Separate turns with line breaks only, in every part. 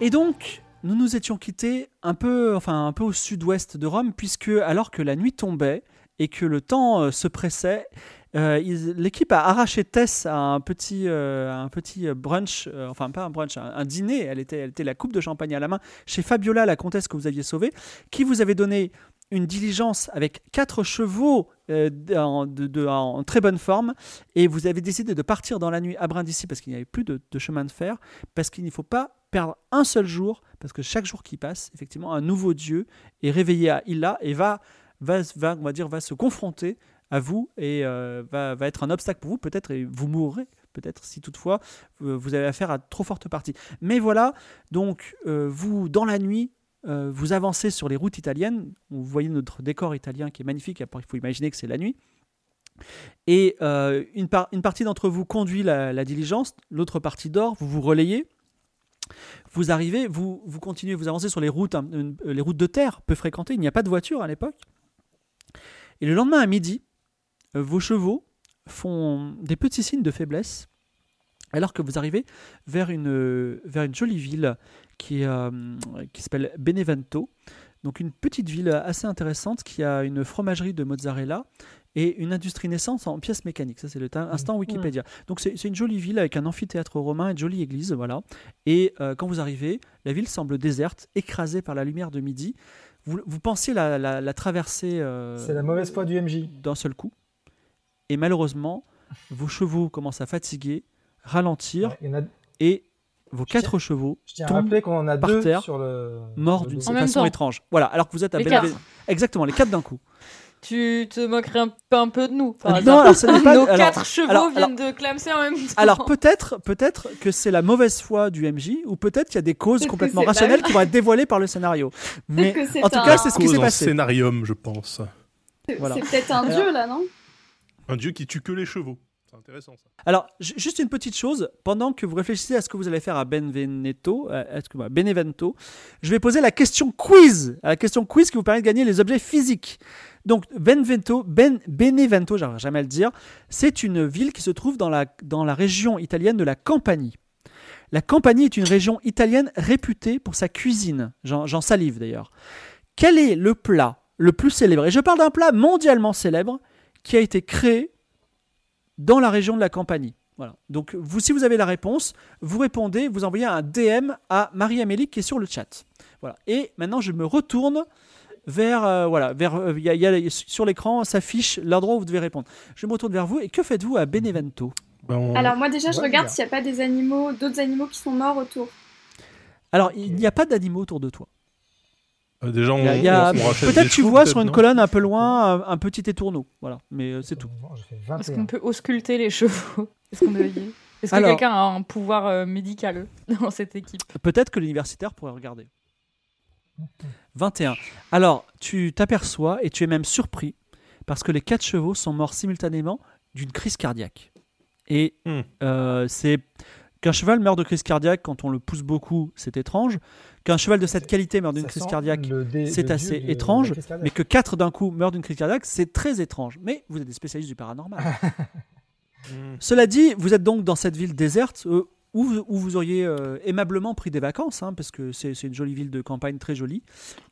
Et donc, nous nous étions quittés un peu, enfin, un peu au sud-ouest de Rome, puisque alors que la nuit tombait et que le temps euh, se pressait, euh, ils- l'équipe a arraché Tess à un petit, euh, à un petit euh, brunch, euh, enfin pas un brunch, un, un dîner. Elle était, elle était la coupe de champagne à la main chez Fabiola, la comtesse que vous aviez sauvée, qui vous avait donné une diligence avec quatre chevaux euh, d- en, de- de- en très bonne forme, et vous avez décidé de partir dans la nuit à Brindisi parce qu'il n'y avait plus de, de chemin de fer, parce qu'il ne faut pas perdre un seul jour, parce que chaque jour qui passe, effectivement, un nouveau dieu est réveillé à Illa et va, va, va- on va dire, va se confronter à vous et euh, va, va être un obstacle pour vous peut-être et vous mourrez peut-être si toutefois euh, vous avez affaire à de trop forte partie. Mais voilà, donc euh, vous dans la nuit, euh, vous avancez sur les routes italiennes, vous voyez notre décor italien qui est magnifique, Après, il faut imaginer que c'est la nuit. Et euh, une, par- une partie d'entre vous conduit la, la diligence, l'autre partie dort, vous vous relayez. Vous arrivez, vous, vous continuez, vous avancez sur les routes, hein, une- euh, les routes de terre peu fréquentées, il n'y a pas de voiture à l'époque. Et le lendemain à midi, euh, vos chevaux font des petits signes de faiblesse alors que vous arrivez vers une, euh, vers une jolie ville qui, est, euh, qui s'appelle Benevento. Donc une petite ville assez intéressante qui a une fromagerie de mozzarella et une industrie naissante en pièces mécaniques. Ça c'est le tin- instant Wikipédia. Donc c'est c'est une jolie ville avec un amphithéâtre romain, une jolie église, voilà. Et euh, quand vous arrivez, la ville semble déserte, écrasée par la lumière de midi. Vous, vous pensiez la, la- la traverser euh,
C'est la mauvaise foi du MJ.
d'un seul coup. Et malheureusement, vos chevaux commencent à fatiguer, ralentir,
Ouais, il y en a-
et vos
Je tiens-
quatre chevaux
Je tiens à
Tombe
rappeler qu'on en a
par
deux
terre,
sur le.
morts
le
d'une
dos.
façon
même temps.
étrange. Voilà, alors que vous êtes à
Les
Belvédère. Exactement, les quatre d'un coup.
Tu te moquerais un peu, un peu de nous. par
Euh, non,
exemple.
alors ce n'est pas.
Nos
alors-
quatre chevaux
alors-
viennent de clamser en même temps.
Alors peut-être, peut-être que c'est la mauvaise foi du MJ, ou peut-être qu'il y a des causes
Peut-être que
complètement
c'est pas
rationnelles qui vont être dévoilées par le scénario. Mais
Peut-être que c'est
en tout
un-
cas, c'est ce qui
Cause
s'est
en
passé.
Ah, scénarium, je pense.
C'est
Voilà.
c'est peut-être un
Alors-
dieu là, non
Un dieu qui tue que les chevaux. C'est intéressant ça.
Alors, ju- juste une petite chose, pendant que vous réfléchissez à ce que vous allez faire à Benveneto, euh, excuse-moi, Benevento, je vais poser la question quiz, la question quiz qui vous permet de gagner les objets physiques. Donc, Benvento, ben, Benevento, j'arrive jamais à le dire, c'est une ville qui se trouve dans la, dans la région italienne de la Campanie. La Campanie est une région italienne réputée pour sa cuisine. J'en j'en salive d'ailleurs. Quel est le plat le plus célèbre Et je parle d'un plat mondialement célèbre qui a été créé dans la région de la Campanie. Voilà. Donc, vous, si vous avez la réponse, vous répondez, vous envoyez un DM à Marie-Amélie qui est sur le chat. Voilà. Et maintenant, je me retourne vers. euh, voilà, vers, euh, il y a- il y a- sur l'écran s'affiche l'endroit où vous devez répondre. Je me retourne vers vous. Et que faites-vous à Benevento
Ben, on-
Alors moi déjà, je
Ouais,
regarde
bien.
s'il n'y a pas des animaux, d'autres animaux qui sont morts autour.
Alors, il n'y a pas d'animaux autour de toi.
euh, déjà, on,
Il y a- il y a-
on- on rachète
Peut-être
des
tu
chevaux,
vois
peut-être,
sur une
non
colonne un peu loin un, un petit étourneau. Voilà, mais euh, c'est tout.
Je fais
Est-ce
21.
qu'on peut ausculter les chevaux Est-ce qu'on devait- Est-ce que
Alors-
quelqu'un a un pouvoir euh, médical dans cette équipe
Peut-être que l'universitaire pourrait regarder. 21. Alors, tu t'aperçois et tu es même surpris parce que les quatre chevaux sont morts simultanément d'une crise cardiaque. Et
Hmm.
euh, c'est qu'un cheval meurt de crise cardiaque quand on le pousse beaucoup, c'est étrange. Qu'un cheval de cette qualité meurt d'une
Ça
crise
sent
cardiaque,
le dé-
c'est
le dieu
assez
de la
étrange,
crise cardiaque.
mais que quatre d'un coup meurent d'une crise cardiaque, c'est très étrange. Mais vous êtes des spécialistes du paranormal.
Hmm.
Cela dit, vous êtes donc dans cette ville déserte euh, où, vous- où vous auriez euh, aimablement pris des vacances, hein, parce que c'est c'est une jolie ville de campagne très jolie.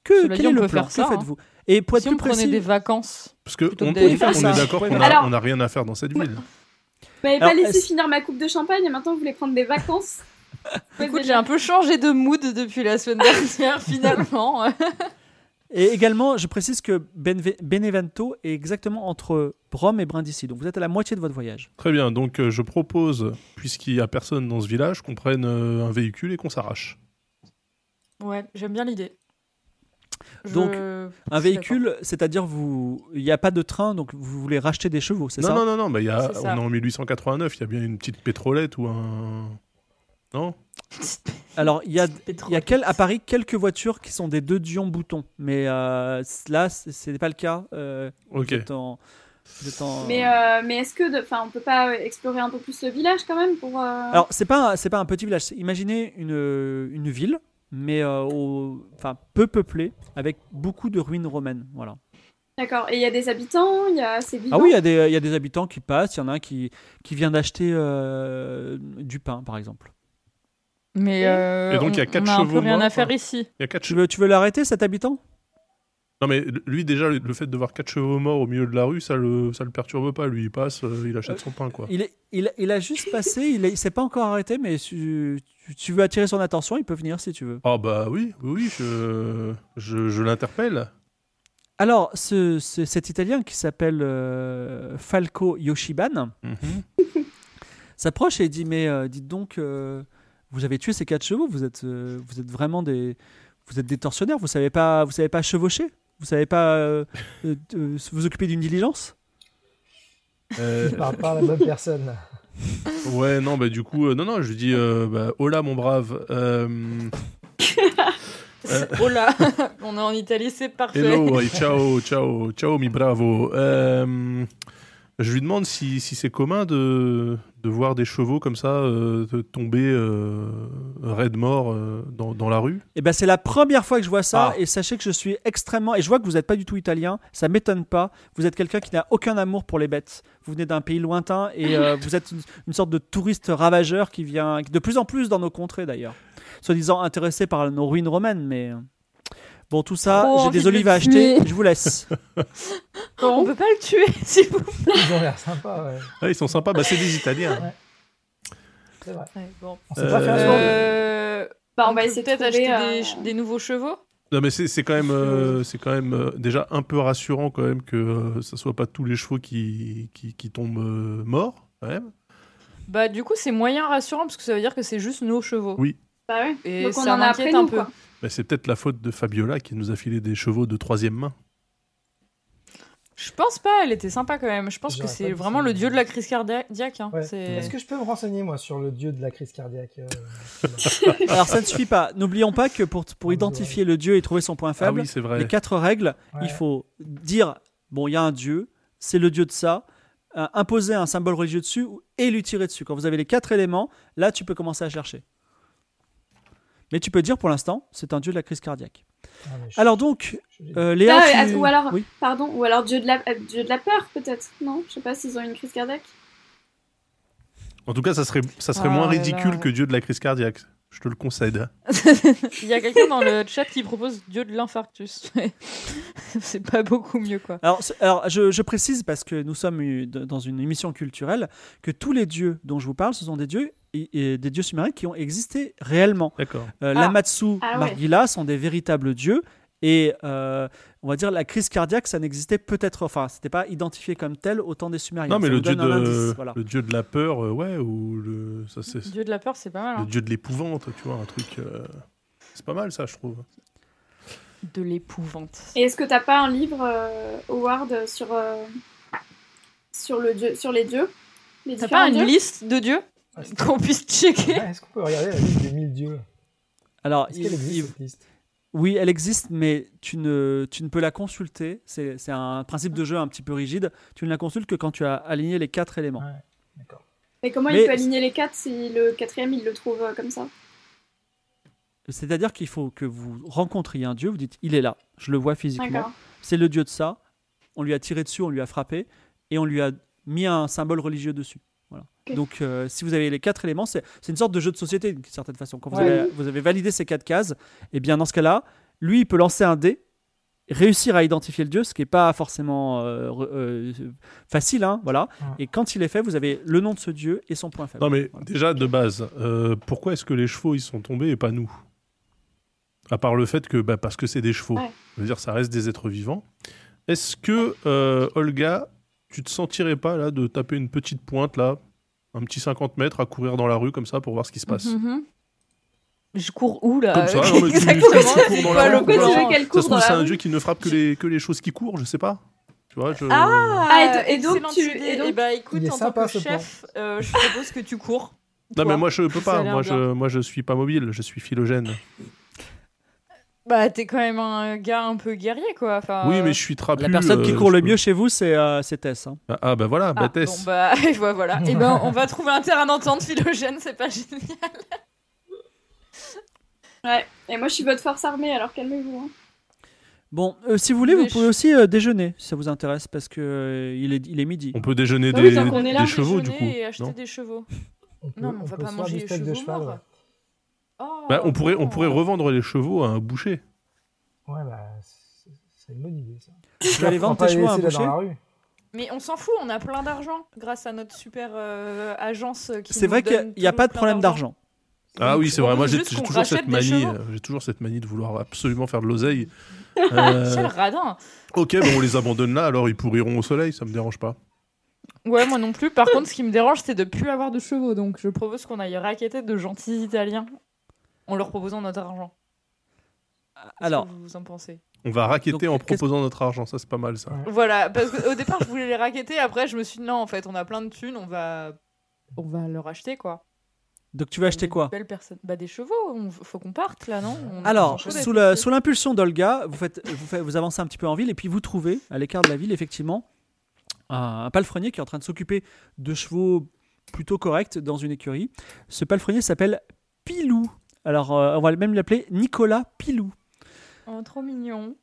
Que,
Cela
quel
dit, on
est le
peut
plan
faire
Que
ça, hein.
faites-vous Et pour être
Si on
plus
prenait
précis,
des vacances,
Parce que
Plutôt
on,
que d'aller
on-
faire
on
ça.
est d'accord qu'on a-
Alors-
on a rien à faire dans cette ville.
Vous m'avez
Alors,
pas laissé
est-ce-
finir ma coupe de champagne et maintenant vous voulez prendre des vacances Vous
Écoute,
pouvez
j'ai un peu changé de mood depuis la semaine dernière, finalement.
et également, je précise que Benve- Benevento est exactement entre Rome et Brindisi, donc vous êtes à la moitié de votre voyage.
Très bien, donc euh, je propose, puisqu'il n'y a personne dans ce village, qu'on prenne euh, un véhicule et qu'on s'arrache.
ouais, j'aime bien l'idée. Je-
Donc,
je
Un
suis
véhicule, c'est-à-dire vous, il n'y a pas de train, donc vous voulez racheter des chevaux, c'est
Non,
ça
non, non, non, bah, il y a-
C'est
on
ça.
est en 1889, il y a bien une petite pétrolette ou un. Non
d'accord.
Alors il y a, il y a
Pétrole.
quel- à Paris quelques voitures qui sont des deux Dion boutons, mais euh, là c'est- c'est pas le cas. euh,
Ok.
vous êtes en- vous êtes en-
Mais, euh, mais est-ce que, de- enfin, on peut pas explorer un peu plus le village quand même pour. euh,
Alors, c'est pas, un- c'est pas un petit village. c'est- Imaginez une, une ville, mais euh, au- enfin, peu peuplée, avec beaucoup de ruines romaines. Voilà.
D'accord. Et il y a des habitants, il y a ces vivants.
Ah oui, il y, a des- il y a des habitants qui passent. Il y en a un qui, qui vient d'acheter euh, du pain, par exemple.
Mais euh,
Et donc, il y a
on-
quatre
on a un
chevaux
peu rien
morts,
à faire
quoi.
ici.
Il y a quatre
Tu
che-
veux, tu veux l'arrêter, cet habitant
Non mais lui déjà le- le fait de voir quatre chevaux morts au milieu de la rue, ça le ça le perturbe pas. Lui il passe, euh, il achète son pain quoi.
il, est- il, il a juste passé, il, est- il s'est pas encore arrêté, mais tu, tu- tu veux attirer son attention, il peut venir si tu veux.
Ah bah oui, oui, oui, je, je, je l'interpelle.
Alors, ce- ce- cet Italien qui s'appelle euh, Falco Yoshiban s'approche et dit Mais euh, dites donc, euh, vous avez tué ces quatre chevaux, vous êtes, euh, vous êtes vraiment des, vous êtes des tortionnaires, vous savez pas, vous savez pas chevaucher, vous savez pas euh, euh, euh, vous occuper d'une diligence.
Euh,
Tu parles pas à la bonne personne.
ouais, non, bah du coup, euh, non, non, je lui dis, euh, bah, hola mon brave, euh,
Oh là, on est en Italie, c'est parfait.
hello, et ciao, ciao, ciao mi bravo. Euh, je lui demande si, si c'est commun de, de voir des chevaux comme ça euh, de tomber euh, raide mort euh, dans, dans la rue.
Eh ben, c'est la première fois que je vois ça,
Ah.
et sachez que je suis extrêmement. Et je vois que vous n'êtes pas du tout italien, ça m'étonne pas. Vous êtes quelqu'un qui n'a aucun amour pour les bêtes. Vous venez d'un pays lointain, et euh, vous êtes une, une sorte de touriste ravageur qui vient de plus en plus dans nos contrées d'ailleurs. Soi-disant intéressé par nos ruines romaines, mais. euh, Bon, tout ça,
Trop
j'ai
envie
des
de
olives
le
à acheter,
tuer.
je vous laisse.
On peut pas le tuer, s'il vous plaît.
Ils ont l'air sympas, ouais.
Ah, ils sont sympas, bah c'est des Italiens.
C'est vrai.
bon.
On sait pas faire
Euh,
ça.
Euh,
Bah, on, va
peut
essayer de
peut-être
trouver,
acheter
euh,
des, ch- des nouveaux chevaux.
Non mais c'est c'est quand même, euh, c'est quand même euh, déjà un peu rassurant quand même que euh, ça soit pas tous les chevaux qui, qui, qui tombent euh, morts quand même.
Bah, du coup, c'est moyen rassurant parce que ça veut dire que c'est juste nos chevaux.
Oui.
Bah ouais.
Et
Donc on
ça
en a
m'inquiète
après
un
nous,
peu.
quoi.
Bah, c'est peut-être la faute de Fabiola qui nous a filé des chevaux de troisième main.
Je pense pas, elle était sympa quand même. Je pense que
J'aurais pas
c'est
dit
vraiment
ça.
le dieu de la crise cardiaque. hein.
Ouais.
C'est-
Est-ce que je peux me renseigner, moi, sur le dieu de la crise cardiaque euh,
Alors, ça ne suffit pas. N'oublions pas que pour, pour
Ouais.
identifier le dieu et trouver son point faible,
Oh, Ah oui, c'est vrai.
les quatre règles,
ouais.
Il faut dire bon, il y a un dieu, c'est le dieu de ça, euh, imposer un symbole religieux dessus ou- et lui tirer dessus. Quand vous avez les quatre éléments, là, tu peux commencer à chercher. Mais tu peux dire pour l'instant, c'est un dieu de la crise cardiaque.
Ah, mais je-
Alors donc,
je- je-
euh, Léa,
Ah,
tu-
ou alors-
oui.
Pardon. Ou alors Dieu de la, euh, Dieu de la peur, peut-être. Non, je sais pas s'ils ont une crise cardiaque.
En tout cas, ça serait, ça serait
Oh
Ah
moins
là là.
ridicule que Dieu de la crise cardiaque. Je te le concède.
Il y a quelqu'un dans le chat qui propose dieu de l'infarctus. c'est pas beaucoup mieux, quoi.
Alors, ce- alors, je, je précise parce que nous sommes euh, d- dans une émission culturelle que tous les dieux dont je vous parle, ce sont des dieux et- et des dieux sumériens qui ont existé réellement.
D'accord.
Euh,
Ah.
Lamatsu,
Ah ouais.
Margila sont des véritables dieux. Et euh, on va dire la crise cardiaque, ça n'existait peut-être, enfin, c'était pas identifié comme tel au temps des Sumériens.
Non, mais
Ça
le
nous
dieu,
donne un
de,
indice, voilà.
le dieu de la peur, euh, ouais, ou le, ça, c'est,
Dieu de la peur, c'est pas mal.
le
Ah.
hein.
dieu de l'épouvante, tu vois, un truc. euh, c'est pas mal ça, je trouve.
De l'épouvante.
Et est-ce que t'as pas un livre, euh, Howard, sur euh, sur le dieu, sur les dieux les
T'as
différents
pas une
dieux
liste de dieux
Ah, c'est-
qu'on puisse checker
Ouais, Est-ce qu'on peut regarder la liste des mille dieux
Alors,
Est-ce
il-
qu'elle
il-
existe cette liste
oui, elle existe, mais tu ne, tu ne peux la consulter. C'est c'est un principe
Ah.
de jeu un petit peu rigide. Tu ne la consultes que quand tu as aligné les quatre éléments.
Ah.
Ouais, D'accord.
Mais comment
Mais-
il peut aligner les quatre si le quatrième il le trouve euh, comme ça
C'est-à-dire qu'il faut que vous rencontriez un dieu, vous dites il est là, je le vois physiquement.
D'accord.
C'est le dieu de ça. On lui a tiré dessus, on lui a frappé et on lui a mis un symbole religieux dessus. Voilà.
Ok.
Donc, euh, si vous avez les quatre éléments, c'est c'est une sorte de jeu de société d'une certaine façon. Quand vous,
Ouais.
avez, vous avez validé ces quatre cases, et bien dans ce cas-là, lui, il peut lancer un dé, réussir à identifier le dieu, ce qui n'est pas forcément euh, re- euh, facile. hein, voilà.
Ouais.
Et quand il est fait, vous avez le nom de ce dieu et son point faible.
Non, mais
Voilà.
déjà, de base, euh, pourquoi est-ce que les chevaux ils sont tombés et pas nous À part le fait que, bah, parce que c'est des chevaux.
Ouais.
Je veux dire, ça reste des êtres vivants. Est-ce que, euh, Olga, tu te sentirais pas là de taper une petite pointe là, un petit 50 mètres à courir dans la rue comme ça pour voir ce qui se passe
Mhm. Je cours où là
Comme ça,
Euh,
non, mais tu-
exactement,
tu cours
Bah,
dans la
pas
rue,
le
pourquoi
plan.
tu
veux qu'elle
Ça
court
se
dans
trouve,
la
c'est un
rue
dieu qui ne frappe que les, que les choses qui courent, je sais pas. Tu vois, je...
Ah, et- et donc
excellente
tu-
idée.
et donc-
Eh ben, écoute,
Il est
en tant
sympa,
que
ce plan.
chef, euh, je propose que tu cours.
Non,
Toi.
mais moi je peux
Ça a
pas.
l'air
Moi
bien. Euh,
je, moi je suis pas mobile, je suis phylogène.
Bah, t'es quand même un gars un peu guerrier, quoi. Enfin,
Oui,
euh,
mais je suis trapu.
La personne qui
euh,
court
je
le
peux-
mieux chez vous, c'est euh, c'est Tess. hein.
Ah, ah, bah voilà,
Ah,
bah
bon,
Tess.
bah, et bah, voilà. Et ben, on va trouver un terrain d'entente phylogène, c'est pas génial.
Ouais. Et moi je suis votre force armée, alors calmez-vous. hein.
Bon, euh, si vous voulez,
Mais
vous
je-
pouvez aussi euh, déjeuner si ça vous intéresse parce que euh, il, est, il est midi.
On peut déjeuner
Ah
Bah
des,
oui, tant qu'on
des
est là,
chevaux du coup.
Et acheter
non
des chevaux.
on peut,
Non, mais on
on
va
peut
pas
se faire
manger
du
les
steak de
chevaux
cheval.
morts.
ouais.
Oh,
Ah,
Bah, on, pourrait, on pourrait revendre les chevaux à un boucher.
Ouais, bah, c'est c'est une bonne idée, ça.
Tu vas aller vendre tes chevaux à un
dans
boucher
la rue.
Mais on s'en fout, on a plein d'argent grâce à notre super euh, agence qui
C'est
nous
vrai qu'il
donne
n'y a
toujours
pas de
plein
problème d'argent.
Ah oui, c'est vrai. Moi, j'ai
Juste
j'ai
qu'on
toujours cette
rachète des
manie.
chevaux.
euh, J'ai toujours cette manie de vouloir absolument faire de l'oseille.
C'est
Euh,
le radin.
ok, bon, on les abandonne là. Alors, ils pourriront au soleil. Ça me dérange pas.
Ouais, moi non plus. Par contre, ce qui me dérange, c'est de plus avoir de chevaux. Donc, je propose qu'on aille raqueter de gentils Italiens en leur proposant notre argent. Qu'est-ce
Alors,
que vous en pensez
On va raqueter
Donc,
en
qu'est-ce-
proposant notre argent. Ça, c'est pas mal, ça.
Ouais.
Voilà, parce qu'au départ, je voulais les raqueter. Après, je me suis dit non, en fait, on a plein de thunes, on va, on va leur acheter quoi.
donc tu vas acheter
Des
quoi
belles personnes. Bah, des chevaux. On... Faut qu'on parte là, non On a
Alors,
besoin de chevaux
sous
d'être
la-
ici.
sous l'impulsion d'Olga, vous, faites, vous, faites- vous avancez un petit peu en ville et puis vous trouvez, à l'écart de la ville, effectivement, un, un palefrenier qui est en train de s'occuper de chevaux plutôt corrects dans une écurie. Ce palefrenier s'appelle Pilou. Alors, euh, on va même l'appeler Nicolas Pilou.
Oh, trop mignon.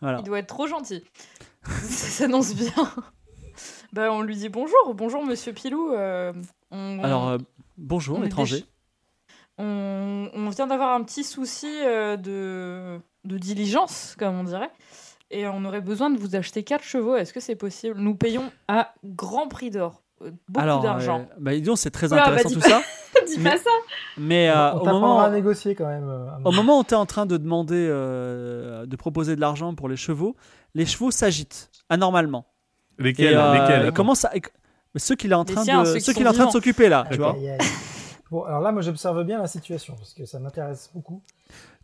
Voilà.
Il doit être trop gentil. Ça s'annonce bien. bah, on lui dit bonjour, bonjour Monsieur Pilou. euh, on-
Alors, euh,
on
bonjour,
est
étranger.
déch- On, on vient d'avoir un petit souci euh, de, de diligence, comme on dirait. Et on aurait besoin de vous acheter quatre chevaux. Est-ce que c'est possible Nous payons à grand prix d'or. euh, Beaucoup
Alors,
d'argent.
euh, bah, disons, c'est très
Oula, bah,
intéressant
dis
tout
pas.
ça.
Dis
Mais-
pas ça.
Mais euh,
On
au
t'apprendra
moment.
à négocier quand même. euh, un
Au
moment.
moment où tu es en train de demander euh, de proposer de l'argent pour les chevaux, les chevaux s'agitent anormalement. Et,
Lesquels,
euh,
lesquels Attends.
Comment ça mais ceux qu'il est en
Les
train
siens,
de
ceux qui
ceux qu'il
sont
est en train de
vivants.
s'occuper là, tu
Aïe,
vois.
aïe, aïe. Bon, alors là, moi, j'observe bien la situation parce que ça m'intéresse beaucoup.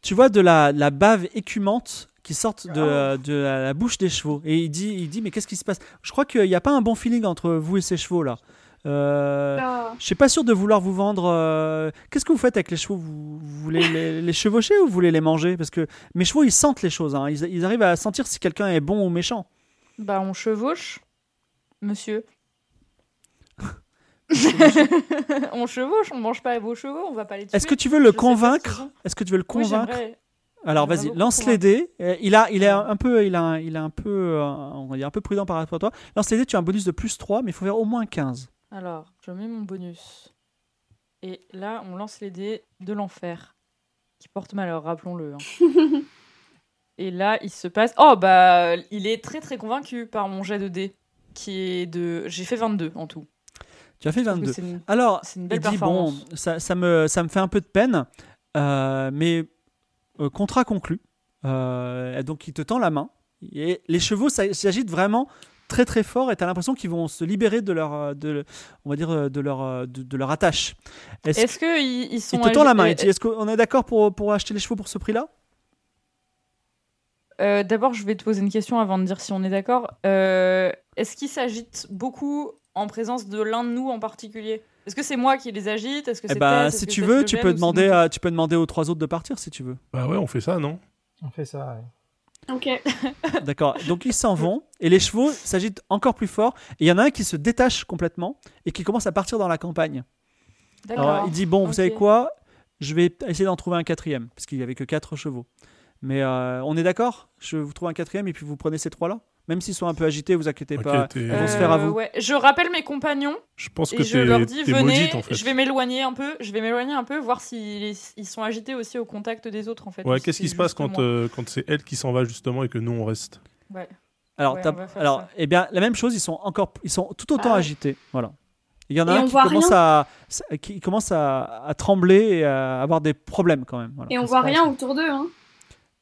Tu vois de la, de la bave écumante qui sort de,
Ah.
de la, la bouche des chevaux et il dit il dit mais qu'est-ce qui se passe Je crois qu'il n'y a pas un bon feeling entre vous et ces chevaux là. Euh,
Ah.
je suis pas sûr de vouloir vous vendre. euh, Qu'est-ce que vous faites avec les chevaux vous, vous voulez les, les chevaucher ou vous voulez les manger Parce que mes chevaux ils sentent les choses. hein. Ils, ils arrivent à sentir si quelqu'un est bon ou méchant.
Bah, on chevauche, monsieur. on chevauche, on mange pas vos chevaux, on va pas les tuer.
Est-ce que tu veux le
Je sais pas ce qu'ils
convaincre
ont.
Est-ce que tu veux le
Oui,
convaincre
j'aimerais-
Alors
j'aimerais
vas-y,
beaucoup
lance les dés. Euh, Il a, il est un peu, il a, il a un peu, euh, on va dire un peu prudent par rapport à toi. Lance les dés, tu as un bonus de plus 3, mais il faut faire au moins 15.
Alors, je mets mon bonus. Et là, on lance les dés de l'enfer. Qui porte malheur, rappelons-le. hein. Et là, il se passe. Oh, bah, il est très très convaincu par mon jet de dés. Qui est de. J'ai fait 22 en tout.
Tu as fait
Je trouve que
22.
C'est une...
Alors,
c'est une
il
belle
dit bon,
performance.
ça, ça me, ça me fait un peu de peine, euh, mais euh, contrat conclu. Euh, donc il te tend la main. Et les chevaux ça- s'agitent vraiment très très fort, et as l'impression qu'ils vont se libérer de leur, euh, de, on va dire euh, de leur, euh, de, de leur attache. Est-ce
Est-ce qu'ils ils sont.
Il te tend la main.
agi-
Il dit, Est-ce qu'on est d'accord pour, pour acheter les chevaux pour ce prix-là
Euh, D'abord, je vais te poser une question avant de dire si on est d'accord. Euh, Est-ce qu'ils s'agitent beaucoup en présence de l'un de nous en particulier Est-ce que c'est moi qui les agite Est-ce que
Eh
c'est
ben,
Tess Est-ce
si
que
tu
c'est
veux,
Logan
tu
ou
peux
c'est
demander,
nous
à, tu peux demander aux trois autres de partir si tu veux.
Bah ouais, on fait ça, non
On fait ça. ouais.
Ok.
D'accord. Donc ils s'en vont et les chevaux s'agitent encore plus fort. Et il y en a un qui se détache complètement et qui commence à partir dans la campagne.
deux D'accord.
Alors, il dit bon, vous
Ok.
savez quoi Je vais essayer d'en trouver un quatrième parce qu'il n'y avait que quatre chevaux. Mais euh, on est d'accord Je vous trouve un quatrième et puis vous prenez ces trois-là. Même s'ils sont un peu agités, vous inquiétez
Ok,
pas.
t'es-
vont se faire à vous.
Euh, ouais. Je rappelle mes compagnons
Je pense que
et je leur dis
t'es t'es
venez,
maudite, en fait.
je vais m'éloigner un peu, je vais m'éloigner un peu, voir s'ils ils sont agités aussi au contact des autres en fait.
Ouais,
Ou si
qu'est-ce qui
c'est
se passe
juste
quand,
moi.
euh, quand c'est elle qui s'en va justement et que nous on reste
Ouais.
Alors,
Ouais,
t'as-
on va faire
alors
ça.
eh bien, la même chose, ils sont encore, ils sont tout autant
Ah ouais.
agités. Voilà. Il y en a
Et
un
on
qui
voit
commence,
rien
à, ça- qui commence à, à trembler et à avoir des problèmes quand même. voilà.
Et on
Ça se
voit
passe.
rien autour d'eux. Hein.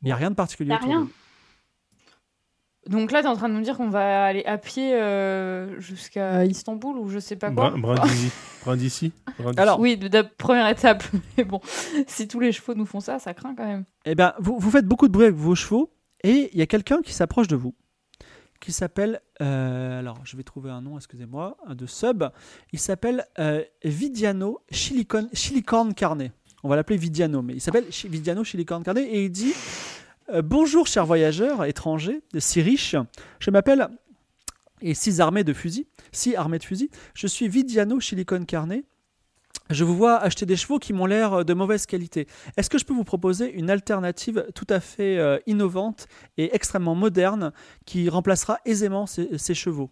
Il n'y a rien de particulier.
Y'a
autour
rien.
d'eux.
euh,
Donc là, t'es en train de nous dire qu'on va aller à pied euh, jusqu'à Istanbul ou je sais pas quoi.
Brin- Brindisi. Brindisi. Brindisi.
Alors,
Oui, de la première étape. Mais bon, si tous les chevaux nous font ça, ça craint quand même.
eh bien, vous, vous faites beaucoup de bruit avec vos chevaux et il y a quelqu'un qui s'approche de vous, qui s'appelle, euh, alors je vais trouver un nom, excusez-moi, un de sub. Il s'appelle euh, Vidiano Chilicon- Chilicorne Carnet. On va l'appeler Vidiano, mais il s'appelle Chi- Vidiano Chilicorne Carnet et il dit euh, Bonjour, chers voyageurs étrangers, si riches, je m'appelle. Et six armés de fusils, six armées de fusils, je suis Vidiano Chilicorne Carnet. Je vous vois acheter des chevaux qui m'ont l'air euh, de mauvaise qualité. Est-ce que je peux vous proposer une alternative tout à fait euh, innovante et extrêmement moderne qui remplacera aisément ces, ces chevaux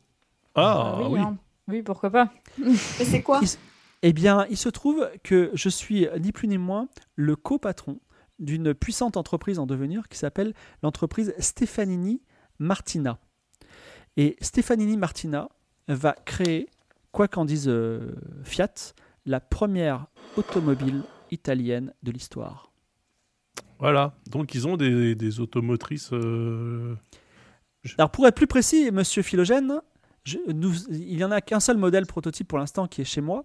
Ah
Euh,
oui.
hein. Oui, pourquoi pas.
Et c'est quoi
Ils- Eh bien, il se trouve que je suis euh, ni plus ni moins le copatron d'une puissante entreprise en devenir qui s'appelle l'entreprise Stefanini Martina. Et Stefanini Martina va créer, quoi qu'en dise euh, Fiat, la première automobile italienne de l'histoire.
Voilà. Donc ils ont des, des automotrices. euh,
Alors pour être plus précis, monsieur Philogène, je- nous- il n'y en a qu'un seul modèle prototype pour l'instant qui est chez moi.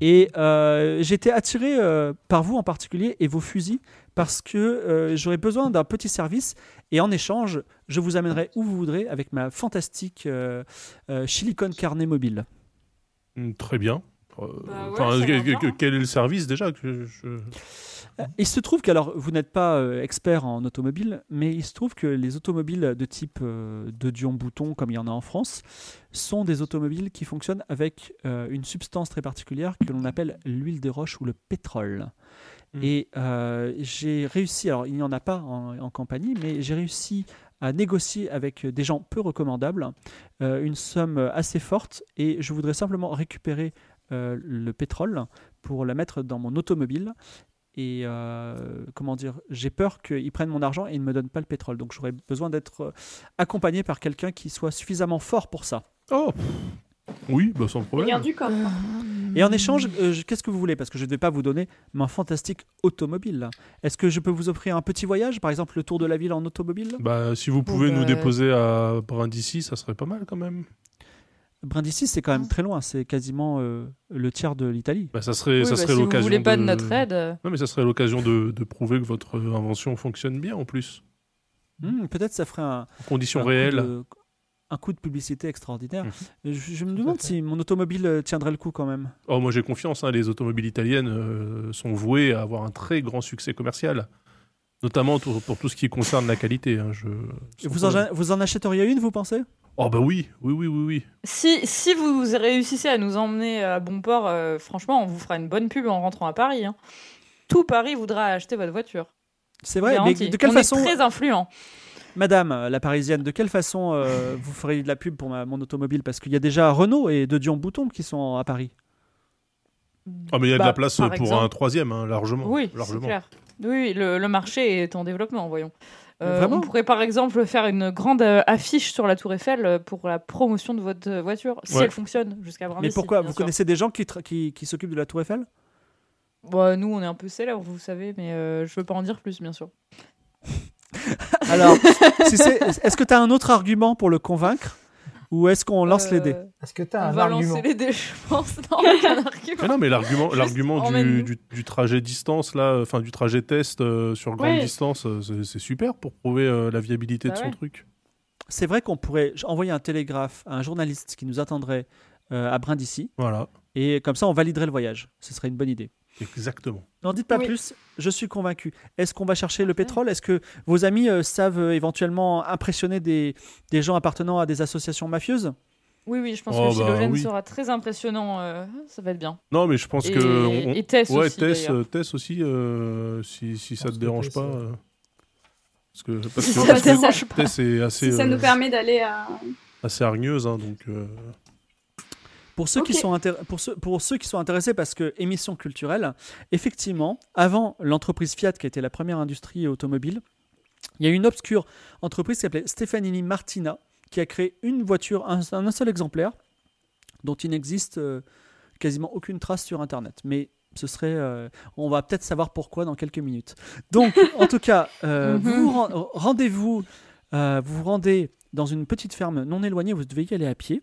Et euh, j'étais attiré euh, par vous en particulier et vos fusils parce que euh, j'aurais besoin d'un petit service et en échange, je vous amènerai où vous voudrez avec ma fantastique euh, euh, Chilicon Carnet mobile.
mm, Très bien. Euh,
Bah ouais,
enfin,
ça
que-
va
que-
bien, hein.
quel est le service déjà que je-
Euh, Il se trouve que, alors, vous n'êtes pas euh, expert en automobile, mais il se trouve que les automobiles de type euh, de Dion-Bouton, comme il y en a en France, sont des automobiles qui fonctionnent avec euh, une substance très particulière que l'on appelle l'huile de roche ou le pétrole.
Mm.
Et euh, j'ai réussi, alors il n'y en a pas en, en compagnie, mais j'ai réussi à négocier avec des gens peu recommandables euh, une somme assez forte et je voudrais simplement récupérer euh, le pétrole pour la mettre dans mon automobile et euh, comment dire, j'ai peur qu'ils prennent mon argent et ils ne me donnent pas le pétrole. Donc j'aurais besoin d'être euh, accompagné par quelqu'un qui soit suffisamment fort pour ça.
Oh pff, Oui, bah, sans
Il y a
problème.
du corps.
Et en échange, euh, je- qu'est-ce que vous voulez Parce que je ne vais pas vous donner ma fantastique automobile. Est-ce que je peux vous offrir un petit voyage, par exemple le tour de la ville en automobile
Bah, si vous pouvez
Bon,
nous
bah-
déposer à Brindisi, ça serait pas mal quand même.
Brindisi, c'est quand même très loin, c'est quasiment euh, le tiers de l'Italie.
Bah, ça serait,
Oui,
ça
bah,
serait
si vous
l'occasion.
voulez pas de notre aide, euh,
Non, mais ça serait l'occasion de, de prouver que votre euh, invention fonctionne bien en plus,
Hmm, Peut-être ça ferait un,
en conditions
un coup
réelles.
de- un coup de publicité extraordinaire.
Mhm.
Je, je me demande si mon automobile euh, tiendrait le coup quand même.
Oh, moi j'ai confiance, hein, les automobiles italiennes euh, sont vouées à avoir un très grand succès commercial, notamment pour, pour tout ce qui concerne la qualité. hein, je...
Et Vous en, vous en achèteriez une, vous pensez
Oh bah oui, oui, oui, oui, oui.
si, si vous réussissez à nous emmener à bon port, euh, franchement, on vous fera une bonne pub en rentrant à Paris. hein. Tout Paris voudra acheter votre voiture.
C'est vrai, mais
Garanti.
de quelle
on
façon,
est très influent.
madame euh, la parisienne, de quelle façon euh, vous ferez de la pub pour ma- mon automobile Parce qu'il y a déjà Renault et De Dion Bouton qui sont à Paris.
Oh,
Ah mais il y a de
Bah,
la place
par
pour
exemple-
un troisième, hein, largement.
Oui, c'est
largement.
clair. Oui, Oui, le, le marché est en développement, voyons. Euh,
Vraiment
on pourrait par exemple faire une grande euh, affiche sur la Tour Eiffel euh, pour la promotion de votre euh, voiture, si
Ouais.
elle fonctionne jusqu'à Brindisi.
mais pourquoi
bien
Vous
sûr.
connaissez des gens qui, tra- qui, qui s'occupent de la Tour Eiffel
Bah, Nous, on est un peu célèbres, vous savez, mais euh, je veux pas en dire plus, bien sûr.
Alors, si c'est- est-ce que tu as un autre argument pour le convaincre Ou est-ce qu'on lance les
Euh,
dés Ah,
Est-ce que tu
On
as un
va
argument
lancer les dés, je pense. Non, aucun
Mais
argument.
non, mais l'argument, l'argument du,
emmène-nous.
du, du trajet distance là, euh, enfin du trajet test euh, sur grande
Ouais.
distance, euh, c'est, c'est super pour prouver euh, la viabilité de
Bah
son
ouais.
truc.
C'est vrai qu'on pourrait envoyer un télégraphe à un journaliste qui nous attendrait euh, à Brindisi,
Voilà,
et comme ça on validerait le voyage. Ce serait une bonne idée.
exactement.
N'en dites pas
Oui.
plus, je suis convaincu. Est-ce qu'on va chercher le pétrole Est-ce que vos amis euh, savent euh, éventuellement impressionner des, des gens appartenant à des associations mafieuses
Oui, oui, je pense
Oh,
que
bah,
Philogène
oui.
sera très impressionnant. euh, ça va être bien.
Non, mais je pense
et,
que on- on-
et Tess
ouais,
aussi.
Tess,
d'ailleurs.
euh, Tess aussi, euh, si, si
Ah,
ça
pense
te
que
dérange
Tess,
pas.
euh,
euh, Parce que, parce
Si
que-
ça
parce
te
que
dérange pas.
Tess est assez,
Si ça
euh,
nous permet d'aller à.
assez hargneuse, hein, donc. euh,
Pour ceux, qui
Ok.
sont intér- pour, ceux, pour ceux qui sont intéressés, parce que émission culturelle, effectivement, avant l'entreprise Fiat, qui était la première industrie automobile, il y a eu une obscure entreprise qui s'appelait Stefanini Martina, qui a créé une voiture, un, un seul exemplaire, dont il n'existe euh, quasiment aucune trace sur Internet. Mais ce serait. euh, on va peut-être savoir pourquoi dans quelques minutes. Donc, en tout cas, euh, vous vous ren- rendez-vous. euh, vous vous rendez dans une petite ferme non éloignée, vous devez y aller à pied.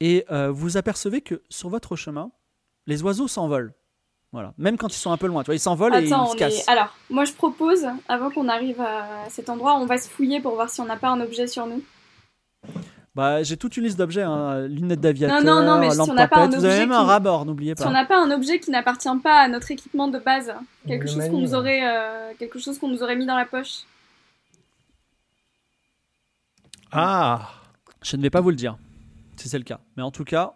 Et euh, vous apercevez que sur votre chemin, les oiseaux s'envolent. Voilà. Même quand ils sont un peu loin, tu vois, ils
Oh,
s'envolent et
Attends,
ils
on
se
est-
cassent.
Alors, moi je propose, avant qu'on arrive à cet endroit, on va se fouiller pour voir si on n'a pas un objet sur nous.
Bah, j'ai toute une liste d'objets, hein, lunettes d'aviateur,
Non, non, non, mais si
lampe
on
à
n'a pas un
pète, vous avez
objet
même un
qui-
rabord, n'oubliez
Si on
pas.
n'a pas un objet qui n'appartient pas à notre équipement de base, quelque
Le
chose
manie,
qu'on nous
hein.
ouais.
aurait, euh, quelque chose qu'on nous aurait mis dans la poche.
Ah
Je ne vais pas vous le dire, si c'est le cas. Mais en tout cas,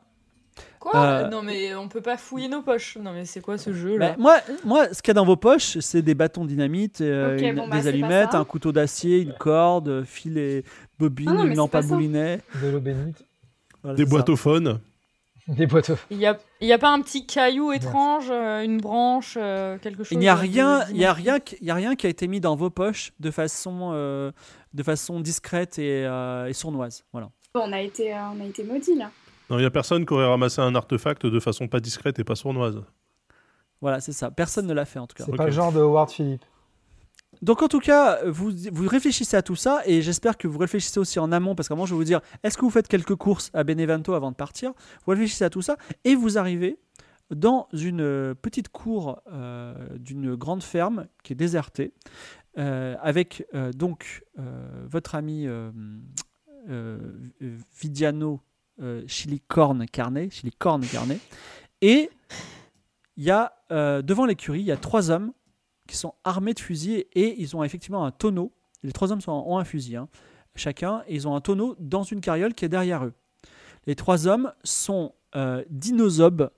Quoi
Euh,
Non, mais on peut pas fouiller nos poches. Non, mais c'est quoi ce jeu
bah,
là
moi, moi, ce qu'il y a dans vos poches, c'est des bâtons dynamite, euh,
Ok,
une-
bon, bah,
des
c'est pas
allumettes,
ça.
un couteau d'acier, une corde, euh, fil et bobine,
Ah non, mais
une
c'est
lampe
pas
à
ça.
moulinet.
De l'eau bénite.
Voilà,
Des
c'est ça.
boîtophones.
Des boiteaux.
Il n'y a, il y a pas un petit caillou étrange, euh, une branche, euh, quelque chose
Il n'y a
de-
rien,
de-
il y a rien, qui- il y a rien qui a été mis dans vos poches de façon, euh, de façon discrète et, euh, et sournoise. Voilà.
Bon, on a été, euh, on a été maudits là.
Non, il n'y a personne qui aurait ramassé un artefact de façon pas discrète et pas sournoise.
Voilà, c'est ça. Personne ne l'a fait en tout cas.
C'est
Ok.
pas le genre de Howard Philippe.
Donc en tout cas, vous, vous réfléchissez à tout ça et j'espère que vous réfléchissez aussi en amont parce qu'à un moment je vais vous dire, est-ce que vous faites quelques courses à Benevento avant de partir Vous réfléchissez à tout ça et vous arrivez dans une euh, petite cour euh, d'une grande ferme qui est désertée euh, avec euh, donc euh, votre ami euh, euh, Vidiano euh, Chilicorne Carnet, Chilicorne Carnet et il y a euh, devant l'écurie, il y a trois hommes qui sont armés de fusils et ils ont effectivement un tonneau. Les trois hommes sont- ont un fusil hein, chacun et ils ont un tonneau dans une carriole qui est derrière eux. Les trois hommes sont euh, Dinozob,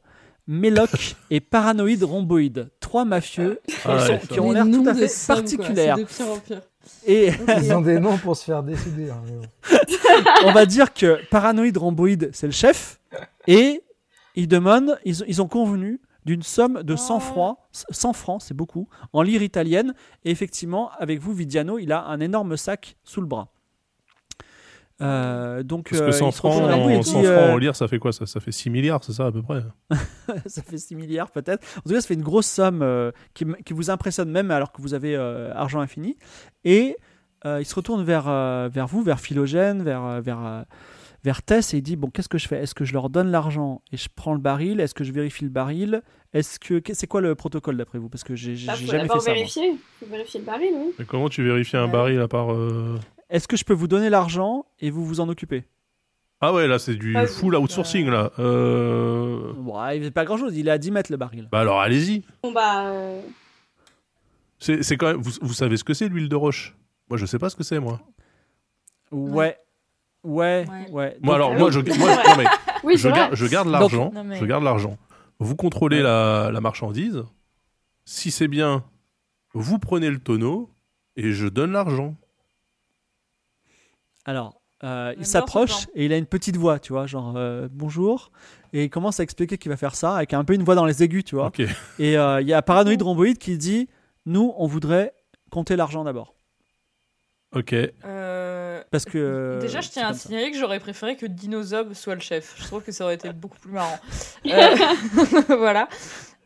Méloc et Paranoïde Rhomboïde. Trois mafieux
Ah
qui,
ouais,
sont-
ça.
qui ont l'air tout à fait particulières. Et
Ils ont des noms pour se faire décider. hein, mais bon.
on va dire que Paranoïde Rhomboïde, c'est le chef et ils demandent, ils, ils ont convenu d'une somme de 100 francs, 100 francs, c'est beaucoup, en lire italienne. Et effectivement, avec vous, Vidiano, il a un énorme sac sous le bras. Euh, donc,
Parce
euh,
que 100
il se retourne
francs,
vers vous et
en,
dit,
100 francs
euh,
en lire, ça fait quoi ça, ça fait 6 milliards, c'est ça à peu près
ça fait 6 milliards peut-être. En tout cas, ça fait une grosse somme euh, qui, m- qui vous impressionne même alors que vous avez euh, argent infini. Et euh, il se retourne vers, euh, vers vous, vers Philogène, vers, euh, vers, euh, vers Tess et il dit, bon, qu'est-ce que je fais Est-ce que je leur donne l'argent et je prends le baril Est-ce que je vérifie le baril Est-ce que... que- C'est quoi le protocole d'après vous Parce que j'ai j'ai
Bah, faut
jamais fait
d'abord
ça. moi.
vérifier. Faut vérifier le baril, oui.
Mais comment tu vérifies un
Ouais.
baril à part. euh,
Est-ce que je peux vous donner l'argent et vous vous en occupez
Ah ouais, là c'est du
Vas-y.
full outsourcing là. Euh,
Ouais, il fait pas grand-chose, il est à 10 mètres le baril.
Bah alors allez-y.
Bon bah, euh,
C'est c'est quand même. Vous, vous savez ce que c'est l'huile de roche Moi je sais pas ce que c'est moi.
Ouais. Ouais, ouais. euh,
Ouais.
Moi alors,
ah
moi
oui.
je, moi, non, mais
oui,
je,
c'est vrai.
garde, je garde
Donc-
l'argent.
Non, mais-
Je garde l'argent. Vous contrôlez
Ouais.
la, la marchandise. Si c'est bien, vous prenez le tonneau et je donne l'argent.
Alors, euh, il
non,
s'approche
c'est
et il a une petite voix, tu vois, genre euh, bonjour. Et il commence à expliquer qu'il va faire ça avec un peu une voix dans les aigus, tu vois.
Ok.
Et euh, il y a Paranoïde Rhomboïde qui dit Nous, on voudrait compter l'argent d'abord.
Ok.
Euh,
Parce que. euh,
Déjà, je
c'est
tiens à
comme ça.
signaler que j'aurais préféré que Dinozob soit le chef. Je trouve que ça aurait été beaucoup plus marrant. Euh, voilà.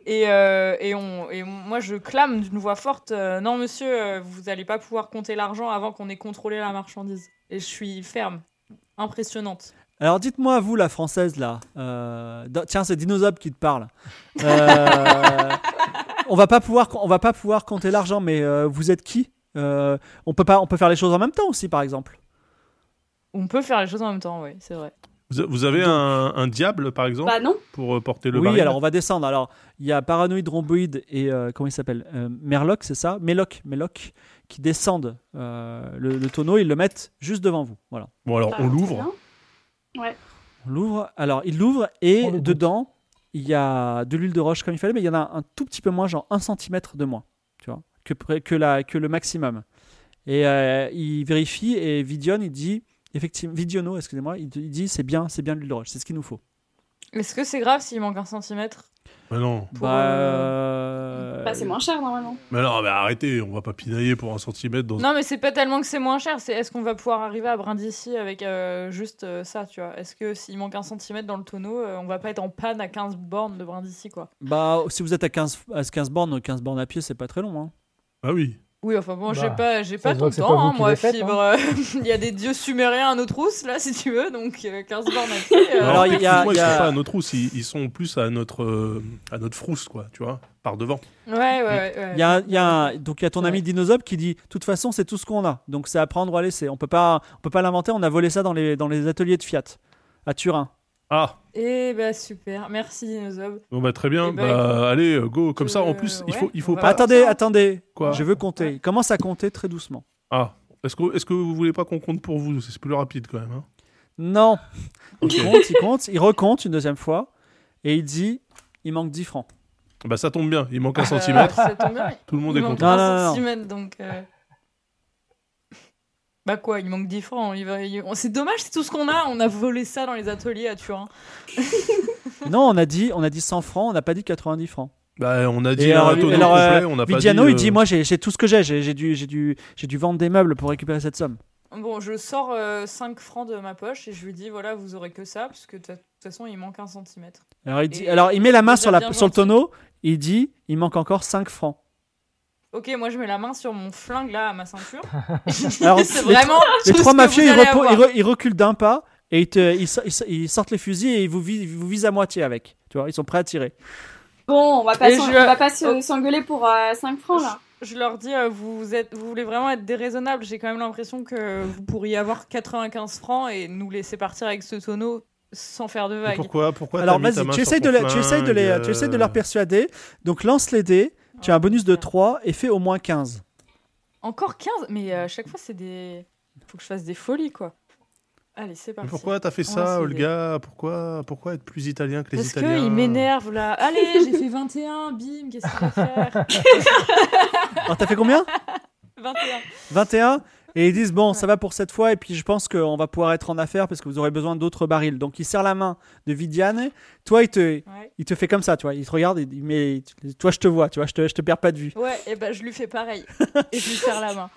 Et, euh, et, on, et moi, je clame d'une voix forte euh, Non, monsieur, euh, vous n'allez pas pouvoir compter l'argent avant qu'on ait contrôlé la marchandise. Et je suis ferme, impressionnante.
Alors, dites-moi, vous, la française, là. euh, da- Tiens, c'est Dinosaure qui te parle. Euh, on, va pas pouvoir, on va pas pouvoir compter l'argent, mais euh, vous êtes qui Euh, on, peut pas, on peut faire les choses en même temps aussi, par exemple.
On peut faire les choses en même temps, oui, c'est vrai.
Vous, vous avez un, un diable par exemple
Bah non.
pour euh, porter le
oui,
baril
alors on va descendre. Alors, il y a Paranoïde, Rhomboïde et euh, comment il s'appelle Euh, Merloc, c'est ça Méloc, Méloc, qui descendent euh, le, le tonneau, ils le mettent juste devant vous. Voilà.
Bon alors
Bah,
on
très
l'ouvre.
bien.
On l'ouvre. Alors, il l'ouvre et
On le goûte.
dedans, il y a de l'huile de roche comme il fallait, mais il y en a un tout petit peu moins, genre un centimètre de moins, tu vois, que, près- que, la, que le maximum. Et euh, il vérifie et Vidion, il dit, effectivement, Vidiono, excusez-moi, il, il dit c'est bien, c'est bien de l'huile de roche, c'est ce qu'il nous faut.
Est-ce que c'est grave s'il manque un centimètre
Bah non.
pour,
Bah,
euh,
euh,
Bah, c'est moins cher normalement.
Mais non, mais arrêtez, on va pas pinailler pour un centimètre
Oh.
dans.
Non, mais c'est pas tellement que c'est moins cher, c'est est-ce qu'on va pouvoir arriver à Brindisi avec euh, juste euh, ça, tu vois Est-ce que s'il manque un centimètre dans le tonneau, euh, on va pas être en panne à 15 bornes de Brindisi, quoi
Bah, si vous êtes à 15, à 15 bornes, 15 bornes à pied, c'est pas très long. hein.
Ah oui.
Oui, enfin bon, j'ai
Bah,
pas, j'ai
ça
pas
se
ton
voit que c'est
temps,
pas vous
hein,
qui
moi,
le faites,
fibre. euh, Il y a des dieux sumériens à nos trousses, là, si tu veux, donc euh, 15 bornes à pied. euh,
Alors, il y a-
excuse-moi,
il y a-
ils sont pas à notre trousse, ils, ils sont plus à notre, euh, à notre frousse, quoi, tu vois, par devant.
Ouais, ouais, ouais. ouais.
Il y a, un- il y a un- donc il y a ton
C'est
ami
vrai.
Dinosob qui dit, de toute façon, c'est tout ce qu'on a. Donc c'est à prendre ou à laisser. On peut pas, on peut pas l'inventer. On a volé ça dans les, dans les ateliers de Fiat à Turin.
Ah,
Eh bah, super, merci, Dinozob.
bon bah très bien,
Eh ben,
bah
écoute,
allez, euh, go, comme ça en
euh,
plus, il
ouais,
faut, il
on
faut
va-
pas.
Ah, attendez, attendez.
Quoi
Je veux compter. Il commence à compter très doucement.
Ah, est-ce que, est-ce que vous voulez pas qu'on compte pour vous C'est plus rapide quand même. hein.
Non.
Ok.
Il compte, il compte, il recompte une deuxième fois et il dit, il manque 10 francs.
bah ça tombe bien, il manque un
Euh,
centimètre,
ça tombe bien,
tout le monde
il
est
manque
content.
Ah, Non,
un
non, non, non.
centimètre, donc. euh, Bah quoi, il manque 10 francs. il va- il- C'est dommage, c'est tout ce qu'on a. On a volé ça dans les ateliers à Turin.
Non, on a dit, on a dit 100 francs, on n'a pas dit 90 francs.
Bah, on a dit
Et
un
alors,
tonneau
alors, euh,
complet, on n'a pas
Vidiano,
dit,
il dit
euh,
Moi, j'ai j'ai tout ce que j'ai, j'ai j'ai dû, j'ai dû, j'ai dû vendre des meubles pour récupérer cette somme.
Bon, je sors 5 francs de ma poche et je lui dis voilà, vous aurez que ça, parce que de toute façon, il manque un centimètre.
Alors, il, dit,
Et
alors, il met la main
il
sur,
a
la,
bien
sur le
gentil.
tonneau, il dit Il manque encore 5 francs.
Ok, moi je mets la main sur mon flingue là à ma ceinture.
Alors,
c'est
les-
vraiment.
Les
tout
trois
ce que
mafieux,
vous
ils,
allez
repo-
avoir.
ils re- ils reculent d'un pas et ils, te- ils so- ils so- ils sortent les fusils et ils vous, vi- ils vous visent à moitié avec. Tu vois, ils sont prêts à tirer.
Bon, on va pas
Et
s'en-
je-
on va pas se-
Oh.
s'engueuler pour 5 francs là.
Je leur dis, euh, vous, êtes, vous voulez vraiment être déraisonnable. J'ai quand même l'impression que vous pourriez avoir 95 francs et nous laisser partir avec ce tonneau sans faire de
mais
vague.
Pourquoi, pourquoi
Alors
t'as mis
vas-y,
ta main
tu
sur
essayes
ton
de, les- tu
flingue,
essayes de, les- tu
euh,
essayes de leur persuader. Donc lance les dés. Tu as un bonus de 3 et fais au moins 15.
Encore 15 Mais euh, à chaque fois, c'est des. Faut que je fasse des folies, quoi. Allez, c'est
Mais
parti.
pourquoi t'as fait
On
ça,
va
Olga pourquoi, pourquoi être plus italien que les
Parce
Italiens
qu'il m'énerve là. Allez, j'ai fait 21, bim, qu'est-ce qu'il va faire
Alors t'as fait combien
21.
21 et ils disent bon ça va pour cette fois et puis je pense qu'on va pouvoir être en affaire parce que vous aurez besoin d'autres barils. Donc il serre la main de Vidiane. Toi il te,
Ouais.
il te fait comme ça, tu vois. Il te regarde, il dit mais toi je te vois, tu vois, je te, je te perds pas de vue.
Ouais, et ben je lui fais pareil. Et je lui serre la main.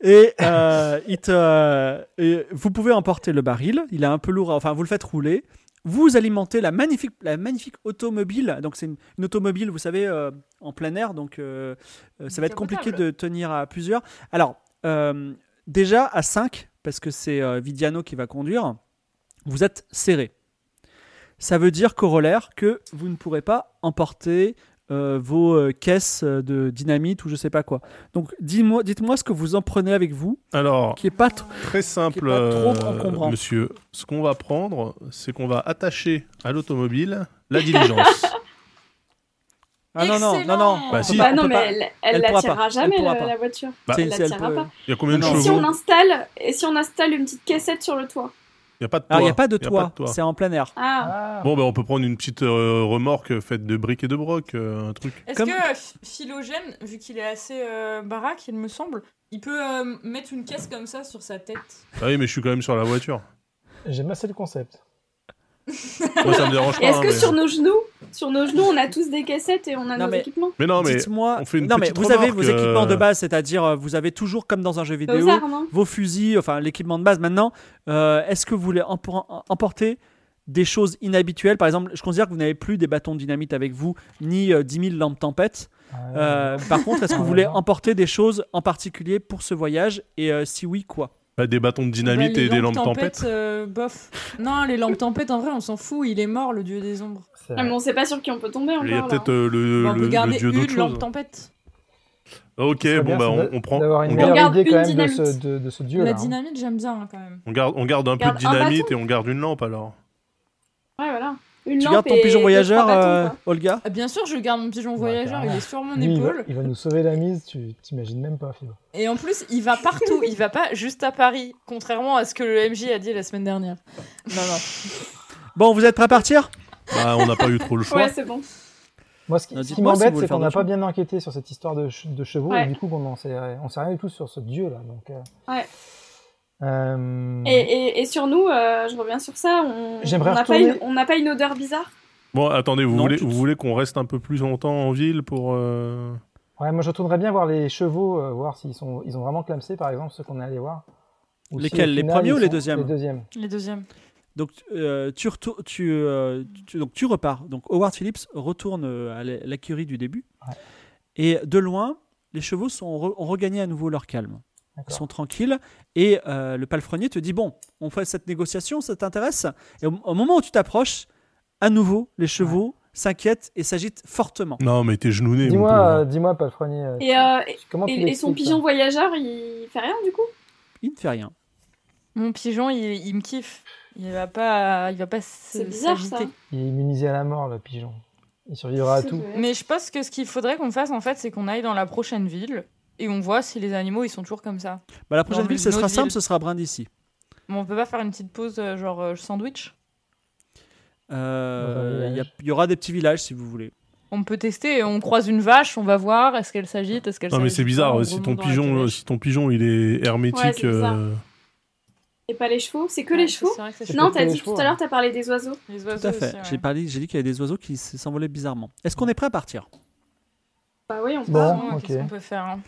Et, euh, il te, euh, et vous pouvez emporter le baril. Il est un peu lourd. à- Enfin, vous le faites rouler. Vous alimentez la magnifique, la magnifique automobile. Donc, c'est une, une automobile, vous savez, euh, en plein air. Donc, euh, euh, ça va être compliqué de tenir à plusieurs. Alors, euh, déjà à 5, parce que c'est euh, Vidiano qui va conduire, vous êtes serré. Ça veut dire, corollaire, que vous ne pourrez pas emporter euh, vos euh, caisses de dynamite ou je sais pas quoi. Donc dis-moi- dites-moi ce que vous en prenez avec vous,
Alors,
qui est pas tr-
très simple,
pas trop
euh,
encombrant.
monsieur. Ce qu'on va prendre, c'est qu'on va attacher à l'automobile la diligence.
Ah non, non, non,
Excellent
non.
Bah si.
pas-
Bah
on
non,
peut
mais
pas-
elle,
elle
elle, la
pourra
tirera
pas. Elle
jamais
pourra
la,
pas.
la voiture.
Bah,
C'est-
elle la
c'est- elle
tirera
peut-
pas.
Il y a combien de
Non,
Et
non.
si on
chevaux
installe et si on installe une petite caissette sur le toit
Il n'y a pas de toit.
Alors, il n'y a pas de
Y a
toit, c'est en plein air.
Ah,
Ah,
Bon, ben on peut prendre une petite euh, remorque faite de briques et de broc, euh, un truc.
Est-ce
Comme-
que euh, Ph- Philogène, vu qu'il est assez euh, baraque, il me semble, il peut euh, mettre une caisse comme ça sur sa tête
Ah oui, mais je suis quand même sur la voiture.
j'aime assez le concept.
Moi, ça me dérange
Et
pas.
est-ce
hein,
que
mais...
sur nos genoux, sur nos genoux, on a tous des cassettes et on a
Non,
nos
mais-
équipements
mais non, mais
Dites-moi.
on fait une
Non, mais
petite
vous avez vos
remarque, euh,
équipements de base, c'est-à-dire euh, vous avez toujours, comme dans un jeu vidéo,
Nos armes, hein
vos fusils, enfin l'équipement de base. Maintenant, euh, est-ce que vous voulez empor- emporter des choses inhabituelles Par exemple, je considère que vous n'avez plus des bâtons de dynamite avec vous, ni euh, 10 000 lampes tempête. Euh, par contre, est-ce que vous
Ouais.
voulez emporter des choses en particulier pour ce voyage Et euh, si oui, quoi
bah, des bâtons de dynamite
Bah, les
et des lampes tempêtes.
euh, bof. Non, les lampes tempêtes, en vrai, on s'en fout, il est mort, le dieu des ombres.
C'est
Ah,
vrai.
mais on sait pas sur qui on peut tomber encore.
Il y
là,
a peut-être
hein.
euh, le,
Bah, on
le-
peut
le
garder
dieu d'autre
une lampe
chose.
tempête.
Ok,
Ce serait
bon,
bien,
bah,
c'est
on,
d'a-
on prend.
D'avoir
On
une
garde,
garde
meilleure idée quand
une
même de ce,
dynamite.
de, de ce dieu.
La
là, hein.
dynamite, j'aime bien hein, quand même.
on garde, on garde un peu
Garde
de
un
dynamite et on garde une lampe alors.
Ouais, voilà.
euh,
Une
Tu
lampe
gardes ton
et
pigeon
deux,
voyageur,
trois bâtons,
euh,
quoi.
Olga
Ah, Bien sûr, je garde mon pigeon voyageur, il
carrément.
est sur mon
Lui, il va,
épaule.
il va nous sauver la mise, tu t'imagines même pas, Philo.
Et en plus, il va partout, il va pas juste à Paris, contrairement à ce que le MJ a dit la semaine dernière. Non, non.
Bon, vous êtes prêts à partir
Bah, on n'a pas eu trop le choix.
Ouais, c'est bon.
Moi, ce qui,
Non,
ce
dites-moi si
qui
vous
m'embête,
voulez
c'est
faire
qu'on n'a
d'autres
pas bien enquêté sur cette histoire de, ch- de chevaux,
Ouais.
et du coup, bon, on sait, on sait rien du tout sur ce dieu là. Donc, euh,
Ouais.
euh,
Mm.
Et, et, et sur nous, euh, je reviens sur ça, on
J'aimerais
on n'a pas,
retourner-
une- on n'a pas une odeur bizarre
Bon, attendez, vous
Non,
voulez,
tu te-
vous voulez qu'on reste un peu plus longtemps en ville pour. euh,
ouais, moi, je retournerais bien voir les chevaux, euh, voir s'ils sont, ils ont vraiment clamsé, par exemple, ceux qu'on est allé voir. Ou si, au
Lesquels, les premiers
ils
ou les
sont-
deuxièmes
Les deuxièmes.
Les deuxièmes.
Donc, euh, tu, retour- tu, euh, tu- donc, tu repars. Donc, Howard Phillips retourne euh, à la- l'écurie du début.
Ouais.
Et de loin, les chevaux sont re- ont regagné à nouveau leur calme. Ils
D'accord.
sont tranquilles. Et euh, le palefrenier te dit Bon, on fait cette négociation, ça t'intéresse Et au, au moment où tu t'approches, à nouveau, les chevaux s'inquiètent et s'agitent fortement.
Non, mais t'es genouné. mon
Dis-moi,
pauvre.
euh, dis-moi, palefrenier, euh,
et, euh, et-
comment tu hein.
et, et son
l'expliques,
pigeon
ça
voyageur, il fait rien du coup
Il ne fait rien.
Mon pigeon, il, il me kiffe. Il va pas, il va pas
C'est
s-
bizarre ça.
s'agiter.
Il est immunisé à la mort, le pigeon. Il survivra à
C'est
tout.
vrai.
Mais je pense que ce qu'il faudrait qu'on fasse en fait, c'est qu'on aille dans la prochaine ville et on voit si les animaux ils sont toujours comme ça.
Bah, la prochaine
mais
ville, ce
une
sera
autre
simple
ville.
ce sera Brindisi.
Mais on peut pas faire une petite pause euh, genre euh, sandwich
Euh,
Dans
Il y
un
a-
village.
il y aura des petits villages si vous voulez.
On peut tester, on croise une vache, on va voir est-ce qu'elle s'agite, est-ce qu'elle
Non, mais
s'agite
c'est
pas,
euh,
bizarre.
on
Si ton,
remonte dans la
pigeon,
calèche.
si ton pigeon il est hermétique.
Ouais, c'est bizarre.
euh,
Et pas les chevaux C'est que
Ouais,
les
c'est-
chevaux
c'est vrai que c'est
C'est
chaud.
Non,
peut-être que
t'as
les
dit
chevaux, hein.
tout à
ouais.
l'heure, t'as parlé des oiseaux.
Les
Tout
oiseaux
à fait.
aussi,
J'ai
ouais.
parlé, j'ai dit qu'il y avait des oiseaux qui s- s'envolaient bizarrement. Est-ce qu'on est prêt à partir
Bah oui, on
Bon.
part.
Ouais,
ok.
Qu'est-ce qu'on peut faire hein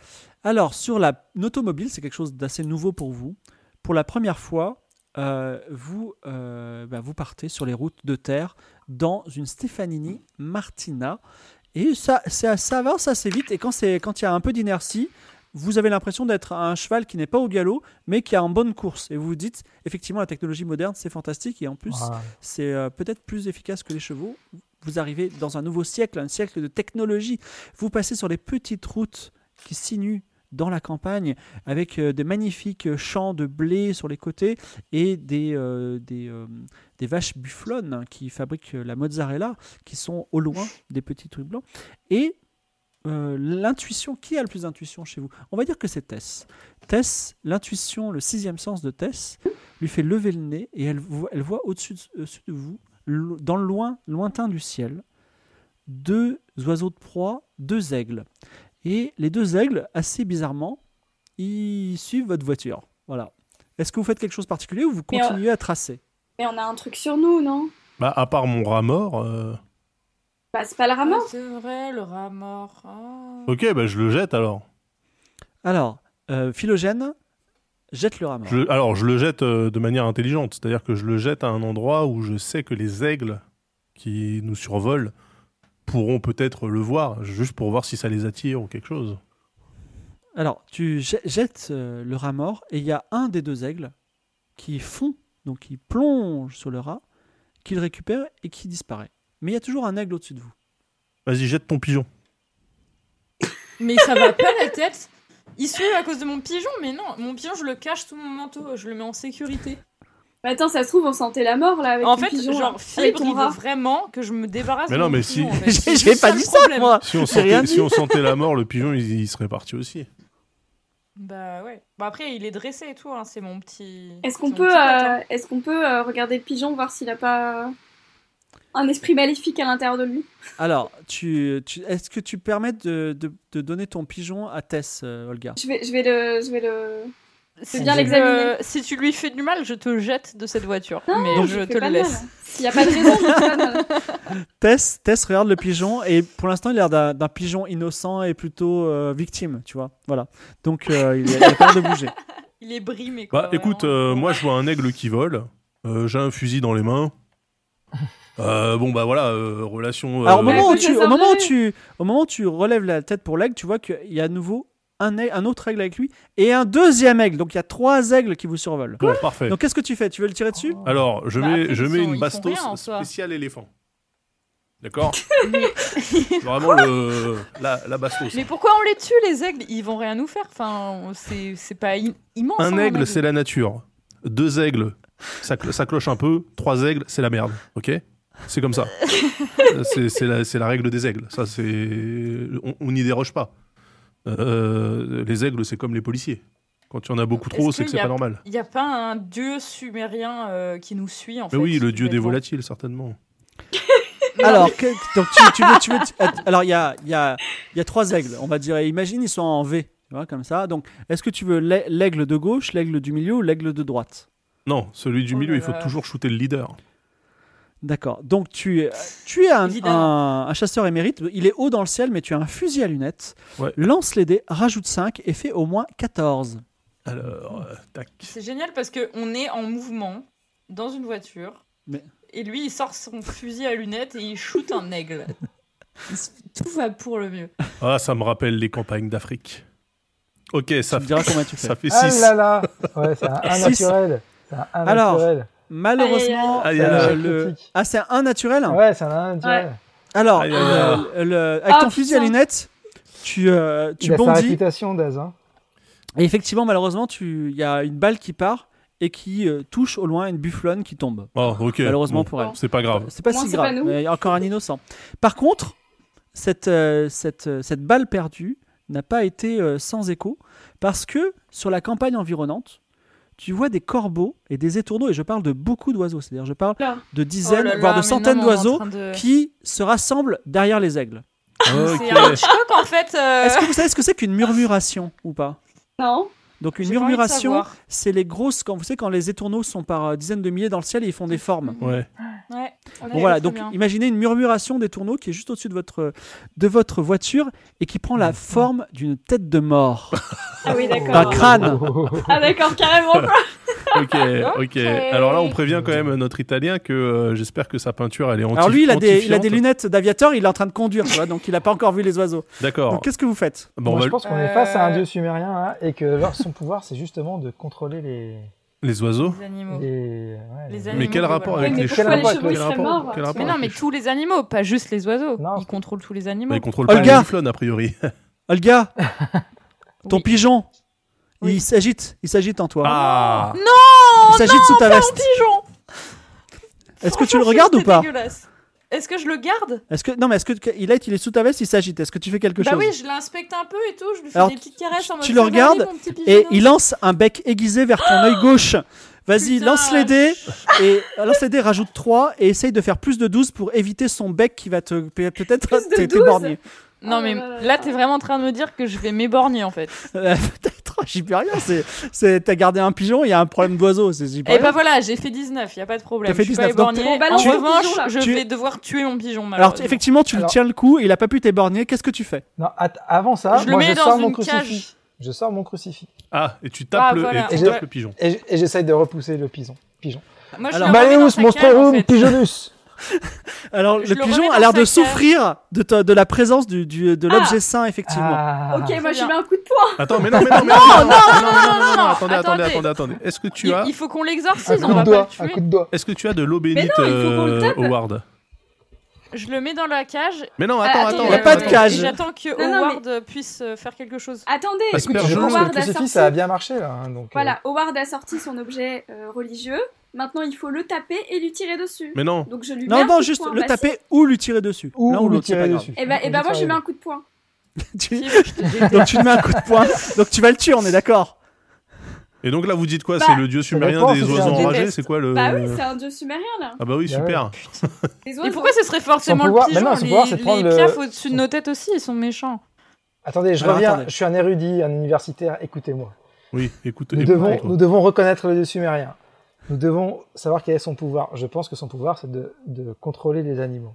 Alors, sur la- l'automobile, c'est quelque chose d'assez nouveau pour vous. Pour la première fois, euh, vous, euh, bah, vous partez sur les routes de terre dans une Stefanini Martina. Et ça, ça, ça avance assez vite. Et quand c'est- quand il y a un peu d'inertie, vous avez l'impression d'être un cheval qui n'est pas au galop, mais qui est en bonne course. Et vous vous dites, effectivement, la technologie moderne, c'est fantastique. Et en plus,
Voilà.
c'est euh, peut-être plus efficace que les chevaux. Vous arrivez dans un nouveau siècle, un siècle de technologie. Vous passez sur les petites routes qui sinuent dans la campagne, avec euh, des magnifiques euh, champs de blé sur les côtés et des, euh, des, euh, des vaches bufflonnes hein, qui fabriquent euh, la mozzarella, qui sont au loin des petits trucs blancs. Et euh, l'intuition, qui a le plus d'intuition chez vous On va dire que c'est Tess. Tess, l'intuition, le sixième sens de Tess, lui fait lever le nez et elle voit, elle voit au-dessus de, au-dessus de vous, lo- dans le loin, lointain du ciel, deux oiseaux de proie, deux aigles. Et les deux aigles, assez bizarrement, ils suivent votre voiture. Voilà. Est-ce que vous faites quelque chose de particulier ou vous
Mais, euh,
continuez à tracer
Mais on a un truc sur nous, non
Bah, à part mon rat mort. euh,
Bah, c'est pas le
Ah,
ramor.
C'est vrai, le rat mort. Ah.
Ok, bah, je le jette alors.
Alors, euh, Philogène, jette le rameau.
Je le- alors, je le jette euh, de manière intelligente, c'est-à-dire que je le jette à un endroit où je sais que les aigles qui nous survolent pourront peut-être le voir, juste pour voir si ça les attire ou quelque chose.
Alors, tu je- jettes euh, le rat mort et il y a un des deux aigles qui fond, donc qui plonge sur le rat, qui le récupère et qui disparaît. Mais il y a toujours un aigle au-dessus de vous.
Vas-y, jette ton pigeon.
Mais ça va pas la tête Il se lève à cause de mon pigeon, mais non, mon pigeon, je le cache sous mon manteau, je le mets en sécurité.
Mais attends, ça se trouve, on sentait la mort là avec
en
ton
fait,
pigeon, là.
genre,
Avec
Fibre,
ton
il
rat.
veut vraiment que je me débarrasse
Mais
de
non,
mon
mais
pigeon,
si.
en fait. C'est
J'ai
juste
pas
ça,
dit
le
ça,
problème.
moi
Si on
J'ai rien
sentait,
dit.
si on sentait la mort, le pigeon, il, il serait parti aussi.
Bah ouais. Bah après, il est dressé et tout, hein, c'est mon petit.
Est-ce
c'est
qu'on
mon
peut,
petit pote, hein.
euh, est-ce qu'on peut euh, regarder le pigeon, voir s'il a pas euh, un esprit maléfique à l'intérieur de lui
Alors, tu, tu- est-ce que tu permets de, de- de donner ton pigeon à Tess, euh, Olga
Je vais, je vais le, je vais le.
Si
bien
tu
l'examiner.
le- Si tu lui fais du mal, je te jette de cette voiture. mais
Donc,
je
il fait
te
pas
le
de mal.
laisse.
S'il n'y a pas de raison, il fait pas de mal.
Tess, Tess regarde le pigeon et pour l'instant, il a l'air d'un, d'un pigeon innocent et plutôt euh, victime, tu vois. Voilà. Donc, euh, il, a, il a peur de bouger.
Il est brimé. Quoi,
Bah écoute,
vraiment.
euh, moi je vois un aigle qui vole, euh, j'ai un fusil dans les mains. Euh, bon bah voilà, euh, relation. euh,
Alors, au moment, où
écoute,
tu,
ça
au,
sort
moment où
de
tu, au moment où tu relèves la tête pour l'aigle, tu vois qu'il y a à nouveau un, aigle- un autre aigle avec lui et un deuxième aigle. Donc, il y a trois aigles qui vous survolent.
Bon, parfait.
Donc, qu'est-ce que tu fais Tu veux le tirer dessus
Alors, je
Bah,
mets,
après,
je
ils
mets
sont-
une
ils font
bastos
rien, en soi.
spéciale éléphant. D'accord Vraiment le, la, la bastos.
Mais pourquoi on les tue, les aigles Ils vont rien nous faire. Enfin, on- c'est c'est pas im- immense. hein,
Un aigle, c'est la nature. Deux aigles, ça, clo- ça cloche un peu. Trois aigles, c'est la merde. Ok C'est comme ça.
Euh.
Euh, c'est c'est la, c'est la règle des aigles. Ça, c'est on- on n'y déroge pas. Euh, les aigles, c'est comme les policiers. Quand il y en a beaucoup trop,
Est-ce
c'est que
qu'il
c'est
y a-
pas normal.
Il n'y a pas un dieu sumérien euh, qui nous suit en fait.
Mais oui, le dieu des
complètement.
volatiles, certainement.
Alors, que- donc tu, tu veux, tu veux- tu- att- alors il y a, il y, a, il y a trois aigles, on va dire. Imagine, ils sont en V, tu vois, comme ça. Donc, est-ce que tu veux l'ai- l'aigle de gauche, l'aigle du milieu ou l'aigle de droite
Non, celui du
Oh
milieu,
là
il faut
là.
toujours shooter le leader.
D'accord. Donc, tu, es- tu es un,
Évidemment.
un- un chasseur émérite. Il est haut dans le ciel, mais tu as un fusil à lunettes.
Ouais.
Lance les dés, rajoute 5 et fais au moins 14.
Alors, euh, tac.
C'est génial parce que on est en mouvement dans une voiture.
Mais-
Et lui, il sort son fusil à lunettes et il shoot un aigle. Il se- Tout va pour le mieux.
Ah, ça me rappelle les campagnes d'Afrique. Ok, ça,
tu me diras combien tu fais.
ça fait
Ah
6.
là là Ouais, c'est un, un
Six.
naturel. C'est un, un
Alors.
naturel.
Malheureusement,
Aïe, aïe, aïe.
euh,
Aïe,
aïe.
le...
Critique.
ah, c'est un naturel
Ouais, c'est un naturel.
Alors,
Aïe, aïe, aïe.
euh, le- avec ton
Ah,
fusil à
putain.
lunettes, tu, euh, tu
Il a sa
bondis.
réputation d'Az. Hein.
Et effectivement, malheureusement, tu- il y a une balle qui part et qui euh, touche au loin une bufflonne qui tombe.
Oh, ok.
malheureusement
Bon,
pour elle.
c'est pas grave.
C'est pas
Au moins,
si
c'est pas
grave,
nous.
mais encore un innocent. Par contre, cette, euh, cette, euh, cette balle perdue n'a pas été euh, sans écho parce que sur la campagne environnante, tu vois des corbeaux et des étourneaux, et je parle de beaucoup d'oiseaux, c'est-à-dire je parle
Là.
de dizaines,
Oh là là,
voire de
mais
centaines
non, mais on est en
d'oiseaux
train de-
qui se rassemblent derrière les aigles.
C'est un
Ok.
Hitchcock en fait. euh,
Est-ce que vous savez ce que c'est qu'une murmuration ou pas
Non
Donc une
J'ai pas envie de
murmuration,
savoir.
c'est les grosses, quand vous savez, quand les étourneaux sont par euh, dizaines de milliers dans le ciel et ils font
Mm.
des formes.
Ouais.
Ouais.
Bon,
Bon,
Ouais,
voilà,
très
donc
bien.
imaginez une murmuration d'étourneaux qui est juste au-dessus de votre, de votre voiture et qui prend la forme d'une tête de mort.
Ah oui,
D'un
d'accord.
crâne.
Ah d'accord, carrément. quoi.
Ok, ok. Alors là, on prévient quand même notre Italien que euh, j'espère que sa peinture, elle est anti
Alors lui, il a des, il a des
antifiante.
lunettes d'aviateur, il est en train de conduire, tu vois, donc il n'a pas encore vu les oiseaux.
D'accord.
Donc qu'est-ce que vous faites
Bon,
Moi,
bah,
je pense qu'on est face
Euh.
à un dieu sumérien hein, et que leur, son pouvoir, c'est justement de contrôler les.
les oiseaux.
Les animaux.
les, ouais,
Mm. Les
les-
animaux.
Mais quel rapport
Oui,
avec
mais
les
pourquoi
chevaux
les chevaux,
Quel
ils seraient
rapport-
morts
quel rapport
Mais non,
avec
mais
les
tous les animaux, pas juste les oiseaux.
Non.
Ils contrôlent tous les
Bah,
animaux.
ils contrôlent pas
Olga.
les mouflons, a priori.
Olga, ton
Oui.
pigeon,
Oui.
il s'agite, il s'agite en toi.
Ah
il s'agite sous ta veste.
Pigeon
Est-ce que tu le
Oh Franchement,
regardes ou
c'était
pas
dégueulasse. Est-ce que je le garde
Est-ce que non mais est-ce que tu- il est, il est sous ta veste, il s'agite. Est-ce que tu fais quelque
Bah
chose
oui, je l'inspecte un peu et tout, je lui fais
Alors,
des petites caresses en mode
tu le
ça va aller,
regardes
mon petit
Et
pigeon
il lance un bec aiguisé vers ton œil gauche. Vas-y,
Putain.
lance les dés et lance les dés, rajoute 3 et essaye de faire plus de 12 pour éviter son bec qui va te peut- peut-être
Plus de
t'é-
12?
t'éborgner.
Non,
Oh
mais
là là là
là,
là.
t'es vraiment en train de me dire que je vais m'éborgner en fait.
Euh, Peut-être, j'y peux rien. C'est, c'est, t'as gardé un pigeon, il y a un problème d'oiseau, c'est j'y peux
Et
rien.
bah voilà, j'ai fait 19, y a pas de problème.
T'as fait
je suis pas
19, donc
éborgnée.
t'es- on balance
en
le
revanche,
pigeon, là.
je
Tu-
vais devoir tuer mon pigeon
Alors
malheureusement.
effectivement, tu
Alors-
le tiens le coup, il a pas pu t'éborgner. Qu'est-ce que tu fais
Non, att- avant ça,
je le
moi,
mets
je
dans
sors mon
une
crucifix.
cage.
Je sors mon crucifix
Ah, et tu tapes
Ah,
le
voilà.
et tu
Et
tapes
je-
le pigeon.
et j- et j'essaye de repousser le pigeon. pigeon.
Moi,
Alors,
je le remets dans
Maleus
sa cage, en
monstrum
fait.
pigeonus.
Alors
Je
le
le
pigeon
remets
a
dans
l'air
sa
de
cage.
souffrir de, ta- de la présence du, du- de l'objet sain effectivement.
Ah.
Ok, moi
Très
j'ai
bien.
mis un coup de poing.
Attends, mais non, mais non, mais non, mais non, mais non, mais non, mais non,
non, non,
attendez, attendez,
attendez.
attendez, attendez. Est-ce que tu
Il,
as,
il faut qu'on
Un
l'exorcise, on
coup de
va
doigt, un
pas le
coup
tuer.
de doigt.
est-ce que tu as de l'eau bénite,
non, il faut qu'on le
euh,
tape.
Howard
Je le mets dans la cage.
Mais non,
Ah,
attends,
attends,
attends.
il y a
euh,
pas de
et
cage.
J'attends que
Non, non, mais- Ah,
Howard euh, puisse euh, faire quelque chose.
Attendez,
Parce que
Écoute, je
Aspergeon,
pense que le
Howard a
crucifix,
sorti.
ça a bien marché là. hein, donc,
Voilà, Howard a sorti son objet euh, religieux. Maintenant, il faut le taper et lui tirer dessus.
Mais non.
Donc je lui mets
Non
un
non,
coup de
juste
poing
le
passif.
taper ou lui tirer dessus.
Ou
L'un ou
lui
l'autre, c'est
tirer
pas grave.
dessus.
Eh ben,
Et bah,
Ou
et bah
lui
moi, je
tirer
lui mets un coup de poing.
Tu-
Je te déteste.
Donc tu te mets un coup de poing. Donc tu vas le tuer, on est d'accord.
Ah,
Et donc là, vous dites quoi
Bah,
C'est le dieu
dépend,
sumérien des
c'est
oiseaux
un dieu
enragés
test.
C'est quoi le
Bah oui, c'est un dieu sumérien là.
Ah bah oui,
Bah
super.
Les
Et
oiseaux.
pourquoi ce serait forcément
pouvoir-
le
mais
pigeon
non, son pouvoir, c'est de
Les,
prendre
les
le-
piafs au-dessus de nos têtes aussi, ils sont méchants.
Attendez, je
Alors,
reviens.
attendez.
Je suis un érudit, un universitaire. Écoutez-moi.
Oui, écoute.
Nous
écoute,
devons,
toi.
nous devons reconnaître le dieu sumérien. Nous devons savoir quel est son pouvoir. Je pense que son pouvoir, c'est de, de contrôler les animaux.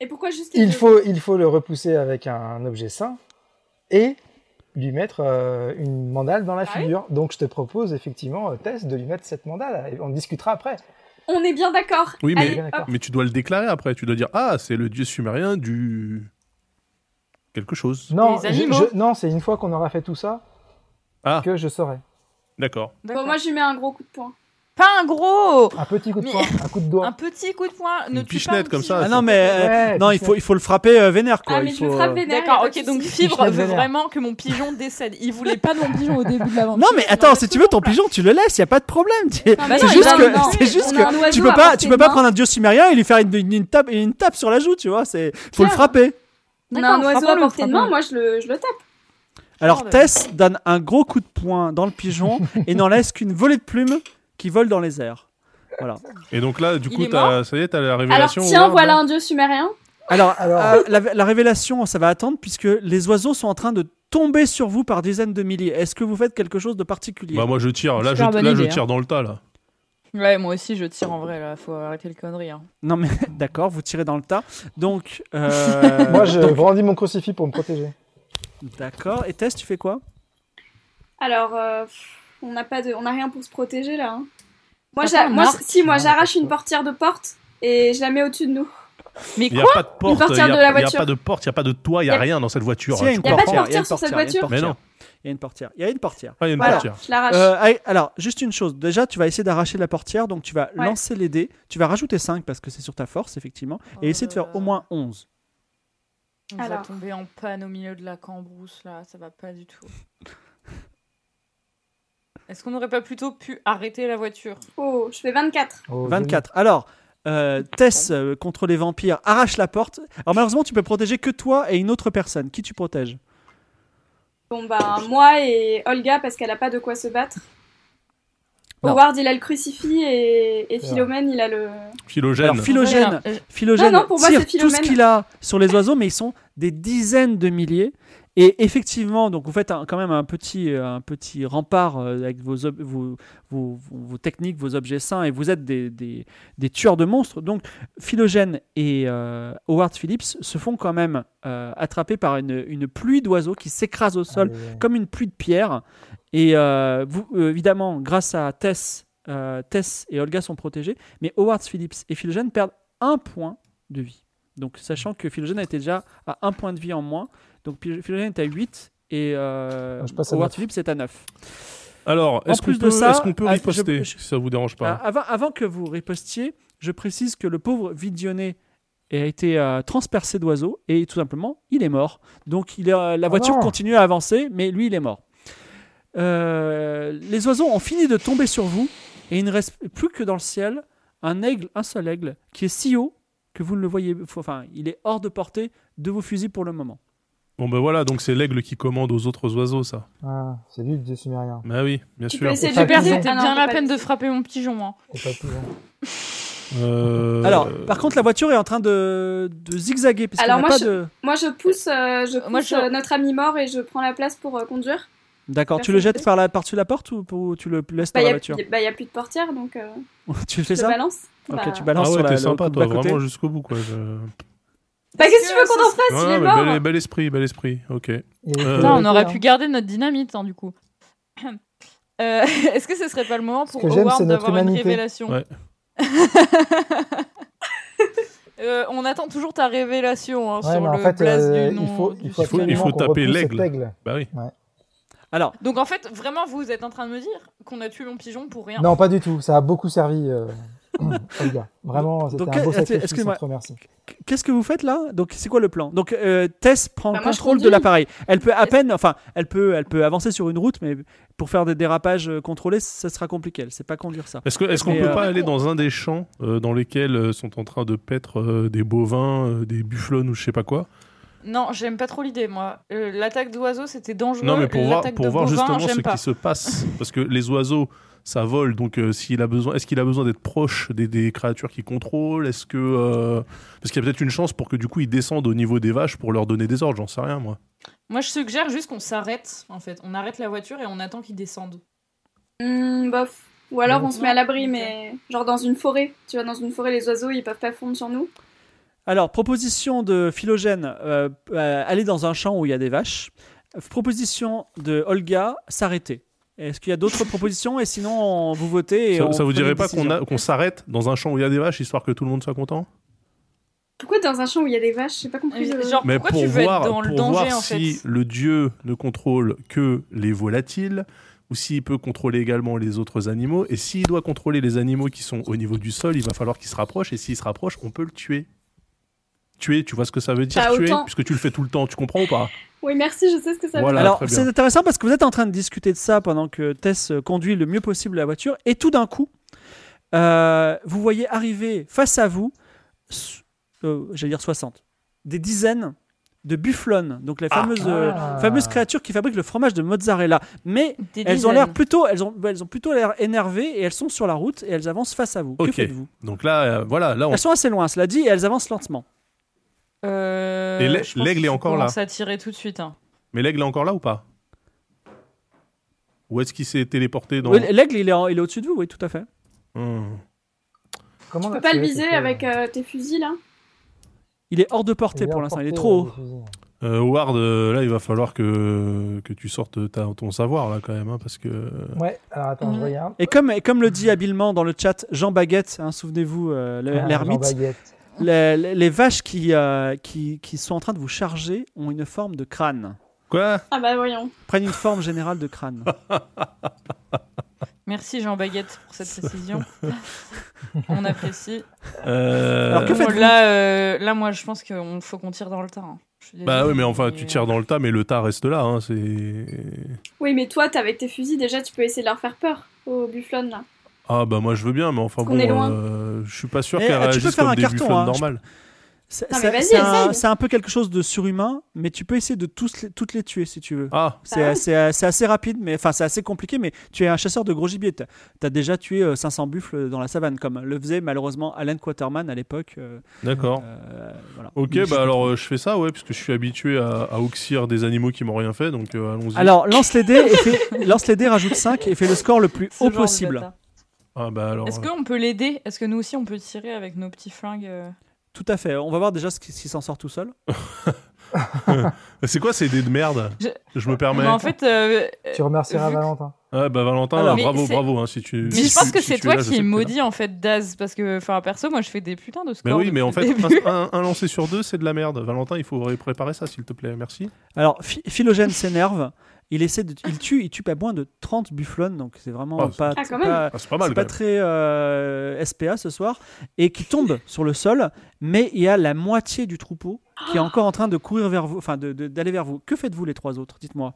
Et pourquoi juste les
Il
deux
faut, il faut le repousser avec un objet sain et lui mettre euh, une mandale dans la
Ah oui
figure. Donc je te propose effectivement, euh, Tess, de lui mettre cette mandale. Et On discutera après.
On est bien d'accord.
Oui, mais-
Allez,
Bien d'accord.
hop.
Mais tu dois le déclarer après. Tu dois dire Ah, c'est le dieu sumérien du. quelque chose.
Non,
Les
je-
animaux.
je- non, c'est une fois qu'on aura fait tout ça
Ah.
que je saurai.
D'accord.
Bon, moi, je lui mets un gros coup de poing.
Pas un gros
Un petit coup de
Mais-
poing, un coup de
Un
doigt.
petit coup de poing. Ne
Une
tue
pichenette
pas
comme ça.
Ah non mais euh,
Ouais,
non,
puis
il faut il faut le frapper euh, vénère quoi.
Ah, mais
il
je le
faut,
frappe
euh,
vénère. y a
D'accord,
pas de
ok, donc
souci.
Fibre
Pichenette
veut
vénère.
vraiment que mon pigeon décède. Il voulait pas mon pigeon au début de l'aventure.
Non mais
il en
attends,
avait
si
tout
tu veux
en
ton
place.
pigeon, tu le laisses, y a pas de problème. Tu-
Non, mais
C'est
non,
juste
il va
que
le lancer.
c'est juste
On a un
que tu
oiseau
peux
à
pas
portée
tu
de
peux pas
main.
prendre un dieu sumérien et lui faire une, une, une tape une tape sur la joue, tu vois, c'est faut le
Claire.
frapper.
On a un
D'accord,
oiseau à
frappons-le,
portée de main.
frappons-le.
Moi, je le, je le tape.
Alors
Merde.
Tess donne un gros coup de poing dans le pigeon et n'en laisse qu'une volée de plumes qui vole dans les airs. Voilà.
Et donc là, du
Il
coup,
est
t'as- ça y est, t'as la
Alors,
révélation.
tiens,
Howard,
voilà
hein
un dieu sumérien.
Alors,
Ah, Alors-
Ah
euh, la, la révélation, ça va attendre puisque les oiseaux sont en train de tomber sur vous par dizaines de milliers. Est-ce que vous faites quelque chose de particulier
Bah moi, je tire. Là, je,
Super bonne
là, je
idée,
tire dans le tas là.
Ouais, moi aussi je tire en vrai là. Faut arrêter le connerie. hein.
Non mais d'accord, vous tirez dans le tas. Donc, euh,
Moi, je
donc,
brandis mon crucifix pour me protéger.
d'accord. Et Tess, tu fais quoi
Alors, euh, pff, on n'a pas de, on a rien pour se protéger là. hein. Moi,
Attends,
j'a- moi,
Marc.
si, moi,
Non,
j'arrache
d'accord.
une portière de porte et je la mets au-dessus de nous.
Mais
Il n'y
quoi
a pas de porte,
portière
il y a-
de la
il y a
voiture.
pas de porte, il n'y a pas de toit, il n'y
Y
a
a-
rien dans cette voiture. Hein,
Si, il y a une
Tu
Y a pas de
comprends
portière, il y a une
portière sur cette
portière, il y a une
voiture.
Mais non.
portière. Il y a une portière. Il y a une portière.
Ah, il y a une
Voilà,
portière.
je l'arrache.
Euh, allez, alors, juste une chose. Déjà, tu vas essayer d'arracher la portière, donc tu vas
Ouais.
lancer les dés. Tu vas rajouter 5 parce que c'est sur ta force, effectivement. Et essayer de faire au moins 11.
On va
Alors.
tomber en panne au milieu de la cambrousse là. Ça va pas du tout. Est-ce qu'on n'aurait pas plutôt pu arrêter la voiture
Oh, je fais 24.
Oh,
24. Alors, euh, Tess euh, contre les vampires arrache la porte. Alors, malheureusement, tu peux protéger que toi et une autre personne. Qui tu protèges
Bon bah moi et Olga parce qu'elle a pas de quoi se battre.
Non.
Howard il a le crucifix et, et
C'est
Philomène il a le.
Philogène.
Alors, Philogène,
Ouais, alors,
Euh,
Philogène
Ah Non, non, pour moi,
tire
c'est
tout ce
Philomène.
qu'il a sur les oiseaux, mais ils sont des dizaines de milliers. Et effectivement, donc vous faites un- quand même un petit, euh, un petit rempart euh, avec vos, ob- vos, vos- vos- vos techniques, vos objets sains, et vous êtes des, des- des tueurs de monstres. Donc Philogène et euh, Howard Phillips se font quand même euh, attraper par une, une pluie d'oiseaux qui s'écrase au sol
Allez.
comme une pluie de pierres. Et euh, vous, euh, évidemment, grâce à Tess, euh, Tess et Olga sont protégés, mais Howard Phillips et Philogène perdent un point de vie. Donc, sachant que Philogène était déjà à un point de vie en moins, donc Phil- Philogène est à 8 et euh,
Donc, Ah, je passe à
Howard
neuf.
Phillips est à 9.
Alors,
En
est-ce qu'on
plus de
peut,
ça,
est-ce qu'on peut
ah, je-
riposter,
je-
si ça vous dérange
Ah,
pas
avant, avant que vous ripostiez, je précise que le pauvre Vidionnet a été euh, transpercé d'oiseaux et tout simplement, il est mort. Donc il est, euh,
Ah
la voiture
non.
continue à avancer, mais lui, il est mort. Euh, les oiseaux ont fini de tomber sur vous et il ne reste plus que dans le ciel un aigle, un seul aigle, qui est si haut que vous ne le voyez, enfin, il est hors de portée de vos fusils pour le moment.
Bon ben voilà, donc c'est l'aigle qui commande aux autres oiseaux, ça.
Ah, c'est lui le dieu sumérien.
Bah oui, bien
Tu
sûr.
peux essayer de
Pas
le
Super,
percer.
c'était
Ah non,
bien
t'as
la
pas
peine
le-
de frapper mon petit jonc.
C'est pas plus, hein.
Euh,
Alors, par contre, la voiture est en train de, de zigzaguer parce qu'il
Alors
n'y a
moi,
pas
je-
de.
Moi, je pousse, euh, je
Moi,
pousse,
je-
euh, notre ami mort et je prends la place pour euh, conduire.
D'accord, tu le jettes par la par-dessus la porte ou, ou tu le laisses dans
Bah,
la
il n'y a,
voiture
y a- bah, y a plus de portière, donc euh,
Tu le
je
fais
te
ça
balance.
Ok,
Bah,
tu
ah
balances
ouais,
sur la
t'es
le
sympa,
coup de
toi,
bas-côté.
vraiment jusqu'au bout, quoi. je-
bah, qu'est-ce que tu veux qu'on en
Ça,
fasse Il
Ouais,
est
mais
mort hein
bel, bel esprit, bel esprit, ok.
Il est
Euh,
plus
Putain, on
arrêté,
aurait
hein.
pu garder notre dynamite, hein, du coup. Euh, Est-ce que ce serait pas le moment pour
que j'aime, c'est
Howard
notre
d'avoir une
humanité.
révélation
Ouais.
Euh, On attend toujours ta révélation hein,
Ouais,
sur
mais
le
en fait,
blaze
euh,
du nom.
il faut,
du
il faut,
sujet.
Il
absolument
faut
qu'on
taper
repousse cet
l'aigle.
aigle.
Bah oui.
Alors,
Donc en fait, vraiment, vous êtes en train de me dire qu'on a tué mon pigeon pour rien.
Non, pas du tout. Ça a beaucoup servi, euh, Olga. Vraiment, c'était
Donc,
un beau
est-ce-
sacrifice.
excuse-moi.
on te remercie.
qu'est-ce que vous faites là Donc, c'est quoi le plan Donc, euh, Tess prend
Bah,
le
moi, je
contrôle de
conduis.
l'appareil. Elle peut à peine, enfin, elle peut, elle peut avancer sur une route, mais pour faire des dérapages euh, contrôlés, ça sera compliqué. Elle sait pas conduire ça.
Est-ce que- est-ce qu'on
Mais,
peut
euh,
pas aller dans un des champs euh, dans lesquels euh, sont en train de paître euh, des bovins, euh, des bufflons ou je sais pas quoi
Non, j'aime pas trop l'idée, moi. Euh, L'attaque d'oiseaux, c'était dangereux.
Non, mais pour voir,
l'attaque
pour
de
voir
bovins,
justement
j'aime
ce
pas.
qui se passe, parce que les oiseaux, ça vole, donc euh, s'il a besoin, est-ce qu'il a besoin d'être proche des, des créatures qu'il contrôle Est-ce que euh, parce qu'il y a peut-être une chance pour que du coup ils descendent au niveau des vaches pour leur donner des ordres, j'en sais rien moi.
Moi, je suggère juste qu'on s'arrête, en fait. On arrête la voiture et on attend qu'ils descendent.
Hmm, bof. Ou alors,
Ouais.
on se met à l'abri,
Ouais.
mais genre dans une forêt. Tu vois, dans une forêt, les oiseaux, ils peuvent pas fondre sur nous.
Alors, proposition de Philogène, euh, euh, aller dans un champ où il y a des vaches. Proposition de Olga, s'arrêter. Est-ce qu'il y a d'autres propositions Et sinon, on- vous votez. Et
ça,
on
ça vous
prend
dirait
une
pas
décision.
qu'on a- qu'on s'arrête dans un champ où il y a des vaches histoire que tout le monde soit content
Pourquoi dans un champ où il y a des vaches J'ai pas compris. euh,
Genre,
Mais
pourquoi
pour
tu veux
voir,
être dans le
pour
danger,
voir
en
si
fait
le dieu ne contrôle que les volatiles ou s'il peut contrôler également les autres animaux. Et s'il doit contrôler les animaux qui sont au niveau du sol, il va falloir qu'il se rapproche. Et s'il se rapproche, on peut le tuer. Tuer, tu vois ce que ça veut dire
Pas
tuer
autant.
Puisque tu le fais tout le temps, tu comprends ou pas
Oui, merci, je sais ce que ça veut
Voilà.
dire.
Alors,
très bien.
c'est intéressant parce que vous êtes en train de discuter de ça pendant que Tess euh, conduit le mieux possible la voiture, et tout d'un coup, euh, vous voyez arriver face à vous, so- euh, j'allais dire 60, des dizaines de bufflons, donc les
Ah.
fameuses, euh,
Ah.
fameuses créatures qui fabriquent le fromage de mozzarella. Mais
Des
elles ont
dizaines.
l'air plutôt, elles ont, bah, elles ont plutôt l'air énervées et elles sont sur la route et elles avancent face à vous. Que
Ok.
faites-vous
Donc là, euh, voilà, là on...
Elles sont assez loin, cela dit, et elles avancent lentement.
Euh,
Et l'a-
je pense
l'aigle
que
est
je
encore là.
commence à tirer tout de suite. hein.
Mais l'aigle est encore là ou pas Ou est-ce qu'il s'est téléporté dans...
Oui, L'aigle, il est, en- il est au-dessus de vous, oui, tout à fait.
Hmm.
Comment on
Tu peux
a
pas le
tué,
viser
cette, euh,
avec euh, tes fusils là
Il est hors de
il est
portée pour l'instant, il est
emporté,
trop haut.
euh, le fusil.
Euh, Howard, euh, là il va falloir que, que tu sortes ta- ton savoir là quand même, hein, parce que...
Ouais, alors attends, je
Mhm.
regarde.
Et comme, et comme le dit habilement dans le chat Jean Baguette, hein, souvenez-vous, euh, le-
Ah,
l'ermite,
Jean-Baguette.
les, les- les vaches qui, euh, qui, qui sont en train de vous charger ont une forme de crâne.
Quoi
Ah bah voyons.
Prennent une forme générale de crâne.
Ah.
Merci Jean Baguette pour cette précision. on apprécie.
Euh,
Alors, que faites-vous
là, euh, là, moi, je pense qu'il faut qu'on tire dans le tas. hein. Je suis
Bah
désolée, euh,
oui, mais enfin, tu tires dans le tas, mais le tas reste là. Hein, c'est
Oui, mais toi, t'es avec tes fusils, déjà, tu peux essayer de leur faire peur aux bufflons là.
ah bah moi je veux bien, mais enfin
Qu'on
bon,
est loin.
euh, je suis pas sûr
Eh,
qu'elle
tu peux
réagisse
faire
comme
un
des
carton,
bufflons
hein,
normales.
C'est
Non,
c'est-
mais vas-y,
c'est un,
essaye.
c'est un peu quelque chose de surhumain, mais tu peux essayer de tous les- toutes les tuer si tu veux.
Ah,
C'est
Ah ouais.
assez, c'est assez rapide, mais enfin c'est assez compliqué, mais tu es un chasseur de gros gibier. Tu as déjà tué euh, 500 buffles dans la savane, comme le faisait malheureusement Alan Quaterman à l'époque. euh,
d'accord.
euh, voilà.
Ok, bah alors euh, je fais ça, ouais, parce que je suis habitué à, à auxir des animaux qui m'ont rien fait, donc euh, allons-y.
Alors, lance les dés, et fais- lance les dés, rajoute 5 et fais le score le plus
Ce
haut
genre de
possible.
hein.
bâtard.
Ah bah alors.
Est-ce
euh,
qu'on peut l'aider Est-ce que nous aussi on peut tirer avec nos petits fringues euh
Tout à fait. On va voir déjà ce qui, s'il s'en sort tout seul.
euh, C'est quoi ces dés de merde
Je-
Je me permets.
Mais en fait, euh, euh,
Tu remercieras
vu que-
Valentin.
Ah bah Valentin,
Alors,
euh, bravo,
mais c'est-
bravo, hein, si tu.
mais
si
je pense
tu-
que
si
c'est
tu
toi
là, je
qui
sais
es
que t'es là.
maudit en fait Daz parce que enfin perso moi je fais des putains de
Mais
scores.
oui, mais en
depuis
fait,
le début.
un, un- un lancer sur deux, c'est de la merde. Valentin, il faudrait préparer ça, s'il te plaît, merci.
Alors, Phi- Philogène s'énerve. Il essaie de, il tue, il tue pas moins de 30 bufflons, donc c'est vraiment
Ah, c'est-
pas,
Ah, quand même.
pas,
Ah, c'est pas
c'est
mal,
pas
quand même.
très euh, SPA ce soir, et qui tombe sur le sol, mais il y a la moitié du troupeau qui est
Ah.
encore en train de courir vers vous, enfin de- de- d'aller vers vous. Que faites-vous les trois autres Dites-moi.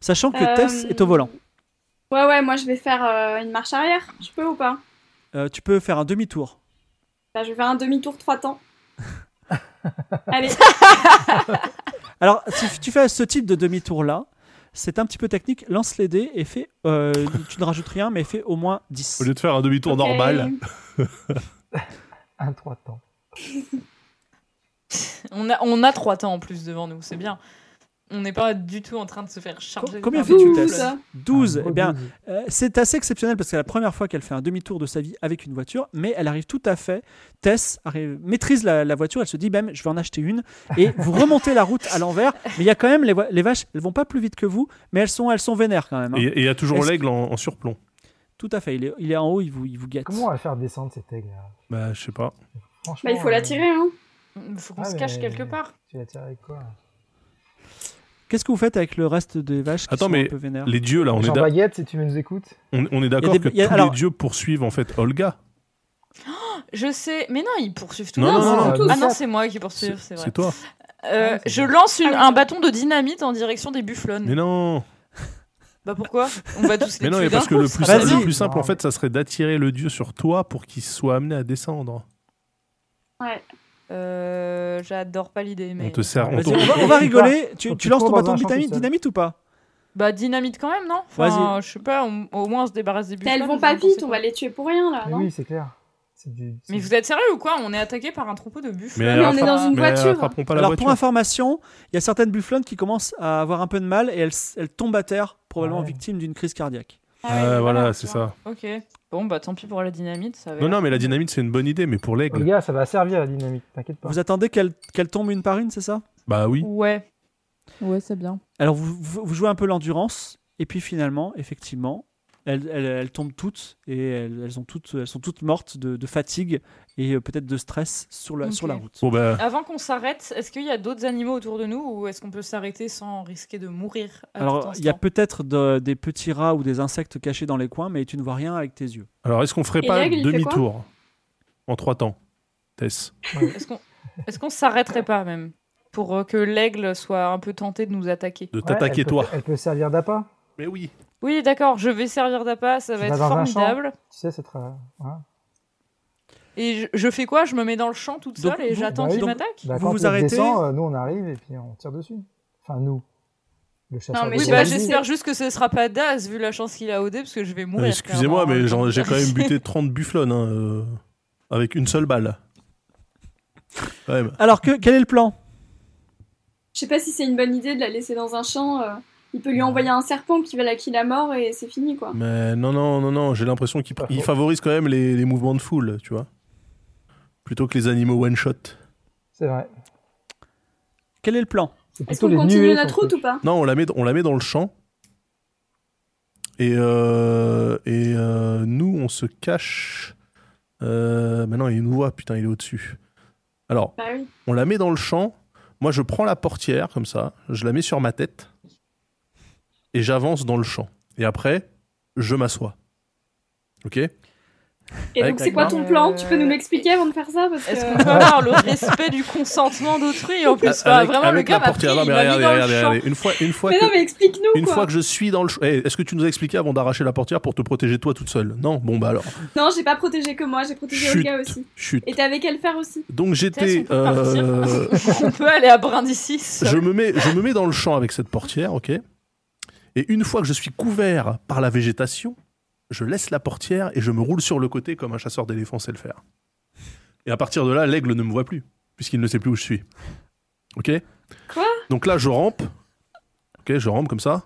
Sachant que
Euh,
Tess est au volant.
Ouais, ouais, moi je vais faire euh, une marche arrière. Je peux ou pas
Euh, tu peux faire un demi-tour.
Bah, Je vais faire un demi-tour trois temps. Allez,
Alors, si tu fais ce type de demi-tour-là, c'est un petit peu technique. Lance les dés et fais. euh, tu ne rajoutes rien, mais fais au moins 10.
Au lieu de faire un demi-tour
Ok.
normal.
Un trois temps.
On a on a trois temps en plus devant nous, c'est bien. On n'est pas du tout en train de se faire charger.
combien
par des
fais-tu,
bufflons.
Tess
ça.
12.
Un beau
Eh bien,
12.
euh, c'est assez exceptionnel parce que c'est la première fois qu'elle fait un demi-tour de sa vie avec une voiture, mais elle arrive tout à fait. Tess arrive, maîtrise la, la voiture, elle se dit même, je vais en acheter une. Et vous remontez la route à l'envers, mais il y a quand même les, vo- les vaches, elles vont pas plus vite que vous, mais elles sont, elles sont vénères quand même. hein.
Et et il y a toujours
Est-ce que-
l'aigle en, en surplomb.
Tout à fait. Il est, il est en haut, il vous, il vous guette.
Comment on va le faire descendre cet aigle là
Bah, je sais pas.
Franchement,
Bah, il faut
euh,
l'attirer, hein.
Faut qu'on
Ah,
se cache
mais-
quelque part.
Tu l'attires avec quoi
Qu'est-ce que vous faites avec le reste des vaches qui
Attends,
sont
mais
un peu vénères
Les dieux, là, on est
Jean
d'a-
Baguette, si tu nous écoutes.
on- on est d'accord
des-
que
il y a-
tous
alors-
les dieux poursuivent en fait Olga.
Je sais, mais non, ils poursuivent tout
Non,
le
non,
monde.
non,
non,
Ah
nous
non,
quatre.
c'est moi qui
C'est
poursuive, c'est vrai.
c'est toi.
Euh,
Ah, c'est
je
vrai.
lance une-
Ah oui,
un
c'est
bâton de dynamite en direction des bufflons.
Mais non,
Bah pourquoi On va tous les
mais non,
tuer
mais
d'un
parce que
coup,
le
ça
plus,
serait
Vas-y.
le
bien.
plus simple
Non,
en fait, ça serait d'attirer le dieu sur toi pour qu'il soit amené à descendre.
Ouais.
Euh, J'adore pas l'idée, mais.
On te sert, on
Vas-y,
te-
on, va, on va rigoler.
Faut
Tu,
que
tu
tu
lances ton
cours dans
bâton
un
de
champ
dynamite,
tout seul.
dynamite ou pas
Bah dynamite quand même, non Enfin,
Vas-y.
je sais pas, on- au moins on se débarrasse des hein, bufflons.
Mais elles vont
vous
pas
en pensez
vite, on
quoi
va les tuer pour rien là,
Mais
Ah non
oui, c'est clair. C'est du. c'est-
Mais vous êtes sérieux ou quoi On est attaqué par un troupeau de bufflons.
Mais euh,
Mais on
rattrape-
est dans une
mais
voiture.
rattrapons pas la
Alors, pour
voiture.
information, il y a certaines bufflonnes qui commencent à avoir un peu de mal et elles, elles tombent à terre, probablement
Ouais.
victimes d'une crise cardiaque.
Ah
Ouais,
ouais, mais
voilà,
tu
c'est
vois.
ça.
Ok. Bon, bah tant pis pour la dynamite, ça va.
Non, non, mais la dynamite, c'est une bonne idée, mais pour l'aigle,
Olga, ça va servir la dynamique, t'inquiète pas.
Vous attendez qu'elles qu'elles tombent une par une, c'est ça
bah oui.
Ouais. Ouais, c'est bien.
Alors, vous, vous- vous jouez un peu l'endurance, et puis finalement, effectivement, elles, elles- elles tombent toutes, et elles, elles ont toutes, elles sont toutes mortes de, de fatigue et euh, peut-être de stress sur la,
Ok.
sur la route.
Bon bah,
Avant qu'on s'arrête, est-ce qu'il y a d'autres animaux autour de nous ou est-ce qu'on peut s'arrêter sans risquer de mourir à Ah, tout
Alors,
instant
il y a peut-être de- des petits rats ou des insectes cachés dans les coins, mais tu ne vois rien avec tes yeux.
alors est-ce qu'on ferait
Et
pas
l'aigle, il fait
demi-tour en trois temps, Tess
Est-ce qu'on est-ce qu'on s'arrêterait pas même pour euh, que l'aigle soit un peu tenté de nous attaquer
De
Ouais,
t'attaquer
elle peut-
toi.
Elle peut servir d'appât,
Mais oui.
Oui, d'accord, je vais servir d'appât, ça va
Tu
être
vas dans un champ.
formidable.
tu sais, c'est très. Hein
Et je, je fais quoi Je me mets dans le champ toute
Donc,
seule et
vous-
j'attends
bah oui,
qu'il
donc-
m'attaque
Bah,
Vous
quand
vous
l'autre
arrêtez
descend, euh, nous on arrive et puis on tire dessus. Enfin, nous. Le chasseur.
Non, mais
de
Oui,
j'ai
bah
pas
zombies.
dit-
j'espère juste que ce sera pas Daz vu la chance qu'il a au dé parce que je vais mourir.
Euh, Excusez-moi,
clairement. hein.
mais j'en- j'ai quand même buté 30 bufflons hein, euh, avec une seule balle. Ouais, bah,
Alors, que, quel est le plan
Je sais pas si c'est une bonne idée de la laisser dans un champ. euh, Il peut lui envoyer un serpent qui va la qui la mort et c'est fini quoi.
mais non, non, non, non, j'ai l'impression qu'il pr- il favorise quand même les, les mouvements de foule, tu vois. Plutôt que les animaux one-shot.
C'est vrai.
Quel est le plan
C'est
Est-ce
plutôt
qu'on
les
continue
nuées.
notre
qu'on
route
touche.
ou pas
Non, on la met, on la met dans le champ. Et, euh, et euh, nous, on se cache. Euh, maintenant, il nous voit, putain, il est au-dessus. Alors,
Bah oui.
On la met dans le champ. Moi, je prends la portière comme ça, je la mets sur ma tête et j'avance dans le champ. Et après, je m'assois. Ok
Et
Avec
donc
la
c'est quoi
main.
ton plan Tu peux nous m'expliquer avant de faire ça parce
Est-ce qu'on
que
peut avoir le respect du consentement d'autrui en plus
A-
Enfin,
avec-
Vraiment, le
avec
gars bah,
la
m'a pris,
portière. Non,
il
mais
m'a mis
regardez,
dans
regardez,
le champ.
regardez. Une fois, une fois
Mais
que,
non mais explique-nous
une
quoi.
fois que je suis dans le champ. Eh, Est-ce que tu nous as expliqué avant d'arracher la portière pour te protéger toi toute seule Non Bon, bah alors.
Non, j'ai pas protégé que moi, j'ai protégé
Chut.
Olga aussi.
Chut.
Et t'avais qu'à le faire aussi.
Donc j'étais.
Peut-être on peut
euh,
On peut aller à Brindisi. seul.
je, me mets, je me mets dans le champ avec cette portière, ok Et une fois que je suis couvert par la végétation, je laisse la portière et je me roule sur le côté comme un chasseur d'éléphants sait le faire. Et à partir de là, l'aigle ne me voit plus. puisqu'il ne sait plus où je suis. Ok
Quoi
Donc là, je rampe. Ok, je rampe comme ça.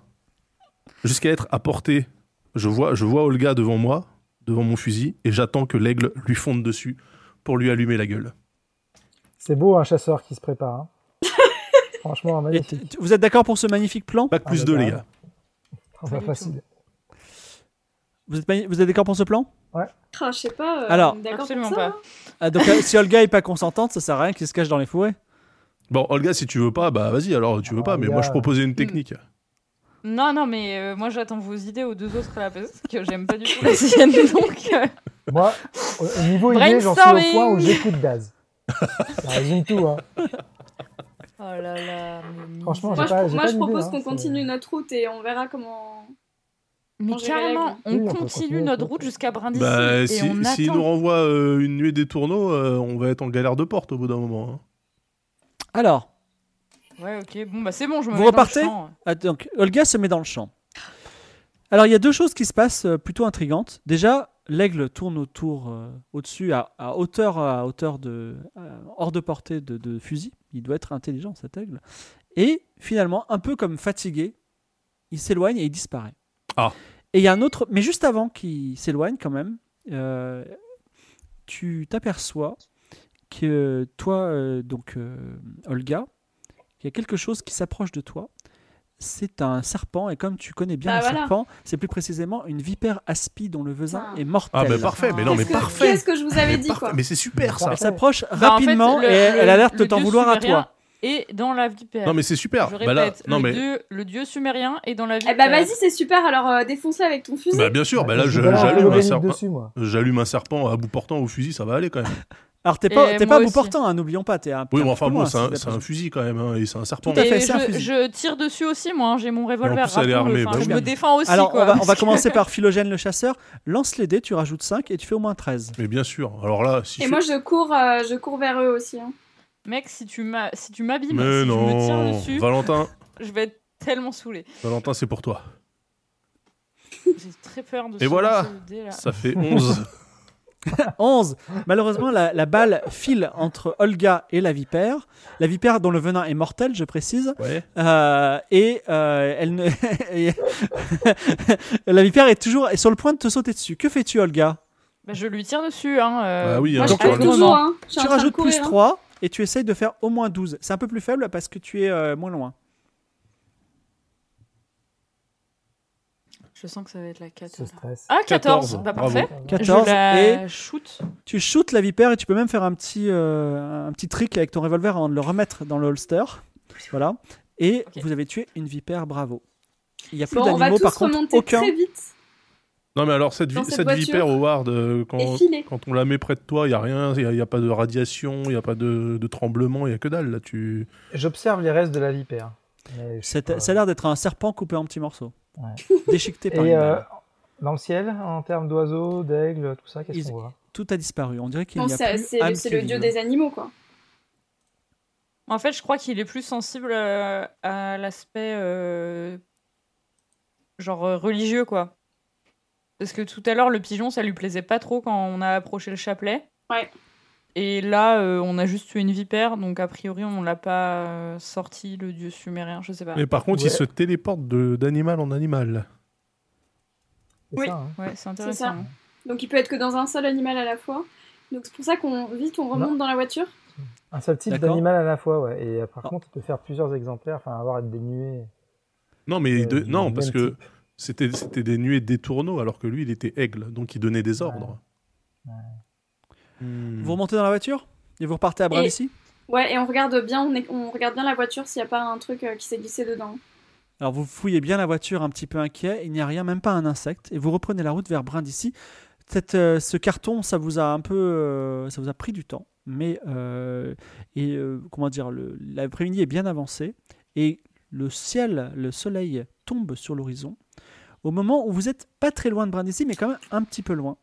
Jusqu'à être à portée. Je vois, je vois Olga devant moi, devant mon fusil, et j'attends que l'aigle lui fonde dessus pour lui allumer la gueule.
C'est beau un chasseur qui se prépare. hein. Franchement,
Et t-
magnifique.
t- vous êtes d'accord pour ce magnifique plan
Bac plus
bah,
2, les
bah.
gars.
Ah,
Pas du
facile.
vous êtes, mani- vous êtes d'accord pour ce plan
Ah, je sais pas. euh,
Alors.
on est d'accord
Absolument
pour ça,
pas.
hein
Ah, Donc euh, si Olga est pas consentante, ça sert à rien qu'il se cache dans les fourrés.
Bon, Olga, si tu veux pas, bah vas-y, alors tu veux pas, mais
Olga.
moi je proposais une technique.
Mm. Non, non, mais euh, moi j'attends vos idées aux deux autres là, parce que j'aime pas du tout les siennes, donc euh,
Moi, au au niveau idée, j'en suis au point où
Brainstorming.
j'écoute Daz. Ça résume tout. Hein.
Oh là là. mais-
Franchement,
Moi,
j'ai pas-
je,
j'ai
moi,
pas
je
d'idée,
propose
hein,
qu'on
c'est-
continue notre route et on verra comment.
mais
Changer
carrément,
les règles.
on
Oui, on peut
continue
continuer,
notre
on peut
route jusqu'à Brindisi
Bah,
et
si,
on
s'il
attend.
nous renvoie euh, une nuée des tourneaux, euh, on va être en galère de porte au bout d'un moment. hein.
Alors,
Ouais, ok. Bon, bah c'est bon, je me
Vous
mets dans le
repartez
champ.
ah, donc, Olga se met dans le champ. Alors il y a deux choses qui se passent euh, plutôt intrigantes. Déjà, l'aigle tourne autour, euh, au-dessus, à, à hauteur, à hauteur de, euh, hors de portée de, de fusil. Il doit être intelligent cet aigle. Et finalement, un peu comme fatigué, il s'éloigne et il disparaît.
Ah.
Et il y a un autre, mais juste avant qu'il s'éloigne quand même, euh, tu t'aperçois que toi, euh, donc euh, Olga, il y a quelque chose qui s'approche de toi. C'est un serpent, et comme tu connais bien
Bah
le
voilà.
serpent, c'est plus précisément une vipère aspie dont le vesin
Ah.
est mortel.
Ah, bah parfait, mais non, mais
Qu'est-ce que-
parfait.
Qu'est-ce que je vous avais dit,
Parfait,
quoi
Mais c'est super ça.
Elle s'approche
Bah, en fait,
rapidement
le-
et elle,
le-
elle a l'air de
le
t'en
dieu
vouloir à toi.
sumérien est dans la vipère.
Non, mais c'est super.
Je
bah,
répète,
là, non,
le,
mais.
dieu, le dieu sumérien est dans la vipère.
Eh bah, vas-y, c'est super, alors euh, défonce-la avec ton fusil.
Bah, bien sûr, bah, là,
Je
je-
suis pas
j'allume
l'organique
un, serpent-
dessus, moi.
j'allume un serpent à bout portant au fusil, ça va aller quand même.
Alors Ah, t'es pas,
Et
t'es pas
moi
à bout
aussi.
portant, hein, n'oublions pas, t'es un
Oui,
t'es un
mais
petit
enfin
peu
bon,
loin,
c'est
si
un,
t'as
c'est un
pas-
fusil quand même, hein, et c'est un serpent.
Tout à
Et
fait, c'est un
je,
fusil.
je tire dessus aussi, moi. hein, J'ai mon revolver.
plus, elle
rappelons-le,
est armée,
enfin,
bah
je
oui.
me défends aussi.
Alors
quoi,
on va, on
parce
va
que-
commencer par Philogène le chasseur. Lance les dés, tu rajoutes 5 et tu fais au moins 13.
Mais bien sûr. Alors là, si
Et
je-
moi, je cours, euh, je cours vers eux aussi. hein.
Mec, si tu m'as- si tu m'abîmes,
Mais
si tu me tires
non,
dessus,
Valentin,
je vais être tellement saoulée.
Valentin, c'est pour toi.
J'ai très peur de ce
Et voilà.
lancer de dés, là.
Ça fait 11.
11. Malheureusement, la, la balle file entre Olga et la vipère. La vipère dont le venin est mortel, je précise.
Ouais.
Euh, et euh, elle ne... et- la vipère est toujours est sur le point de te sauter dessus. Que fais-tu, Olga
Bah, je lui tire dessus. Hein, euh,
Bah oui,
Moi,
hein,
je
tu
cours
rajoutes-
toujours. Hein. Je
Tu
suis en train de
rajoutes plus
courir, hein.
3 et tu essayes de faire au moins 12. C'est un peu plus faible parce que tu es euh, moins loin.
Je sens que ça va être la 4.
Ce stress.
Ah, 14.
14,
Bah,
bravo.
parfait. Je
14 et...
la shoot.
Tu shootes la vipère et tu peux même faire un petit, euh, un petit trick avec ton revolver avant de le remettre dans le holster. Voilà. Et
Ok.
vous avez tué une vipère, bravo. Il n'y a plus
Bon, on va
d'animaux,
tous
par contre,
remonter
aucun.
très vite
Non, mais alors, cette, vi-
Dans cette
cette
voiture.
vipère, Howard, euh,
et
quand,
filer.
quand on la met près de toi, il n'y a rien, il n'y a, y a pas de radiation, il n'y a pas de, de tremblement, il n'y a que dalle. Là, tu...
J'observe les restes de la vipère. Mais je sais
C'est-
pas.
Ça a l'air d'être un serpent coupé en petits morceaux.
Ouais.
Déchiqueté par
Et
une
euh,
balle.
dans le ciel, en termes d'oiseaux, d'aigles, tout ça, qu'est-ce
Ils-
qu'on voit
Tout a disparu. On dirait qu'il
Non,
n'y a
C'est
plus
c'est-
âme
c'est
qui
le
vive.
dieu des animaux, quoi.
En fait, je crois qu'il est plus sensible euh, à l'aspect euh, genre euh, religieux, quoi. Parce que tout à l'heure, le pigeon, ça lui plaisait pas trop quand on a approché le chapelet.
Ouais.
Et là, euh, on a juste tué une vipère, donc a priori, on l'a pas euh, sorti, le dieu sumérien, je sais
Ah,
pas.
Mais par contre, il
Ouais.
se téléporte de- d'animal en animal.
C'est
Oui.
ça, hein
Ouais, c'est
C'est ça.
intéressant. hein.
Donc, il peut être que dans un seul animal à la fois. Donc, c'est pour ça qu'on vite, on remonte dans la voiture.
Un seul type
D'accord.
d'animal à la fois, ouais. Et euh, par
Ah.
contre, il peut faire plusieurs exemplaires, enfin avoir des nuées.
Non, mais
euh,
de-
du
non
même
parce que
type.
c'était c'était des nuées des tourneaux, alors que lui, il était aigle, donc il donnait des ordres. Hmm.
Vous remontez dans la voiture et vous repartez à Brindisi
Ouais, et on regarde bien, on, est- on regarde bien la voiture s'il n'y a pas un truc euh, qui s'est glissé dedans.
Alors vous fouillez bien la voiture un petit peu inquiet, il n'y a rien, même pas un insecte, et vous reprenez la route vers Brindisi. Cette, euh, ce carton, ça vous a un peu, euh, ça vous a pris du temps, mais euh, et euh, comment dire, le- l'après-midi est bien avancé et le ciel, le soleil tombe sur l'horizon. Au moment où vous êtes pas très loin de Brindisi, mais quand même un petit peu loin.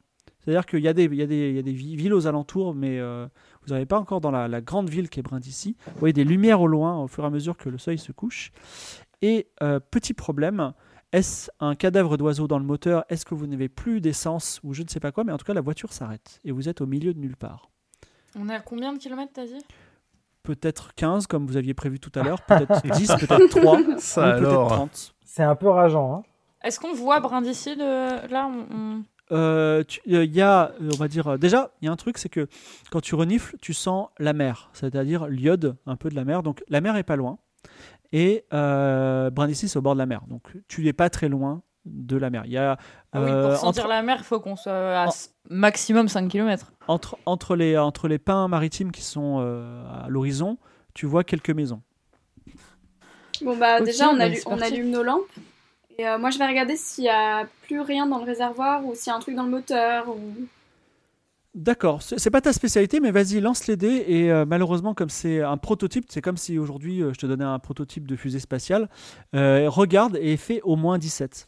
C'est-à-dire qu'il y a des, il y a des, il y a des vi- villes aux alentours, mais euh, vous n'arrivez pas encore dans la, la grande ville qui est Brindisi. Vous voyez des lumières au loin au fur et à mesure que le soleil se couche. Et euh, petit problème, est-ce un cadavre d'oiseau dans le moteur Est-ce que vous n'avez plus d'essence ou je ne sais pas quoi Mais en tout cas, la voiture s'arrête et vous êtes au milieu de nulle part.
On est à combien de kilomètres, t'as dit
peut-être 15 comme vous aviez prévu tout à l'heure, peut-être 10, peut-être 3,
Ça
ou peut-être
alors.
30.
C'est un peu rageant. Hein.
Est-ce qu'on voit Brindisi de... là on- on-
Euh, tu- euh, Il y a, euh, on va dire, euh, déjà, il y a un truc, c'est que quand tu renifles, tu sens la mer, c'est-à-dire l'iode un peu de la mer. Donc la mer est pas loin. Et euh, Brindisi, c'est au bord de la mer. Donc tu n'es pas très loin de la mer. Il y a,
Ah oui,
euh,
Pour sentir
entre-
la mer, il faut qu'on soit à
En-
s- maximum 5 km.
entre, entre, les, entre les pins maritimes qui sont euh, à l'horizon, tu vois quelques maisons.
Bon, bah,
Ok,
déjà, on,
bah,
allu-
c'est
on
parti.
allume nos lampes. Et euh, moi, je vais regarder s'il n'y a plus rien dans le réservoir ou s'il y a un truc dans le moteur. Ou...
D'accord, c'est c'est pas ta spécialité, mais vas-y, lance les dés. Et euh, malheureusement, comme c'est un prototype, c'est comme si aujourd'hui euh, je te donnais un prototype de fusée spatiale. euh, regarde et fais au moins 17.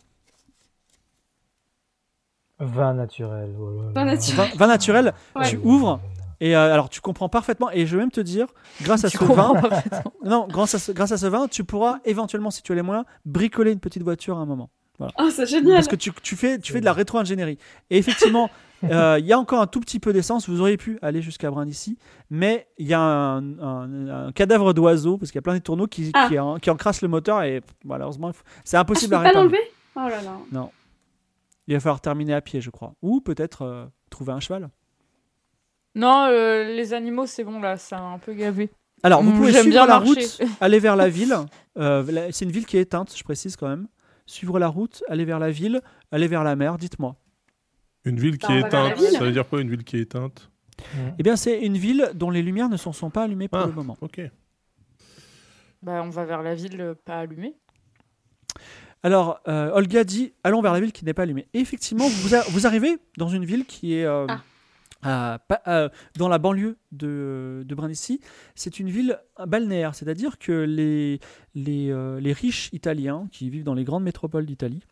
Vin naturel. oh là là.
Vin naturel.
20, naturel,
Ouais.
tu ouvres. Et euh, alors, tu comprends parfaitement. Et je vais même te dire, grâce à
Tu
ce
comprends
vin,
parfaitement.
non, grâce à ce, grâce à ce vin, tu pourras éventuellement, si tu as les moyens, bricoler une petite voiture à un moment.
Oh, c'est génial!
Parce que tu, tu fais, tu fais de la rétro-ingénierie. Et effectivement, euh, il y a encore un tout petit peu d'essence. Vous auriez pu aller jusqu'à Brindisi. Mais il y a un, un- un cadavre d'oiseau, parce qu'il y a plein de tourneaux qui,
Ah.
qui, en- qui encrassent le moteur. Et malheureusement, il faut- c'est
Ah, je peux
impossible à
pas
réparer.
l'enlever? Oh là là.
Il va falloir terminer à pied, je crois. Ou peut-être euh, trouver un cheval.
Non, euh, les animaux, c'est bon là, ça a un peu gavé.
Alors,
Mmh,
vous
Mm,
pouvez
j'aime
suivre
bien
la
marcher.
route, aller vers la ville. Euh, la- c'est une ville qui est éteinte, je précise quand même. Suivre la route, aller vers la ville, aller vers la mer, dites-moi.
Une ville qui
Bah,
est
on va vers la
éteinte,
ville.
ça veut dire quoi une ville qui est éteinte
Eh bien, c'est une ville dont les lumières ne s'en sont pas allumées pour
Ah.
le moment.
Ok.
Bah, on va vers la ville euh, pas allumée.
Alors, euh, Olga dit Allons vers la ville qui n'est pas allumée. Et effectivement, vous, a- vous arrivez dans une ville qui est euh, à Pa- euh, dans la banlieue de, de Brindisi. C'est une ville balnéaire, c'est-à-dire que les, les, euh, les riches italiens qui vivent dans les grandes métropoles d'Italie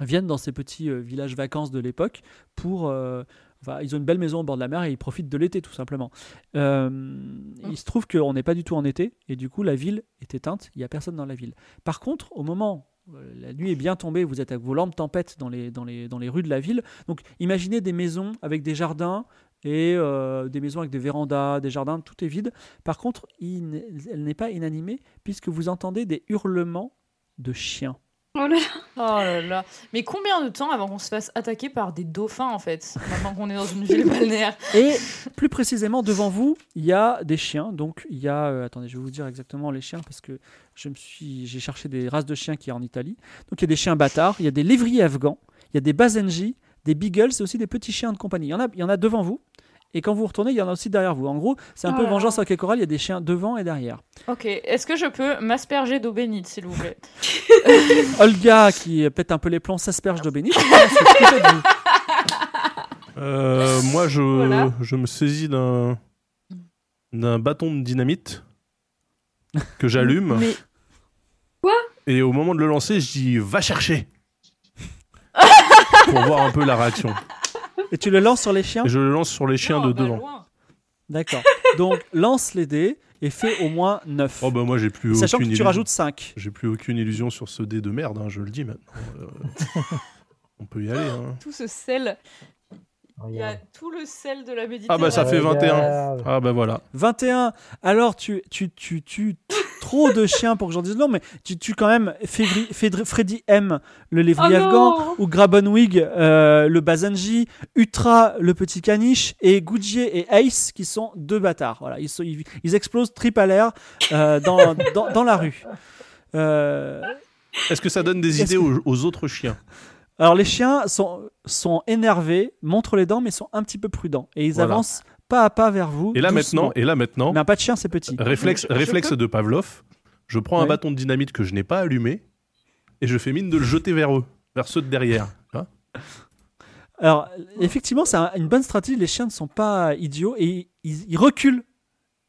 viennent dans ces petits euh, villages vacances de l'époque pour. euh, enfin, ils ont une belle maison au bord de la mer et ils profitent de l'été tout simplement. Euh, Il se trouve qu'on n'est pas du tout en été et du coup la ville est éteinte, il n'y a personne dans la ville. Par contre, au moment euh, la nuit est bien tombée, vous êtes avec vos lampes tempêtes dans les, dans les, dans les rues de la ville. Donc imaginez des maisons avec des jardins et euh, des maisons avec des vérandas, des jardins, tout est vide. Par contre, il n- elle n'est pas inanimée puisque vous entendez des hurlements de chiens.
Oh là là.
Oh là là. Mais combien de temps avant qu'on se fasse attaquer par des dauphins en fait Maintenant qu'on est dans une ville balnéaire.
Et plus précisément, devant vous, il y a des chiens. Donc, il y a. euh, attendez, je vais vous dire exactement les chiens parce que je me suis, j'ai cherché des races de chiens qui y a en Italie. Donc, il y a des chiens bâtards, il y a des lévriers afghans, il y a des basenji, des beagles, c'est aussi des petits chiens de compagnie. Il y en a, il y en a devant vous. Et quand vous retournez, il y en a aussi derrière vous. En gros, c'est un
Oh
peu
là
vengeance à Coral, il y a des chiens devant et derrière.
Ok, est-ce que je peux m'asperger d'eau bénite s'il vous plaît
Olga, qui pète un peu les plans, s'asperge d'eau bénite. Que faites-vous
Euh, moi, je,
Voilà.
je me saisis d'un d'un bâton de dynamite que j'allume
Mais
et au moment de le lancer, je dis va chercher pour voir un peu la réaction.
Et tu le lances sur les chiens
Et je le lance sur les chiens
non,
de
bah,
devant.
loin.
D'accord. Donc, lance les dés et fais au moins 9.
Oh bah moi, j'ai plus
Sachant que
aucune
tu
illusion.
rajoutes 5.
J'ai plus aucune illusion sur ce dé de merde, hein, je le dis maintenant. Euh, on peut y aller. hein.
Tout ce sel, il y a
Regarde.
tout le sel de la Méditerranée.
Ah bah, ça fait 21.
Regarde.
Ah bah voilà.
21. Alors tu tu tu tu trop de chiens pour que j'en dise non, mais tu tu quand même Févri- Fédri- Freddy M le
Oh
lévrier afghan
non!
ou Grabenwig euh, le Bazanji, Utra le petit caniche et Goudier et Ace qui sont deux bâtards. Voilà, ils sont- ils, ils explosent trip à l'air euh, dans, dans dans la rue. Euh,
Est-ce que ça donne des
Est-ce
idées aux, aux autres chiens
alors les chiens sont sont énervés, montrent les dents mais sont un petit peu prudents et ils
Voilà.
avancent pas à pas vers vous.
Et là
doucement.
maintenant, Euh, et là maintenant,
mais un pas de chien c'est petit.
Réflexe,
Je- je
réflexe
peux
de Pavlov, je prends un
Ouais.
bâton de dynamite que je n'ai pas allumé et je fais mine de le jeter vers eux, vers ceux de derrière. Hein
Alors, effectivement, c'est un- une bonne stratégie. Les chiens ne sont pas idiots et ils, ils reculent.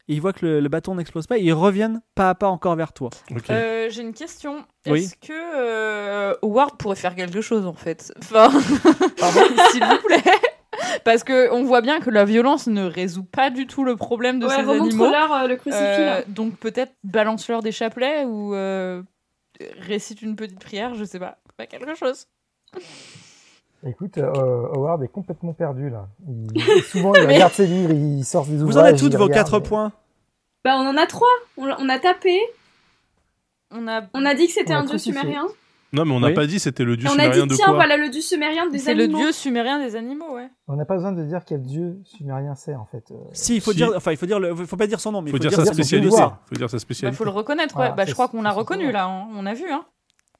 Et ils voient que le, le bâton n'explose pas et ils reviennent pas à pas encore vers toi.
Ok.
Euh, J'ai une question. Est-ce
Oui.
que euh, Howard pourrait faire quelque chose en fait Enfin, s'il vous plaît. Parce que on voit bien que la violence ne résout pas du tout le problème de
Ouais,
ces animaux.
remontre-leur euh, le crucifix.
Euh,
là.
donc peut-être balance-leur des chapelets ou euh, récite une petite prière, je sais pas. Pas quelque chose.
Écoute, euh, Howard est complètement perdu là. Il- souvent, il regarde ses livres, il sort des
Vous
ouvrages.
en avez toutes
il
vos
regarde,
quatre
mais-
points
Bah, on en a trois. On, l'a- on a tapé.
On a.
On a dit que c'était
On a
un dieu
crucifié.
sumérien.
Non, mais on n'a
Oui.
pas dit c'était le dieu
Et on a
sumérien
dit,
de
tiens,
quoi
voilà le dieu sumérien des
C'est le
animaux.
dieu sumérien des animaux, ouais.
On n'a pas besoin de dire quel dieu sumérien c'est en fait. Euh,
Si, il faut
Si.
dire, enfin, il faut dire, le- faut pas dire son nom, mais
Il
il
faut dire
dire
sa
son
spécialité.
pouvoir.
faut dire sa
Il
spécialité.
faut le reconnaître, ouais.
Ah,
Voilà,
bah, je
c'est-
crois qu'on
c'est
l'a
son
reconnu,
pouvoir.
là. On, on a vu, hein.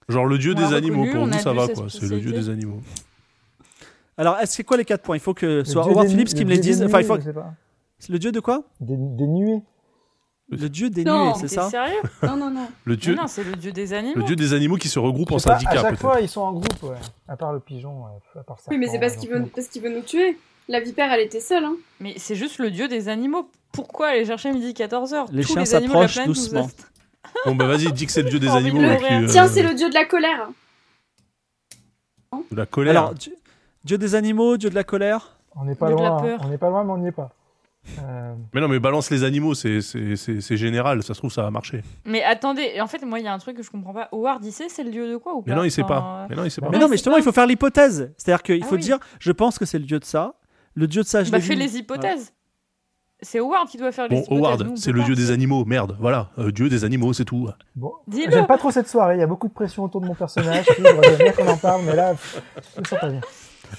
Genre le dieu
On l'a
des animaux,
reconnu,
pour
on
nous
a
ça
vu
va
sa
quoi, c'est le dieu
spécialité.
des animaux.
Alors, est-ce c'est quoi les quatre points Il faut que ce soit
dieu
Howard
des-
Phillips qui
le
me les
dieu
dise.
des
Enfin, il
nuées,
faut.
je sais pas.
Le dieu de quoi
Des, des nuées.
Le dieu des
Non,
nuées,
mais
c'est
T'es
ça
sérieux
Non, non, non.
Le
Mais
dieu,
Non, c'est le dieu des
le
animaux.
dieu des animaux qui se regroupent en
Je sais pas, à
syndicats
chaque
peut-être.
fois, ils sont en groupe, ouais. À part le pigeon, ouais. à part ça.
Oui, mais
Oh,
c'est parce qu'il veut, parce qu'il veut nous tuer. La vipère, elle était seule. Hein.
Mais c'est juste le dieu des animaux. Pourquoi aller chercher midi 14h
Les
Tous
chiens
les animaux de la
s'approchent
planète nous
doucement.
a-
Bon bah vas-y, dis que c'est le dieu des
Oh, mais
animaux.
le
et puis,
réel.
euh,
Tiens, c'est le dieu de la colère.
de la colère.
Alors, dieu, dieu des animaux, dieu de la colère.
On n'est pas
Dieu de la
loin. hein.
peur.
On n'est pas loin, mais on n'y est pas. Euh,
Mais non, mais balance les animaux, c'est c'est- c'est- c'est général, ça se trouve ça a marché.
Mais attendez, en fait, moi, il y a un truc que je comprends pas. Howard, il sait c'est le dieu de quoi ou pas
Mais non, il sait
Enfin,
pas.
euh,
Mais non, il sait pas.
Mais
Ouais,
non,
c'est
mais justement, il faut faire l'hypothèse. C'est-à-dire qu'il
Ah
faut
oui.
dire, je pense que c'est le dieu de ça. Le dieu de ça, je
bah,
l'ai
fais
vu.
les hypothèses. C'est Howard qui doit faire les
Bon,
hypothèses. nous, on
Howard,
peut
c'est le
pas.
dieu des animaux, merde, voilà, euh, dieu des animaux, c'est tout.
bon.
Dis-le.
J'aime pas trop cette soirée. Il y a beaucoup de pression autour de mon personnage. puis J'aimerais bien qu'on en parle, mais là, pff, je me sens pas bien.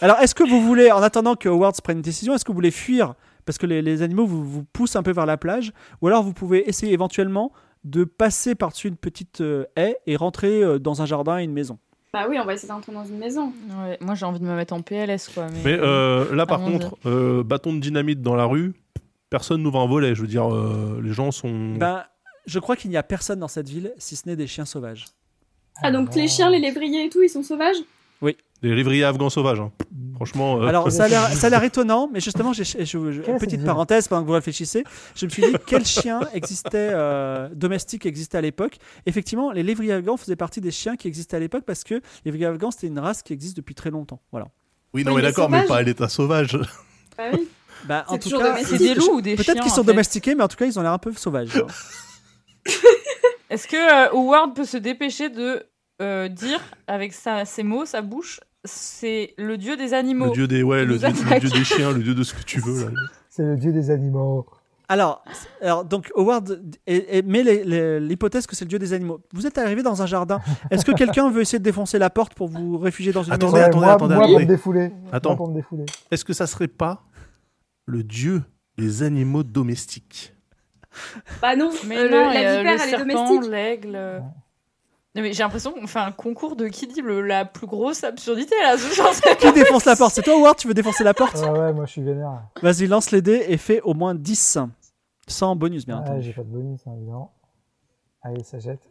Alors, est-ce que vous voulez, en attendant que Howard prenne une décision, est-ce que vous voulez fuir parce que les, les animaux vous, vous poussent un peu vers la plage, ou alors vous pouvez essayer éventuellement de passer par-dessus une petite euh, haie et rentrer euh, dans un jardin et une maison.
Bah oui, on va essayer d'entrer dans une maison.
Ouais, moi, j'ai envie de me mettre en PLS, quoi. Mais,
Mais euh, là, par
Ah, mon
contre, euh, bâton de dynamite dans la rue, personne nous va en voler. Je veux dire, euh, les gens sont.
Ben, je crois qu'il n'y a personne dans cette ville, si ce n'est des chiens sauvages.
Ah, donc les chiens, les lévriers et tout, ils sont sauvages
Des lévriers afghans sauvages, hein. franchement. euh,
Alors, ça a l'air- ça a l'air étonnant, mais justement, j'ai, je- je-
Quelle est cette
petite
ville
parenthèse pendant que vous réfléchissez, je me suis dit quel chien existait, euh, domestique existait à l'époque. Effectivement, les lévriers afghans faisaient partie des chiens qui existaient à l'époque parce que les lévriers afghans, c'était une race qui existe depuis très longtemps. Voilà.
Oui, non,
Oui,
mais
mais
d'accord, mais
sauvage.
pas à l'état sauvage.
Bah oui.
Bah,
C'est
en tout
toujours
cas,
c'est
domestique.
des loups ou des chiens
Peut-être qu'ils sont
en fait.
domestiqués, mais en tout cas, ils ont l'air un peu sauvages. hein.
Est-ce que euh, Howard peut se dépêcher de euh, dire avec sa, ses mots, sa bouche, c'est le dieu des animaux
Le dieu des, ouais, le
Nous
dieu, le
attaque.
dieu des chiens, le dieu de ce que tu veux. là.
C'est le dieu des animaux.
alors, c- alors, donc, Howard est- est- met les- les- l'hypothèse que c'est le dieu des animaux. Vous êtes arrivé dans un jardin. Est-ce que quelqu'un veut essayer de défoncer la porte pour vous réfugier dans une
Attendez,
maison
Ouais,
attendez,
moi,
attendez,
moi, pour
attendez.
me défouler. Moi,
Attends,
pour me défouler.
est-ce que ça serait pas le dieu des animaux domestiques
Bah non,
Mais
euh, le-
non, et,
la
euh,
vipère,
le
elle est
serpent,
domestique.
l'aigle. euh.
Oh.
Non, mais j'ai l'impression qu'on fait un concours de qui dit le- la plus grosse absurdité là. ce genre, c'est-
Qui défonce la porte C'est toi, Howard Tu veux défoncer la porte
Ouais, ouais, moi, je suis vénère.
Vas-y, lance les dés et fais au moins 10. Sans bonus, bien
Ah,
entendu.
j'ai pas de bonus, hein, évidemment. Allez, ça jette.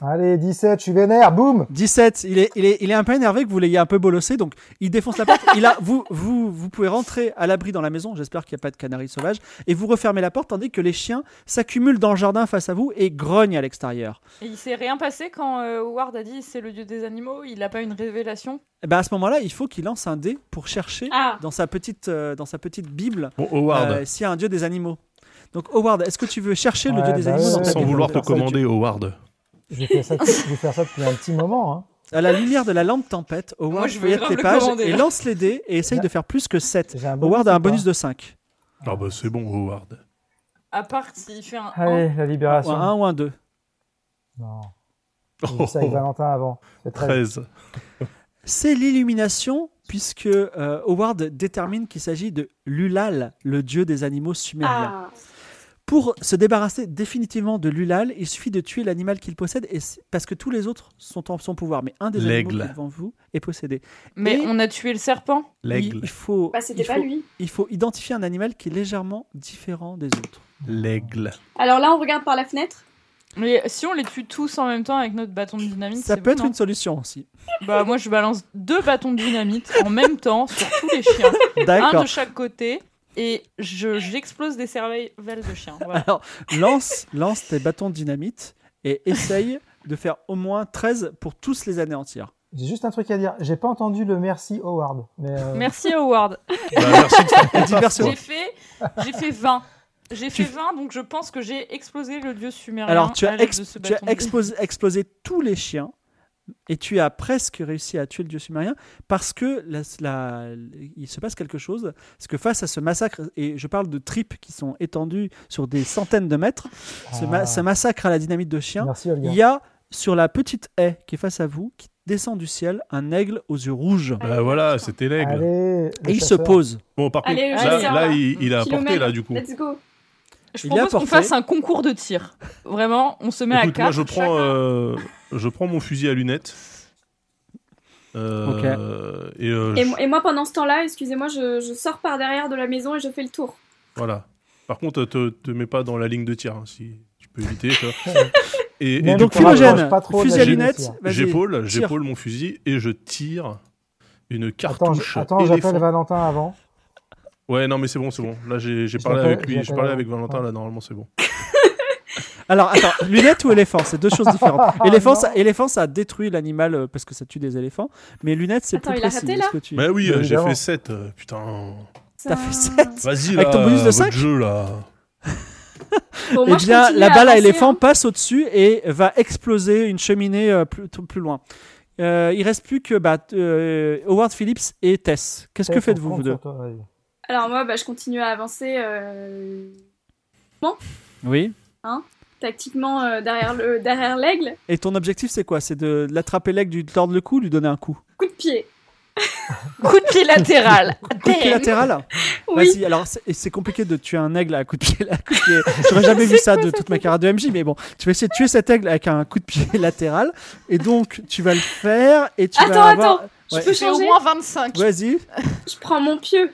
Allez, 17, je suis vénère, boum
17, il est, il, est, il est un peu énervé que vous l'ayez un peu bolossé, donc il défonce la porte. Il a, vous, vous, vous pouvez rentrer à l'abri dans la maison, j'espère qu'il n'y a pas de canaris sauvages, et vous refermez la porte tandis que les chiens s'accumulent dans le jardin face à vous et grognent à l'extérieur.
Et il s'est rien passé quand euh, Howard a dit c'est le dieu des animaux. Il n'a pas une révélation.
Et ben à ce moment-là, il faut qu'il lance un dé pour chercher
Ah,
dans, sa petite, euh, dans sa petite Bible
Bon, Howard,
euh, s'il y a un dieu des animaux. Donc Howard, est-ce que tu veux chercher le
Ouais,
dieu des
bah
animaux
ouais,
dans
ouais,
ta
sans
Bible
vouloir te
Alors, ça, tu-
commander, Howard.
Je vais faire ça, je vais faire ça depuis un petit moment. Hein.
À la lumière de la lampe tempête,
Moi,
Howard
je veux
feuillette
grave
les
le
pages
commander,
et
là.
lance les dés et essaye
Là.
de faire plus que 7.
J'ai un bonus
Howard a un
ou pas
bonus de 5.
Ah bah c'est bon, Howard.
À part s'il fait un. un.
Allez, la
Ou
Ah,
libération.
un 1 ou un 2.
Non, j'ai
Oh,
vu ça avec Valentin avant. C'est très...
13.
C'est l'illumination, puisque euh, Howard détermine qu'il s'agit de Lulal, le dieu des animaux sumériens.
ah.
Pour se débarrasser définitivement de Lulal, il suffit de tuer l'animal qu'il possède, et c'est- parce que tous les autres sont en son pouvoir, mais un des animaux qui
L'aigle.
est devant vous est possédé.
Mais
Et-
on a tué le serpent.
Il,
L'aigle.
il faut,
bah c'était
il,
pas
faut,
lui.
il faut identifier un animal qui est légèrement différent des autres.
L'aigle.
Alors là, on regarde par la fenêtre.
Mais si on les tue tous en même temps avec notre bâton de dynamite,
Ça
Ah c'est
peut
bon,
être
non
une solution aussi.
Bah moi je balance deux bâtons de dynamite en même temps sur tous les chiens, un
D'accord.
de chaque côté, et je j'explose des cervelles de chiens. Voilà.
Alors, lance, lance tes bâtons de dynamite et essaye de faire au moins 13 pour tous les anéantir.
J'ai juste un truc à dire. J'ai pas entendu le merci Howard. Mais euh,
Merci Howard.
Bah, merci de cette petite
Merci.
quoi.
J'ai fait j'ai fait 20. J'ai
Tu-
fait 20 donc je pense que j'ai explosé le dieu sumérien.
Alors, tu
à
as,
l'aide
ex-
de ce
tu as
bâton de-
explosé, explosé tous les chiens, et tu as presque réussi à tuer le dieu sumérien parce que la- la- il se passe quelque chose. Parce que face à ce massacre, et je parle de tripes qui sont étendues sur des centaines de mètres, ce, ma-
Ah.
ce massacre à la dynamite de chien,
Merci Olga.
il y a sur la petite haie qui est face à vous, qui descend du ciel, un aigle aux yeux rouges.
Bah voilà, c'était l'aigle.
Allez,
Et
Ah. le
il se
chasseur.
pose.
Bon, par contre,
Allez, le
là,
chasseur,
là,
là.
il, il a apporté,
Kilomètre.
là, du coup.
Let's go.
Je
Il a
propose qu'on
apporté.
fasse un concours de tir. Vraiment, on se met à
Écoute,
quatre.
moi, je
chacun-
prends, euh, je prends mon fusil à lunettes. Euh, Et, euh,
Et,
je-
mo- et moi, pendant ce temps-là, excusez-moi, je, je sors par derrière de la maison et je fais le tour.
voilà. Par contre, te, te mets pas dans la ligne de tir, hein, si tu peux éviter. tu vois. et, et
Même
du
Donc,
coup,
pour la
euh,
Philogène,
proche, pas trop hein. de
fusil
la
à
lumière.
lunettes, vas-y.
j'épaule,
tire.
j'épaule mon fusil et je tire une
Attends,
cartouche.
je- attends, j'appelle
éléphant.
Valentin avant.
Ouais, non, mais c'est bon, c'est bon. Là, j'ai j'ai
Je
parlé
l'appelle-
avec lui,
je
j'ai parlé
l'appelle
avec
avant.
Valentin, là, normalement, c'est bon.
Alors, attends, lunettes ou éléphant C'est deux choses différentes.
Ah,
éléphant,
non.
ça, éléphant, ça détruit l'animal euh, parce que ça tue des éléphants. Mais lunettes, c'est
Attends,
plus
il a
précis.
raté, là
Est-ce que tu-
Bah oui,
Bien
euh, j'ai
évidemment.
fait 7, euh, putain.
T'as
Ça-
fait sept
Vas-y, là,
Avec ton bonus de
votre
cinq
jeu, là.
Bon,
eh
moi, je
bien,
continue
la balle à,
avancer,
éléphant
hein.
passe au-dessus et va exploser une cheminée euh, plus, tout- plus loin. Euh, il reste plus que bah, t- euh, Howard Phillips et Tess. Qu'est-ce que
Tess, on
faites-vous,
compte
vous
sur
deux
toi, vas-y.
Alors moi, bah, je continue à avancer euh,
Oui.
tactiquement euh, derrière le derrière l'aigle.
Et ton objectif, c'est quoi C'est de de l'attraper l'aigle, du de lui tordre le cou, lui donner un coup.
Coup de pied.
Coup de pied latéral.
Coup de pied latéral
Oui.
Vas-y, alors c'est- et c'est compliqué de tuer un aigle à coup de pied. à coup de pied. J'aurais jamais vu ça de toute ma carrière de MJ, mais bon, tu vas essayer de tuer cet aigle avec un coup de pied latéral. Et donc, tu vas le faire et tu
Attends,
vas avoir...
attends.
Ouais.
Je peux
J'ai au
changer.
moins 25.
Vas-y.
Je prends mon pieu.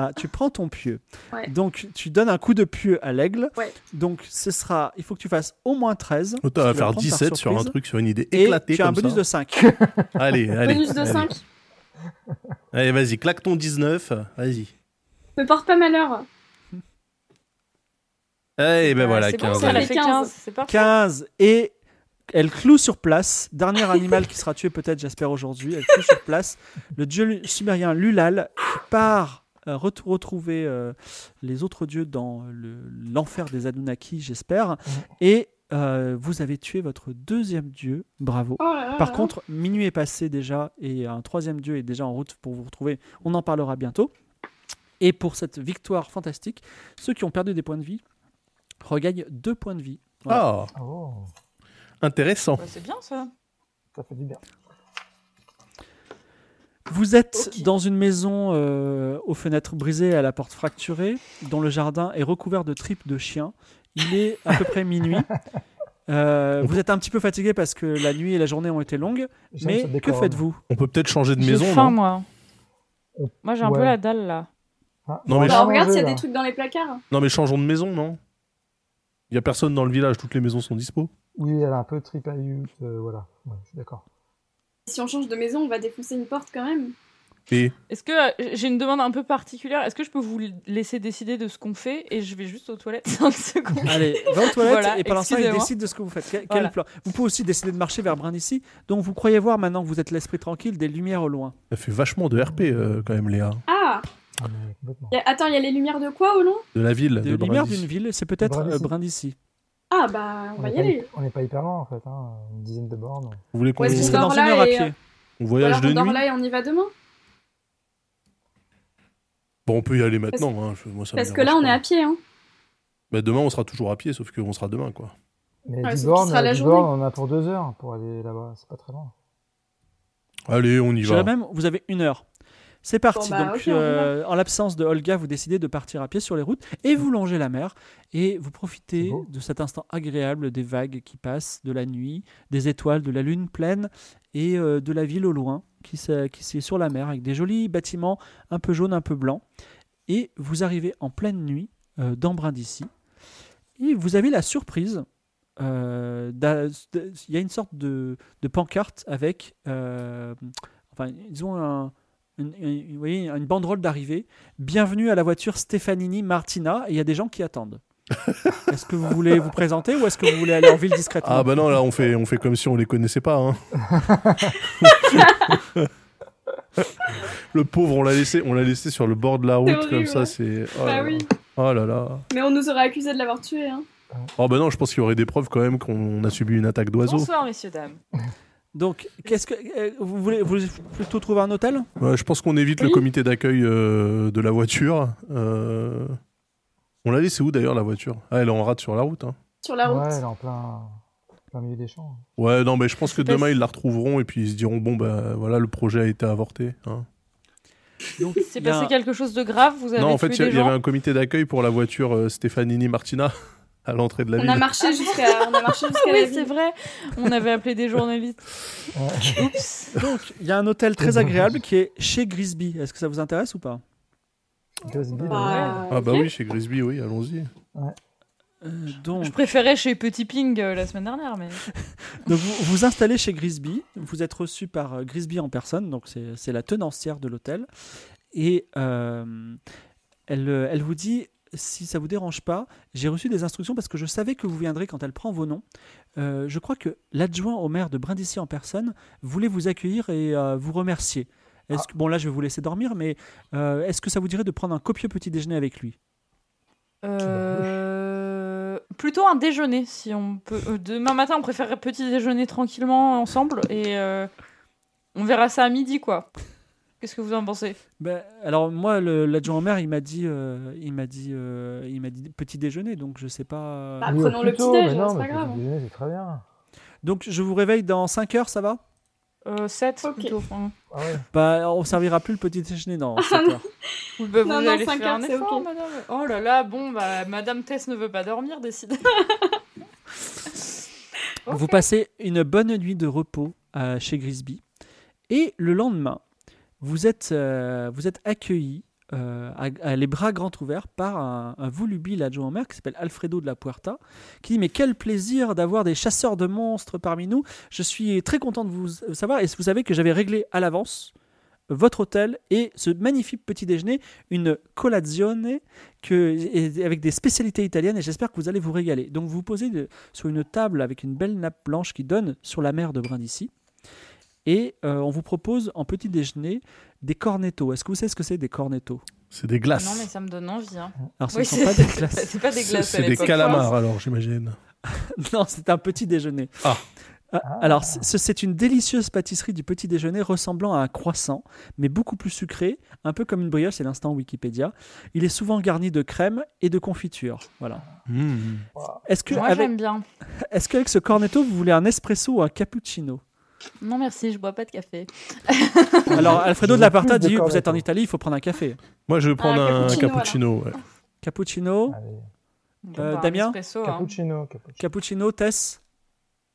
Ah, tu prends ton pieu.
Ouais.
Donc, tu donnes un coup de pieu à l'aigle.
Ouais.
Donc, ce sera. Il faut que tu fasses au moins 13.
Autant
parce qu'il
va
va
Oh, faire
prendre par
17 sur un
surprise.
truc, sur une idée
Et
éclatée
tu as un
comme
bonus
ça.
de 5.
Allez, allez.
Bonus de
allez.
5.
Allez, vas-y, claque ton 19. Vas-y.
Me porte pas malheur.
Eh
Ah,
ben voilà,
c'est
15.
Bon, ça, elle a
allez.
fait
15.
15. C'est parfait.
15. Et elle cloue sur place. Dernier animal qui sera tué, peut-être, j'espère, aujourd'hui. Elle cloue sur place. Le dieu lu- sumérien Lulal qui part euh, retou- retrouver euh, les autres dieux dans le- l'enfer des Anunnaki, j'espère. Et euh, vous avez tué votre deuxième dieu. Bravo.
Oh là là
Par
là.
contre, minuit est passé déjà et un troisième dieu est déjà en route pour vous retrouver. On en parlera bientôt. Et pour cette victoire fantastique, ceux qui ont perdu des points de vie regagnent deux points de vie. Voilà.
Ah,
Oh,
intéressant.
Ouais, c'est bien ça.
ça fait du bien.
Vous êtes
Ok.
dans une maison euh, aux fenêtres brisées, à la porte fracturée, dont le jardin est recouvert de tripes de chiens. Il est à peu près minuit. Euh, vous êtes un petit peu fatigué parce que la nuit et la journée ont été longues,
J'aime ce
mais que
décorum.
faites-vous
On peut peut-être changer de
J'ai
maison,
faim,
non
moi.
On-
Moi, j'ai un peu
ouais.
la dalle là.
Ah,
Non, mais
on
je-
a
Bah, regarde,
mangé,
s'il y a
là.
des trucs dans les placards.
Non, mais changeons de maison, non Il y a personne dans le village, toutes les maisons sont dispo.
Oui, elle a un peu tripahute, euh, voilà. Ouais, je suis d'accord.
Si on change de maison, on va défoncer une porte quand même.
Et
Est-ce que euh, j'ai une demande un peu particulière Est-ce que je peux vous laisser décider de ce qu'on fait et je vais juste aux toilettes 5 secondes
Allez, va aux toilettes
Voilà,
et pendant ça, il
excusez-moi.
décide de ce que vous faites. Que- Quel, est
Voilà.
le plan Vous pouvez aussi décider de marcher vers Brindisi, dont vous croyez voir maintenant que vous êtes l'esprit tranquille des lumières au loin.
ça fait vachement de RP euh, quand même, Léa.
Ah,
Ah
mais complètement.
Y a- Attends, il y a les lumières de quoi au long
De la ville.
Des
de
lumières
Brindisi.
d'une ville, c'est peut-être euh,
Brindisi.
Brindisi.
Ah bah, on
On
va
n'est
y
pas,
aller.
hy- on n'est pas hyper loin en fait, hein, une dizaine de bornes.
Vous voulez qu'on
Ouais,
Ce
On
serait dans
dort
une
là
heure à
et,
pied.
on
Ou
voyage
alors on
de
dort
nuit
là et on y va demain.
Bon, on peut y aller maintenant. hein, je- moi, ça me
Parce que
dérange
là, on
pas.
est à pied. Hein.
Bah, demain, on sera toujours à pied, sauf qu'on sera demain, quoi.
Mais
Ouais,
10
ce
bornes,
sera la
10
journée.
bornes, on en a pour deux heures pour aller là-bas, c'est pas très loin.
Allez, on y
Je dirais
va.
même, vous avez une heure. C'est parti.
Bon, bah,
Donc,
ok, on y va.
euh, en l'absence de Olga, vous décidez de partir à pied sur les routes et vous longez la mer et vous profitez
C'est beau.
de cet instant agréable des vagues qui passent, de la nuit, des étoiles, de la lune pleine et euh, de la ville au loin qui s'est qui s'est sur la mer avec des jolis bâtiments un peu jaunes, un peu blancs. Et vous arrivez en pleine nuit euh, dans Brindisi et vous avez la surprise. euh, d'a- de- Il y a une sorte de, de pancarte avec, euh, enfin, ils ont un- une, une- vous voyez, une banderole d'arrivée. Bienvenue à la voiture Stefanini Martina. Et il y a des gens qui attendent. est-ce que vous voulez vous présenter ou est-ce que vous voulez aller en ville discrètement
Ah bah non, là, on fait, on fait comme si on les connaissait pas. hein. le pauvre, on l'a laissé, on l'a laissé sur le bord de la route
horrible,
comme ça.
hein.
C'est oh,
Bah
là
oui.
là. oh là là.
Mais on nous aurait accusé de l'avoir tué. Hein.
Oh bah non, je pense qu'il y aurait des preuves quand même qu'on a subi une attaque d'oiseau.
Bonsoir, messieurs, dames.
Donc, qu'est-ce que euh, vous voulez Vous voulez plutôt trouver un hôtel
Ouais, je pense qu'on évite le
Oui.
comité d'accueil euh, de la voiture. Euh, On l'a laissé où d'ailleurs la voiture Ah, elle est en rade sur la route. hein.
Sur la route.
Ouais, elle est en plein, plein milieu des champs.
Ouais, non, mais je pense que
pas
demain
si-
ils la retrouveront et puis ils se diront bon, bah voilà, le projet a été avorté. hein.
Donc,
Il s'est
il y a
passé
un-
quelque chose de grave Vous avez
Non, en
tué
fait, il y a-
des
il y
gens
avait un comité d'accueil pour la voiture euh, Stefanini Martina à l'entrée de la
On a
ville.
marché jusqu'à on a marché
Ah
jusqu'à la
Oui,
ville.
c'est vrai. On avait appelé des journalistes.
Euh,
Oups.
donc, il y a un hôtel très agréable qui est chez Grisby. Est-ce que ça vous intéresse ou pas
Deux idées, ouais.
Bah,
Ah, bah oui, chez Grisby, oui, allons-y.
Euh, Donc,
Je préférais chez Petit Ping euh, la semaine dernière, mais
Donc vous vous installez chez Grisby, vous êtes reçu par euh, Grisby en personne, donc c'est c'est la tenancière de l'hôtel, et euh, elle, euh, elle vous dit, si ça vous dérange pas, j'ai reçu des instructions parce que je savais que vous viendrez quand elle prend vos noms. Euh, je crois que l'adjoint au maire de Brindisi en personne voulait vous accueillir et euh, vous remercier. Est-ce que, bon là je vais vous laisser dormir, mais euh, est-ce que ça vous dirait de prendre un copieux petit déjeuner avec lui
Euh, plutôt un déjeuner si on peut. euh, Demain matin, on préférerait petit déjeuner tranquillement ensemble et euh, on verra ça à midi, quoi. Qu'est-ce que vous en pensez
Ben, alors moi, le- l'adjoint au maire, il m'a dit, euh, il m'a dit, euh, il m'a dit petit déjeuner, donc je sais pas.
Bah,
Oui, au
prenons le
plus tôt,
petit-déj,
mais
hein,
non,
c'est
mais
pas
le
grave.
petit déjeuner, c'est très bien.
Donc je vous réveille dans 5 heures, ça va
euh, 7
Ok.
plutôt. hein.
Ah ouais.
Bah on servira plus le petit déjeuner dans 7 heures.
Ou bah, vous
Non, non,
allez
cinq
faire
heures,
un
c'est
effort,
ok.
madame. Oh là là, bon, bah, madame Tess ne veut pas dormir, décidément. Ok.
Vous passez une bonne nuit de repos euh, chez Grisby et le lendemain, vous êtes, euh, vous êtes accueilli euh, à- à les bras grands ouverts par un, un volubile adjoint au maire qui s'appelle Alfredo de la Puerta, qui dit mais quel plaisir d'avoir des chasseurs de monstres parmi nous. Je suis très content de vous euh, savoir et vous savez que j'avais réglé à l'avance votre hôtel et ce magnifique petit déjeuner, une colazione que, et- avec des spécialités italiennes et j'espère que vous allez vous régaler. Donc vous vous posez de- sur une table avec une belle nappe blanche qui donne sur la mer de Brindisi et euh, on vous propose en petit déjeuner des cornettos. Est-ce que vous savez ce que c'est des cornettos
C'est des
Non, mais
glaces.
ça me donne envie. hein.
Alors ce
Oui,
ne sont
c'est-
pas des
c'est
glaces.
C'est pas des
C'est
glaces. à
c'est des
l'époque.
calamars alors, j'imagine.
Non, c'est un petit déjeuner.
Ah.
Ah, Alors, c- ce- c'est une délicieuse pâtisserie du petit déjeuner ressemblant à un croissant, mais beaucoup plus sucré, un peu comme une brioche, c'est l'instant Wikipédia. Il est souvent garni de crème et de confiture. Voilà.
Hmm.
Est-ce que,
Moi,
avec,
j'aime bien.
est-ce qu'avec ce cornetto, vous voulez un espresso ou un cappuccino
Non, merci, je bois pas de café.
Alors, Alfredo
Je
de
veux
la Parta
plus de
dit Vous êtes en
cornetto.
Italie, il faut prendre un café.
Moi, je vais prendre
Ah,
un
cappuccino,
cappuccino. ouais.
Cappuccino,
Ah.
Allez,
Bon,
Euh,
bah, un
Damien
espresso, hein.
cappuccino, cappuccino.
cappuccino, Tess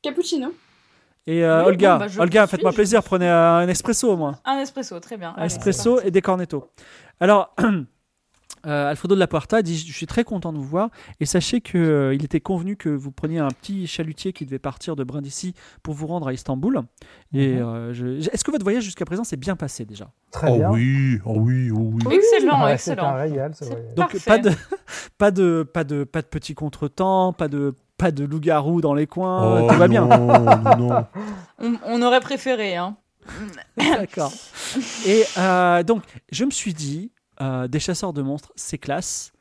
Cappuccino.
et euh,
Oui, bon,
Olga.
bah, je
Olga,
poursuis,
faites-moi
je
plaisir, prenez euh, un espresso au moins.
Un espresso, très bien.
Un
Allez, Ah, c'est
espresso et des cornettos. Alors, euh, Alfredo de la Puerta dit Je suis très content de vous voir et sachez qu'il il était convenu que vous preniez un petit chalutier qui devait partir de Brindisi pour vous rendre à Istanbul.
Mhm.
Et euh, je- je- Est-ce que votre voyage jusqu'à présent s'est bien passé déjà
Très
Oh
bien.
oui, oh oui, oh oui.
parti.
bah,
Excellent,
Ouais, C'est un
excellent.
régal, ce
C'est-
voyage.
Donc,
Parfait.
pas de, pas, de, pas, de, pas de petits contretemps, pas de, pas de loup-garou dans les coins,
Oh
tout va bien.
Non, non.
On, on aurait préféré, hein.
D'accord. Et euh, donc, je me suis dit, euh, des chasseurs de monstres, c'est classe.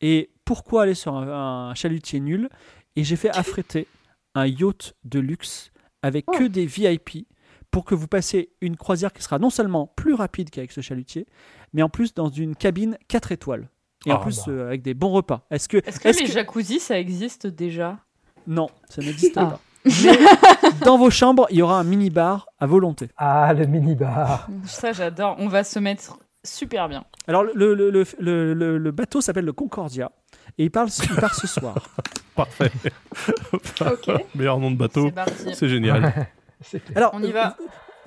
Et pourquoi aller sur un, un chalutier nul Et j'ai fait affréter un yacht de luxe avec que des VIP pour que vous passiez une croisière qui sera non seulement plus rapide qu'avec ce chalutier, mais en plus dans une cabine 4 étoiles. Et en
Ah
plus
bah.
euh, avec des bons repas. Est-ce que,
Est-ce que
est-ce
les
que-
jacuzzis, ça existe déjà
Non, ça n'existe
Ah.
pas. Mais dans vos chambres, il y aura un mini-bar à volonté.
Ah, le minibar.
Ça, j'adore. On va se mettre super bien.
Alors, le, le, le, le- le- le bateau s'appelle le Concordia et il, parle, il part ce soir.
Parfait.
Ok.
Meilleur nom de bateau.
C'est Euh, parti.
C'est génial.
C'est clair.
Alors, euh,
On y va.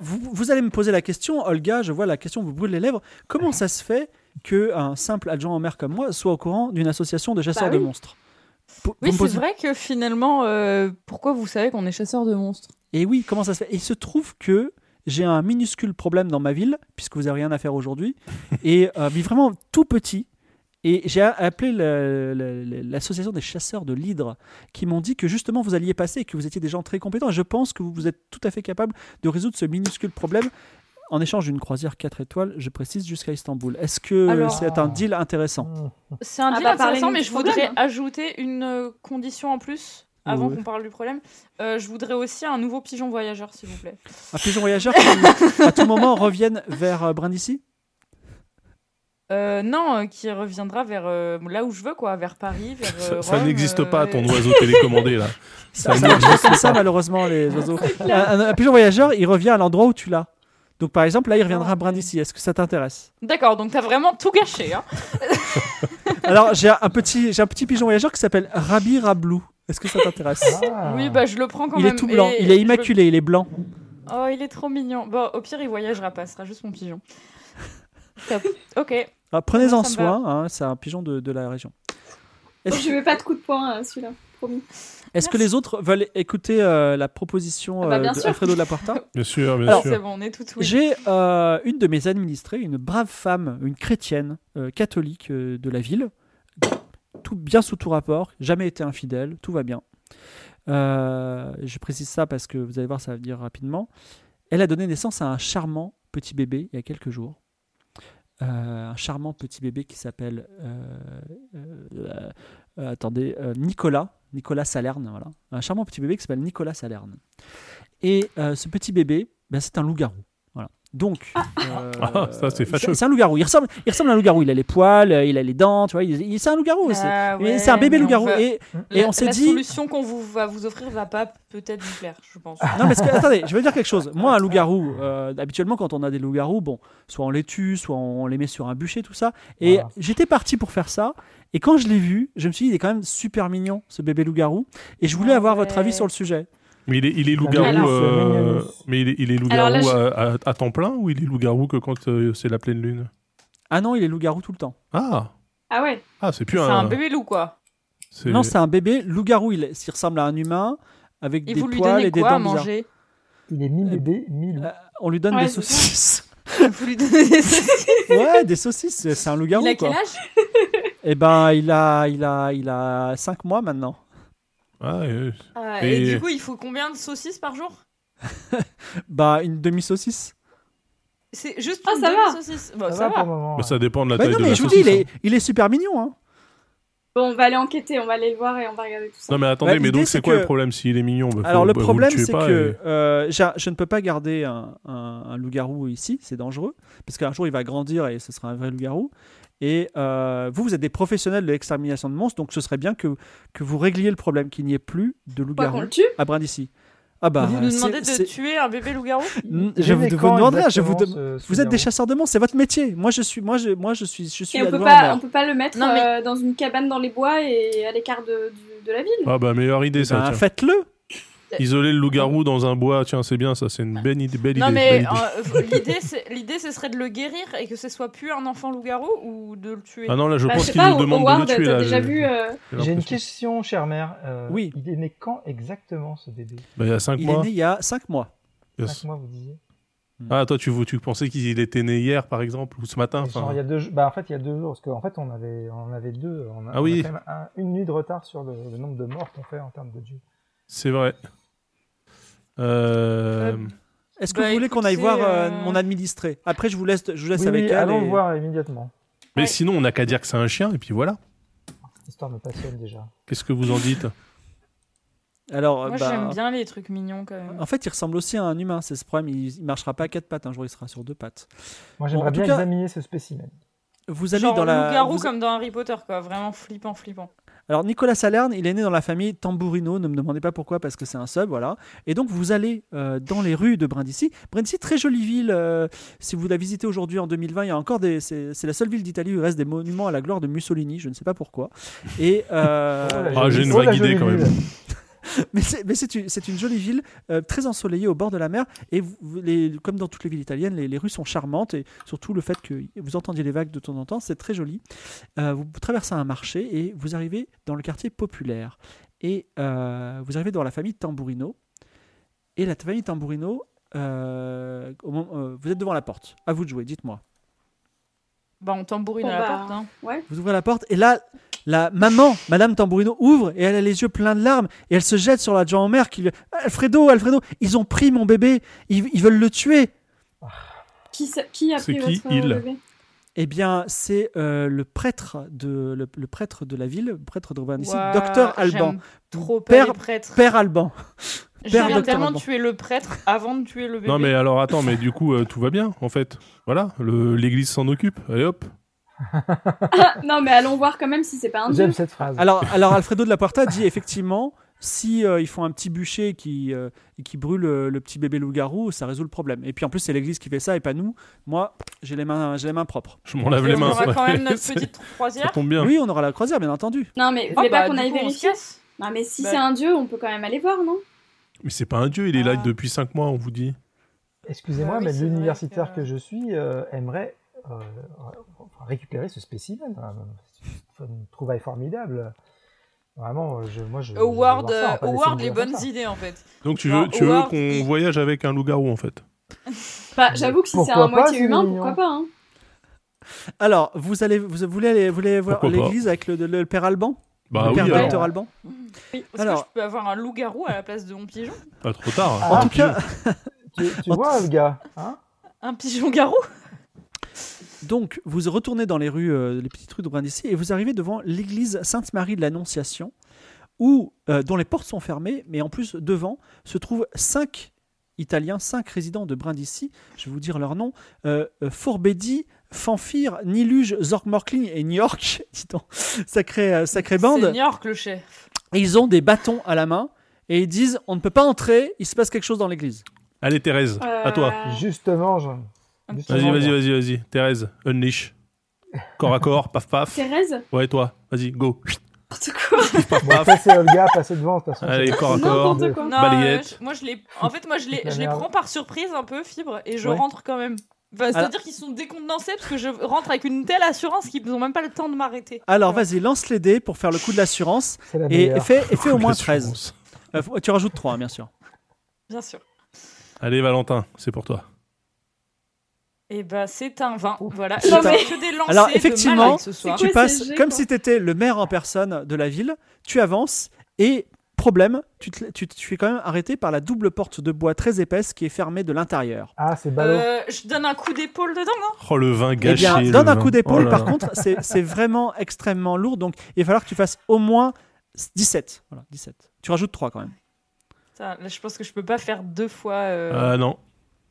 Vous, vous allez me poser la question, Olga, je vois la question vous brûle les lèvres. Comment ça se fait qu'un simple adjoint en mer comme moi soit au courant d'une association de chasseurs
Bah oui.
de monstres P- vous
Oui,
me
c'est
posez-
vrai que finalement, euh, pourquoi vous savez qu'on est chasseur de monstres
Et oui, comment ça se fait Et Il se trouve que j'ai un minuscule problème dans ma ville, puisque vous n'avez rien à faire aujourd'hui, et euh, mais vraiment tout petit. Et j'ai a- appelé le- le- le- l'association des chasseurs de l'hydre, qui m'ont dit que justement vous alliez passer et que vous étiez des gens très compétents. Et je pense que vous, vous êtes tout à fait capable de résoudre ce minuscule problème en échange d'une croisière 4 étoiles, je précise, jusqu'à Istanbul. Est-ce que
Alors-
c'est un deal intéressant
Hmm.
C'est un
Ah
deal
bah, parlez-nous
intéressant,
du
mais je
problème.
voudrais ajouter une euh, condition en plus. avant
Ouais.
qu'on parle du problème, euh, je voudrais aussi un nouveau pigeon voyageur, s'il vous plaît.
Un pigeon voyageur qui, à tout moment, revienne vers euh, Brindisi
Euh, non, euh, qui reviendra vers euh, là où je veux, quoi, vers Paris, vers. euh,
Ça, ça
Rome,
n'existe
euh,
pas, ton
et-
oiseau télécommandé, là. Ça
Ça
n'existe
marche comme ça, malheureusement, les oiseaux. Un, un- un pigeon voyageur, il revient à l'endroit où tu l'as. Donc, par exemple, là, il reviendra à Brindisi. Est-ce que ça t'intéresse
D'accord, donc t'as vraiment tout gâché. Hein.
Alors, j'ai un, petit, j'ai un petit pigeon voyageur qui s'appelle Rabi Rablou. Est-ce que ça t'intéresse
Ah.
Oui, bah je le prends quand
Il
même.
est tout blanc,
et
il est
je-
immaculé, il est blanc.
Oh, il est trop mignon. Bon, au pire, il voyagera pas, ce sera juste mon pigeon. Top. Ok.
Ah, Prenez-en
Ça me va.
soin, hein, c'est un pigeon de, de la région. Est-ce-
Je veux pas de coup de poing, euh, celui-là, promis.
Est-ce que les autres veulent écouter euh, la proposition
Ah bah,
euh,
bien
de
sûr.
Alfredo de la Porta
Bien sûr, bien
Alors,
sûr.
C'est bon, on est tout oui.
J'ai euh, une de mes administrées, une brave femme, une chrétienne euh, catholique euh, de la ville, tout bien sous tout rapport, jamais été infidèle, tout va bien. Euh, je précise ça parce que vous allez voir, ça va venir rapidement. Elle a donné naissance à un charmant petit bébé il y a quelques jours. Euh, un charmant petit bébé qui s'appelle euh, euh, euh, attendez euh, Nicolas Nicolas Salerne voilà un charmant petit bébé qui s'appelle Nicolas Salerne et euh, ce petit bébé ben, c'est un loup-garou voilà donc euh,
Ah, ça, c'est fâcheux.
c'est un loup-garou il ressemble il ressemble à un loup-garou il a les poils euh, il a les dents tu vois il, il- c'est un loup-garou c'est
Ah
mais
ouais,
c'est un bébé
mais on
loup-garou
va-
et et
La-
on s'est
la
dit-
solution qu'on vous va vous offrir va pas peut-être vous plaire, je pense.
Non, parce que, attendez, je veux dire quelque chose. Moi, un loup-garou, euh, habituellement, quand on a des loups-garous, bon, soit on les tue, soit on les met sur un bûcher, tout ça. Et
Voilà.
j'étais parti pour faire ça. Et quand je l'ai vu, je me suis dit, il est quand même super mignon, ce bébé loup-garou. Et je voulais
Ah
avoir votre
ouais.
avis sur le sujet.
Mais il est, il est
Alors-
loup-garou. euh,
C'est
mais il est, il est
Alors là,
loup-garou à, à- à temps plein ou il est loup-garou que quand euh, c'est la pleine lune
Ah non, il est loup-garou tout le temps.
Ah
Ah ouais
Ah, c'est
C'est
plus
un bébé loup, quoi.
c'est-
Non, c'est un bébé loup-garou. Il, est- il ressemble à un humain, avec
Et
des
vous lui
poils
donnez
et des
quoi à
dents bizarres.
manger
Il est mille bébés, mille.
Euh, On lui donne
Ouais,
des
c'est ça.
saucisses.
Vous lui donnez des saucisses
ouais, des saucisses. c'est- C'est un loup-garou,
Il a
quoi.
quel âge
Eh ben, il a, il a, il a 5 mois maintenant.
Ah, euh,
Ah,
Et-
et... du coup, il faut combien de saucisses par jour
Bah, une demi-saucisse.
C'est juste
Ah,
une
ça va.
saucisse. Bah,
Ça, va
ça va.
pour le moment.
bah,
ouais.
ça dépend de la
Bah
taille
non,
de
mais
la
je vous dis, il
saucisse,
est, il est super mignon. Hein.
Bon, on va aller enquêter, on va aller le voir et on va regarder tout
hein.
ça.
Non, mais attendez,
Bah,
mais
l'idée,
donc
c'est
c'est quoi
que-
le problème s'il est mignon bah,
Alors,
faut-
le
bah, vous
problème,
tuez
c'est
pas
que
et-
euh, j'ai- je ne peux pas garder un, un- un loup-garou ici, c'est dangereux, parce qu'un jour il va grandir et ce sera un vrai loup-garou. Et euh, vous, vous êtes des professionnels de l'extermination de monstres, donc ce serait bien que, que vous régliez le problème, qu'il n'y ait plus de
Quoi
loup-garou
qu'on le tue
à Brindisi. Ah bah,
vous nous
c'est-
demandez de
c'est-
tuer un bébé loup-garou
N-
Il est
Hmm, je vous,
né
vous
quand
demanderai, je vous
exactement,
dem-
ce- ce
Vous êtes des
garou
chasseurs de monstres, c'est votre métier. Moi, je suis, moi, je, moi, je suis, je suis
Et on peut,
adjoint
pas,
maire.
on peut pas le mettre
Non, mais-
euh, dans une cabane dans les bois et à l'écart de, du- de la ville.
Ah, bah, meilleure idée, ça.
Ben,
tiens.
Faites-le.
Isoler le loup-garou dans un bois, tiens, c'est bien, ça, c'est une belle idée. Belle
Non,
idée,
mais
belle idée.
euh, faut- l'idée, c'est- l'idée, ce serait de le guérir et que ce soit plus un enfant loup-garou ou de le tuer.
Ah non, là, je
Bah,
pense
sais
qu'il
pas,
nous demande
Howard,
de le tuer,
t'as
là.
déjà
j'ai-
vu euh,
j'ai
J'ai une
l'impression.
question, chère mère. Euh,
Oui.
Il est né quand exactement ce bébé
Bah, Il y a 5
Il est
mois.
né il y a 5 mois.
Yes.
Cinq mois, vous disiez.
Ah, toi, tu, tu pensais qu'il était né hier, par exemple, ou ce matin
Et genre,
enfin.
il y a deux, jou- bah, en fait, il y a deux jours, parce qu'en fait, on avait, on en avait deux. On a, on
Ah
a
oui.
quand même un- une nuit de retard sur le, le nombre de morts qu'on fait en termes de dieux.
C'est vrai. Euh,
Club.
Est-ce que
Bah,
vous voulez qu'on aille
écoutez,
voir euh,
euh,
mon administré Après, je vous laisse, je vous laisse
Oui,
avec
oui,
elle.
allons
et-
voir immédiatement.
Mais
Ouais.
sinon, on n'a qu'à dire que c'est un chien, et puis voilà.
L'histoire me passionne déjà.
Qu'est-ce que vous en dites
Alors,
ah
euh,
Moi,
bah,
j'aime bien les trucs mignons quand même.
En fait, il ressemble aussi à un humain, c'est ce problème. Il, il marchera pas à quatre pattes, hein, un jour il sera sur deux pattes.
Moi,
en
j'aimerais
tout
bien
cas-
examiner ce spécimen.
Vous allez
Genre
dans la.
loup-garou
vous-
comme dans Harry Potter, quoi. Vraiment flippant, flippant.
Alors, Nicolas Salerne, il est né dans la famille Tamburino, ne me demandez pas pourquoi, parce que c'est un sub, voilà. Et donc, vous allez euh, dans les rues de Brindisi. Brindisi, très jolie ville. euh, si vous la visitez aujourd'hui en 2020, il y a encore des. C'est c'est la seule ville d'Italie où il reste des monuments à la gloire de Mussolini, je ne sais pas pourquoi. Et. euh,
Oh, la
Ah, j'ai
jolie-
une
oh, la
vague idée,
jolie
quand même.
ville.
Mais c'est mais c'est une, c'est une jolie ville, euh, très ensoleillée au bord de la mer. Et vous- vous- les, comme dans toutes les villes italiennes, les, les rues sont charmantes. Et surtout le fait que vous entendiez les vagues de temps en temps, c'est très joli. Euh, vous traversez un marché et vous arrivez dans le quartier populaire. Et euh, vous arrivez dans la famille Tamburino. Et la famille Tamburino, euh, au moment- euh, vous êtes devant la porte. À vous de jouer, dites-moi.
Bah, on tambourine
Bon,
à la
bah.
porte, hein.
Vous ouvrez la porte et là, la maman, Madame Tambourino, ouvre et elle a les yeux pleins de larmes et elle se jette sur la en mère qui lui Alfredo, Alfredo, ils ont pris mon bébé, ils, ils veulent le tuer.
Qui, se- qui a
C'est
pris
qui,
votre euh,
il
bébé
Eh bien, c'est euh, le, prêtre de, le, le prêtre de la ville, le prêtre de Robin
Ouah,
docteur
j'aime
Alban.
Trop pas
Père-
les prêtres.
Père Alban.
Je
père
viens
Dr.
tellement
Alban.
tuer le prêtre avant de tuer le bébé.
Non mais alors attends, mais du coup euh, tout va bien en fait. Voilà, le- l'église s'en occupe. Allez hop.
non, mais allons voir quand même si c'est pas un dieu.
J'aime cette phrase.
Alors, alors Alfredo de la Puerta dit effectivement, si euh, ils font un petit bûcher qui, euh, qui brûle euh, le petit bébé loup-garou, ça résout le problème. Et puis en plus, c'est l'Église qui fait ça et pas nous. Moi, j'ai les mains, j'ai les mains propres.
Je m'en lave les
Et On
mains.
aura quand même notre
C'est-
petite
ça
croisière.
tombe bien.
Oui, on aura la croisière, bien entendu.
Non, mais vous
Ah
voulez
bah,
pas qu'on
du
aille
coup, on se
vérifier
casse.
Non, mais si
Bah-
c'est un dieu, on peut quand même aller voir, non
Mais c'est pas un dieu, il est là
Ah.
depuis 5 mois, on vous dit.
Excusez-moi,
Ah oui,
mais
c'est vrai
l'universitaire
que-
que... je suis euh, aimerait euh, euh, récupérer ce spécimen. hein. C'est une trouvaille formidable. Vraiment, euh, je, moi je. je veux voir
Howard,
ça, on va
euh,
pas laisser
Howard,
mourir
les
comme
bonnes
ça.
idées en fait.
Donc tu
Non,
veux, tu veux
Howard,
qu'on
il-
voyage avec un loup-garou en fait.
Bah, j'avoue que si c'est
Pourquoi
un
pas,
moitié
c'est
humain,
mignon.
pourquoi pas, hein
Alors, vous, allez, vous voulez aller vous voulez voir
Pourquoi pas.
l'Église avec le, le- le Père Alban
Bah
Le
oui,
Père
alors,
docteur Alban
Est-ce
Alors-
que je peux avoir un loup-garou à la place de mon pigeon
pas trop tard.
Ah.
En tout cas,
Tu, tu
En
vois, le gars, hein
Un pigeon-garou
Donc, vous retournez dans les rues, euh, les petites rues de Brindisi, et vous arrivez devant l'église Sainte-Marie de l'Annonciation, où, euh, dont les portes sont fermées, mais en plus, devant, se trouvent cinq Italiens, cinq résidents de Brindisi, je vais vous dire leur nom, euh, euh, Forbedi, Fanfir, Niluge, Zorgmorkling et Niork, dis donc, sacré, euh, sacrée bande,
Seigneur que le chef.
et ils ont des bâtons à la main, et ils disent, on ne peut pas entrer, il se passe quelque chose dans l'église.
Allez Thérèse, à toi.
Ah.
Euh,
Justement, je.
Euh,
justement,
Vas-y, vas-y,
moi.
vas-y, vas-y. Thérèse, unleash. Corps à corps, paf paf.
Thérèse
Ouais, toi, vas-y, go.
N'importe quoi.
Bon, passez Olga, passez devant, de toute façon.
Bah, Allez,
c'est-
corps à corps.
N'importe quoi.
Non,
Balayette.
euh, je- moi je les. En fait, moi je les,
La
je les
merde.
prends par surprise un peu, fibre, et je
Ouais.
rentre quand même. Enfin,
Alors-
C'est-à-dire qu'ils sont décontenancés parce que je rentre avec une telle assurance qu'ils n'ont même pas le temps de m'arrêter.
Alors, vas-y, lance les dés pour faire le coup de l'assurance,
C'est la
et,
meilleure.
fais, et fais au moins
L'assurance.
13. Euh, faut- tu rajoutes 3, bien sûr.
Bien sûr.
Allez Valentin, c'est pour toi.
Et bah, c'est un vin. Voilà.
Putain.
Je fais que des lancers
Alors,
de
effectivement,
malades ce soir.
c'est
tu
Ah Ouais,
passes
c'est G,
comme
quoi.
si tu étais le maire en personne de la ville, tu avances et problème, tu, te- tu, tu es quand même arrêté par la double porte de bois très épaisse qui est fermée de l'intérieur.
Ah, c'est ballot.
Euh, je donne un coup d'épaule dedans, hein. non
Oh le vin
Eh
gâché.
bien,
le
donne un
vin.
coup d'épaule,
Oh là
par
là.
contre, c'est c'est vraiment extrêmement lourd, donc il va falloir que tu fasses au moins 17. Voilà, 17. Tu rajoutes 3 quand même.
Putain, là, je pense que je peux pas faire deux fois. euh,
Ah non.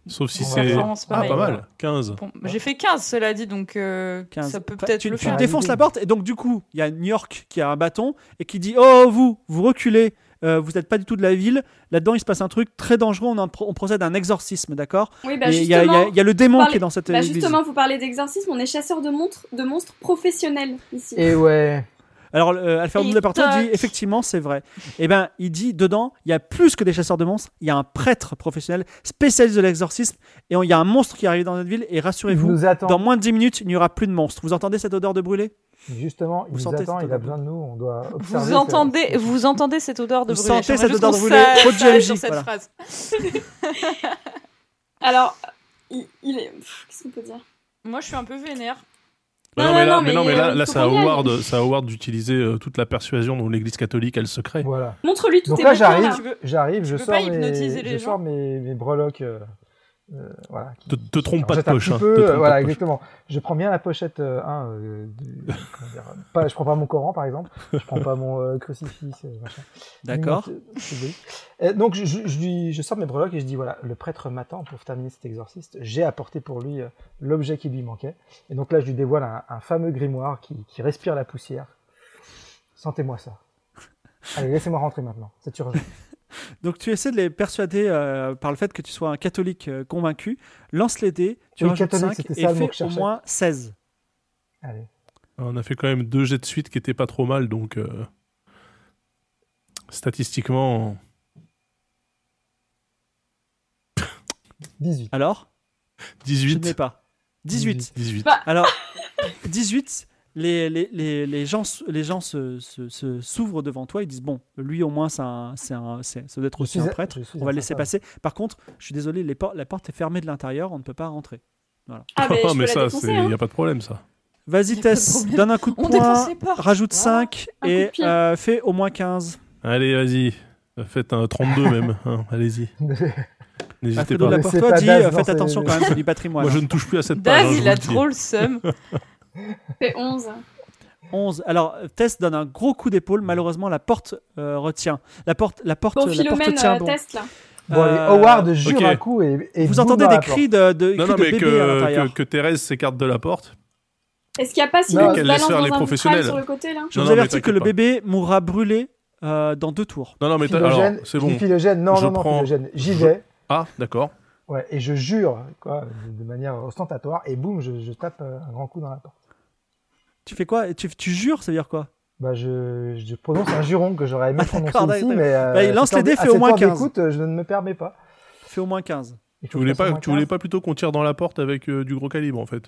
Sauf si
On va
c'est.
faire
Ah,
Florence pareil.
pas mal. 15.
Bon, J'ai fait 15, cela dit, donc euh,
15.
ça peut
Enfin,
peut-être
tu,
le
tu
faire.
dé-
défonces la porte et donc du coup, il y a New York qui a un bâton et qui dit "Oh vous, vous reculez, euh, vous n'êtes pas du tout de la ville. Là-dedans, il se passe un truc très dangereux. On, en pro- on procède à un exorcisme, d'accord
Oui, bah
Et Il y, a- il y a-
justement,
il y a le démon
parlez-
qui est dans cette
bah
église.
justement, vous parlez d'exorcisme, on est chasseur de montres, de monstres professionnels ici.
Et ouais.
Alors, euh, Alfredo
Il
de Porta dit
toque.
effectivement, c'est vrai. Et ben, il dit dedans, il y a plus que des chasseurs de monstres, il y a un prêtre professionnel spécialiste de l'exorcisme et on- il y a un monstre qui arrive dans notre ville. Et
Il
rassurez-vous,
nous attend.
dans moins de 10 minutes, il n'y aura plus de monstres. Vous entendez cette odeur de brûlé
Justement, il
Vous
nous
sentez
attend,
cette
il a
odeur
besoin de nous. On doit observer.
Vous
ce-
entendez, vous entendez cette odeur de
Vous
brûlé.
sentez
J'aimerais
cette
juste
odeur de
qu'on
brûlé.
s'arrête
Trop de
sur
GMJ,
cette
voilà.
phrase.
Alors, il, il est. pff, Qu'est-ce qu'on peut dire
Moi, je suis un peu vénère.
Bah
Non,
non, mais
non,
là,
non,
mais non,
mais,
mais là,
euh,
là,
faut
c'est à
qu'on y aille.
Howard, c'est à Howard d'utiliser euh, toute la persuasion dont l'Église catholique a le secret.
Voilà.
Montre-lui tout
Donc
tes
là,
bâtons,
j'arrive.
Tu veux-
J'arrive, je
peux
sors
pas
mes,
hypnotiser les
je
gens.
sors mes, mes breloques. euh, euh, voilà. qui-
Te, te trompe
Alors,
pas de
jette un petit
poche. hein,
peu,
te
euh,
trompe
voilà,
pas de poche.
exactement. Je prends bien la pochette. euh, hein, euh, du- comment dire, euh, pas, je prends pas mon Coran, par exemple. Je prends pas mon euh, crucifix. euh, machin.
D'accord.
Limite, euh, c'est joli. Euh, donc, je, je, je lui- je sors mes breloques et je dis voilà, le prêtre m'attend pour terminer cet exorciste. J'ai apporté pour lui euh, l'objet qui lui manquait. Et donc là, je lui dévoile un, un fameux grimoire qui, qui respire la poussière. Sentez-moi ça. Allez, laissez-moi rentrer maintenant. C'est urgent.
Donc tu essaies de les persuader euh, par le fait que tu sois un catholique euh, convaincu. Lance les dés, tu
Oui,
rajoutes 5
catholique, c'était
et
ça le mot que je
fais au
cherchais.
moins 16.
Allez.
On a fait quand même deux jets de suite qui étaient pas trop mal, donc euh, statistiquement,
18.
Alors Je ne
18.
mets pas. 18.
18.
Bah,
Alors, 18, les, les, les, les gens, s- les gens se, se- se- s'ouvrent devant toi. Ils disent Bon, lui au moins, c'est un, c'est un, c'est- ça doit être
Je
aussi
suis
un
un-
prêtre.
je suis
On va
un
le laisser
sympa.
passer. Par contre, je suis désolé, les por- la porte est fermée de l'intérieur. On ne peut pas rentrer.
Ah, mais je peux
mais
la
ça,
défoncer,
il
hein.
n'y a pas de problème, ça.
Vas-y,
Y a pas de
Tess,
problème.
donne un coup de
On
poing,
défonce les portes.
rajoute
Voilà.
5
Un coup de
et
pied.
euh, fais au moins 15.
Allez, vas-y. Faites un 32 même. hein, Allez-y. N'hésitez
Alfredo
pas.
la-
Laportois
pas
dit
Daz,
euh,
non,
faites
c'est-
attention quand même, c'est du patrimoine.
Moi, je ne touche plus à cette page. hein,
Daz,
je vous
il
le
a
dis.
trop le seum.
fait 11.
11. Alors, euh, Tess donne un gros coup d'épaule. Malheureusement, la porte euh, retient. La porte, la porte,
Bon,
la porte
Philomène,
tient
euh,
bon.
test là.
Bon, allez,
Euh,
Howard jure
ok.
un coup et, et
Vous
boum
entendez
dans la
des
porte.
cris de, de, cris
Non, non,
de
mais
bébé
que, euh,
à
euh,
l'intérieur.
que, que Thérèse s'écarte de la porte.
Est-ce qu'il n'y a pas
Non,
Sylvain qui se
qu'elle
balance
laisse faire
dans
les
un
professionnels.
vitrail sur le côté là
Je
Non,
vous
non, mais
avertis que le
t'inquiète
bébé mourra brûlé euh, dans deux tours.
Non, non, mais t'as- alors,
Philogène,
c'est
je
bon.
dis Philogène, non,
Je
non, non,
prends-
Philogène, j'y
je-
vais,
Ah, d'accord.
ouais, et je jure, quoi, de- de manière ostentatoire, et boum, je, je tape euh, un grand coup dans la porte.
Tu fais quoi tu, tu jures, ça veut dire quoi
Bah, je, je prononce un juron que j'aurais aimé
Ah,
prononcer
d'accord,
ici,
d'accord.
mais. euh,
Bah, il lance
à cette
les dés,
heure-
fait
à
au
cette
moins
heure
15.
d'écoute, euh, je ne me permets pas.
Fais au moins 15.
Il
Tu
faut
voulais,
que ça
pas,
soit
tu voulais
moins
pas plutôt qu'on tire dans la porte avec euh, du gros calibre, en fait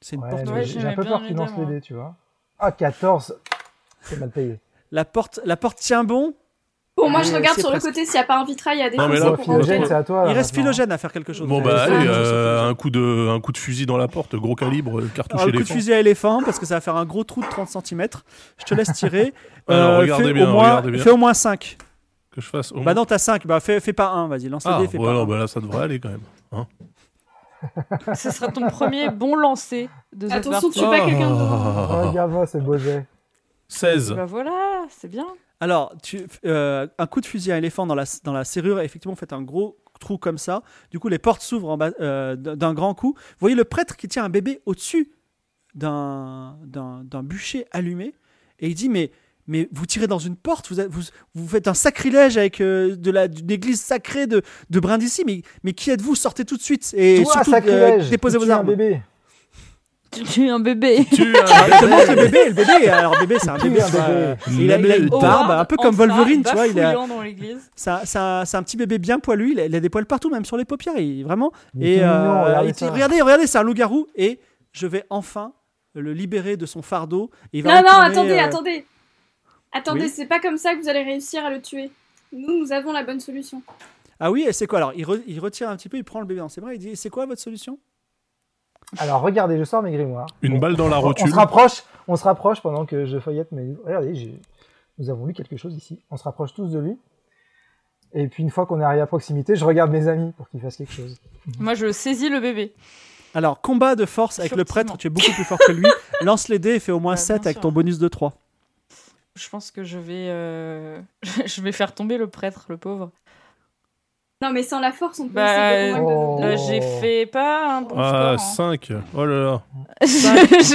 C'est une
15.
porte.
Ouais,
Ouais,
mais J'ai
j'aimais
un peu
bien
peur
les
qu'il
dés,
lance les
moi.
dés, tu vois. Ah, 14 C'est mal payé.
La porte, la porte tient bon.
Bon, moi je
Euh,
regarde
c'est
sur le
presque.
côté s'il n'y a pas un vitrail à
Non, mais
défoncer
là,
Bon,
pour rentrer.
Philogène,
Philogène,
c'est à toi.
Il
là,
reste
maintenant.
philogène à faire quelque chose.
Bon,
Ouais,
bah,
c'est
allez,
ça, c'est
euh,
Philogène.
un, coup de, un coup de fusil dans la porte, gros calibre, euh, cartouche
Alors, le Ah, coup de
éléphant.
fusil à éléphant, parce que ça va faire un gros trou de 30 cm. Je te laisse tirer. Euh,
Alors, Ah, regardez
fais,
bien,
au moins,
regardez bien.
fais au moins 5.
Que je fasse au
Bah
moins.
non, t'as 5. Bah fais, fais pas 1, vas-y, lance le
Ah,
dé, fais
ouais,
pas
non,
un.
bah là, ça devrait aller quand même.
Ce sera ton premier bon lancer de cette
Attention,
partie.
tu- pas quelqu'un
Oh.
de-
Ah.
Oh, Regarde-moi ce beau jet.
16.
Bah voilà, c'est bien.
Alors, tu, euh, un coup de fusil à éléphant dans la, dans la serrure, et effectivement, faites un gros trou comme ça. Du coup, les portes s'ouvrent en bas, euh, d'un grand coup. Vous voyez le prêtre qui tient un bébé au-dessus d'un d'un- d'un bûcher allumé, et il dit Mais, mais vous tirez dans une porte, vous, êtes- vous, vous faites un sacrilège avec euh, de la- d'une église sacrée de, de Brindisi, mais, mais qui êtes-vous Sortez tout de suite et
Toi,
surtout
sacrilège,
euh, déposez
tu
vos
tues un
armes.
bébé.
Tu tues un bébé.
Tu as
Bah,
Ah, je te montre le bébé, le bébé, alors bébé, c'est un
Tu
bébé.
es un
tu vois,
bébé.
euh, Il a, il a une
Howard,
barbe, un peu comme Wolverine, tu vois, il a,
dans l'église.
C'est un, c'est un- c'est un petit bébé bien poilu, il a, il a des poils partout, même sur les paupières, il- vraiment.
Il est
Et
tout
euh,
mignon, regardez
il dit,
ça.
regardez, regardez, c'est un loup-garou, et je vais enfin le libérer de son fardeau. Et il va
Non, non,
retourner,
attendez,
euh,
attendez. Attendez,
Oui.
c'est pas comme ça que vous allez réussir à le tuer. Nous, nous avons la bonne solution.
Ah oui, et c'est quoi alors il, re- il retire un petit peu, il prend le bébé dans ses bras, il dit, c'est quoi votre solution
Alors, regardez, je sors mes grimoires.
une
Bon,
balle dans la
On
rotule.
se rapproche, on se rapproche pendant que je feuillette mes livres. Regardez, j'ai- nous avons lu quelque chose ici. On se rapproche tous de lui. Et puis une fois qu'on est arrivé à proximité, je regarde mes amis pour qu'ils fassent quelque chose.
Moi, je saisis le bébé.
Alors, combat de force avec le
Effectivement.
prêtre, tu es beaucoup plus fort que lui, lance les dés et fais au moins
Ah, bien
7 avec
sûr.
ton bonus de 3.
Je pense que je vais, euh, je vais faire tomber le prêtre, le pauvre.
Non, mais sans la force, on peut
Bah,
essayer de
euh,
convaincre
Oh.
Là, j'ai fait pas un bon
Ah,
score. hein. Bah,
5. Oh là là.
je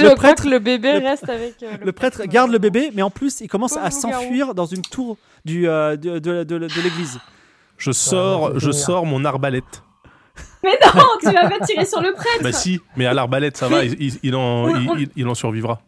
Le
crois
prêtre-
que le bébé
le-
reste avec euh,
Le prêtre garde le
malheureusement.
bébé, mais en plus, il commence
Pauvre
à
loup-garou.
s'enfuir dans une tour du, euh, de, de- de- de l'église.
Je sors,
c'est
je
génial.
sors mon arbalète.
Mais non, tu vas pas tirer sur le prêtre.
Bah si, mais à l'arbalète, ça va, il, il- il en,
Oui, on-
il, il- il en survivra.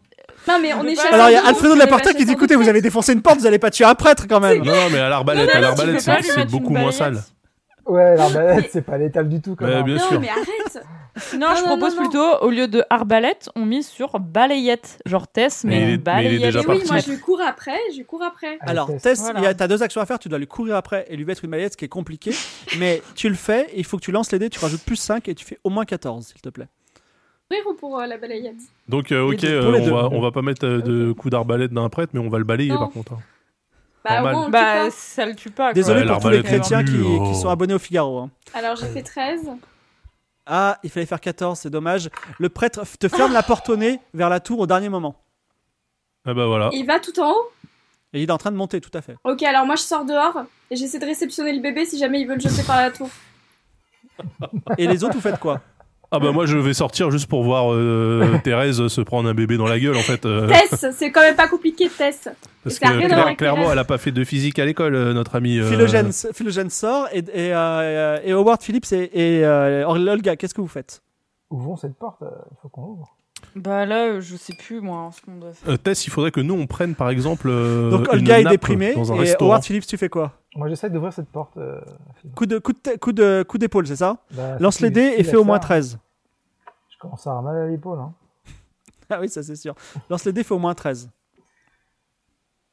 Non, mais on
Je
est
veux pas-
chasseurs
Alors il y a
de
Alfredo
monstres, on est
Laporta
pas
qui dit
chasseurs de
écoutez, vous avez défoncé une porte, vous allez pas tuer un prêtre quand même.
Non, non, mais à l'arbalète, à
Tu
l'arbalète,
peux pas
c'est
lui
c'est
mettre une
beaucoup moins
balayette.
sale.
Ouais, l'arbalète, c'est pas létal du tout. Quand
Ouais,
même.
bien
Non,
sûr.
mais arrête.
Non,
Non,
je
Ah non,
propose
non, non.
plutôt, au lieu de arbalète, on mise sur balayette. Genre Tess, mais,
Mais il est-
une balayette.
mais il est déjà
Mais oui,
parti.
moi je lui cours après, je lui cours après.
Allez,
Alors
test.
Tess,
Voilà.
il y a- t'as deux actions à faire, tu dois lui courir après et lui mettre une mallette, ce qui est compliqué, mais tu le fais, il faut que tu lances les dés, tu rajoutes plus 5 et tu fais au moins 14 s'il te plaît.
Rire ou pour euh, la balayette
Donc, euh, ok,
Les deux,
euh,
pour les
on,
deux.
va, on va pas mettre euh, de coup d'arbalète d'un prêtre, mais on va le balayer
Non.
par contre. hein.
Bah, au moins,
Normal.
on le tue
Bah,
pas.
ça le tue pas. quoi.
Désolé
Ouais,
pour tous les
l'arbalète
chrétiens
non
qui,
plus, oh.
qui sont abonnés au Figaro. hein.
Alors j'ai fait 13.
Ah, il fallait faire 14, c'est dommage. Le prêtre f- te ferme la porte au nez vers la tour au dernier moment.
Ah bah voilà.
Il va tout en haut.
Et il est en train de monter, tout à fait.
Ok, alors moi je sors dehors et j'essaie de réceptionner le bébé si jamais il veut le jeter par la tour.
Et les autres, vous faites quoi
Ah
Euh.
bah moi, je vais sortir juste pour voir euh, Thérèse se prendre un bébé dans la gueule, en fait. euh,
Tess, c'est quand même pas compliqué, Tess.
parce
ça a rien à
que clair-
voir avec
clairement,
Thérèse.
elle a pas fait de physique à l'école, euh, notre amie. euh,
Philogène, Philogène sort et, et, euh, et Howard Phillips et, et euh, Olga, qu'est-ce que vous faites
Ouvrons cette porte, euh, il faut qu'on ouvre.
Bah là, euh, je sais plus, moi, hein, ce qu'on doit faire.
euh, Tess, il faudrait que nous on prenne par exemple. euh,
Donc
une
Olga est
nappe
déprimée
dans un
et
restaurant.
Howard Phillips, tu fais quoi
Moi j'essaie d'ouvrir cette porte. euh,
Coup de coup de ta- coup de coup d'épaule, c'est ça
bah,
Lance
c'est
les dés et
difficile
fais
à
au moins
faire.
13.
Je commence à avoir mal à l'épaule. Hein.
Ah oui, ça c'est sûr. Lance les dés, fais au moins 13.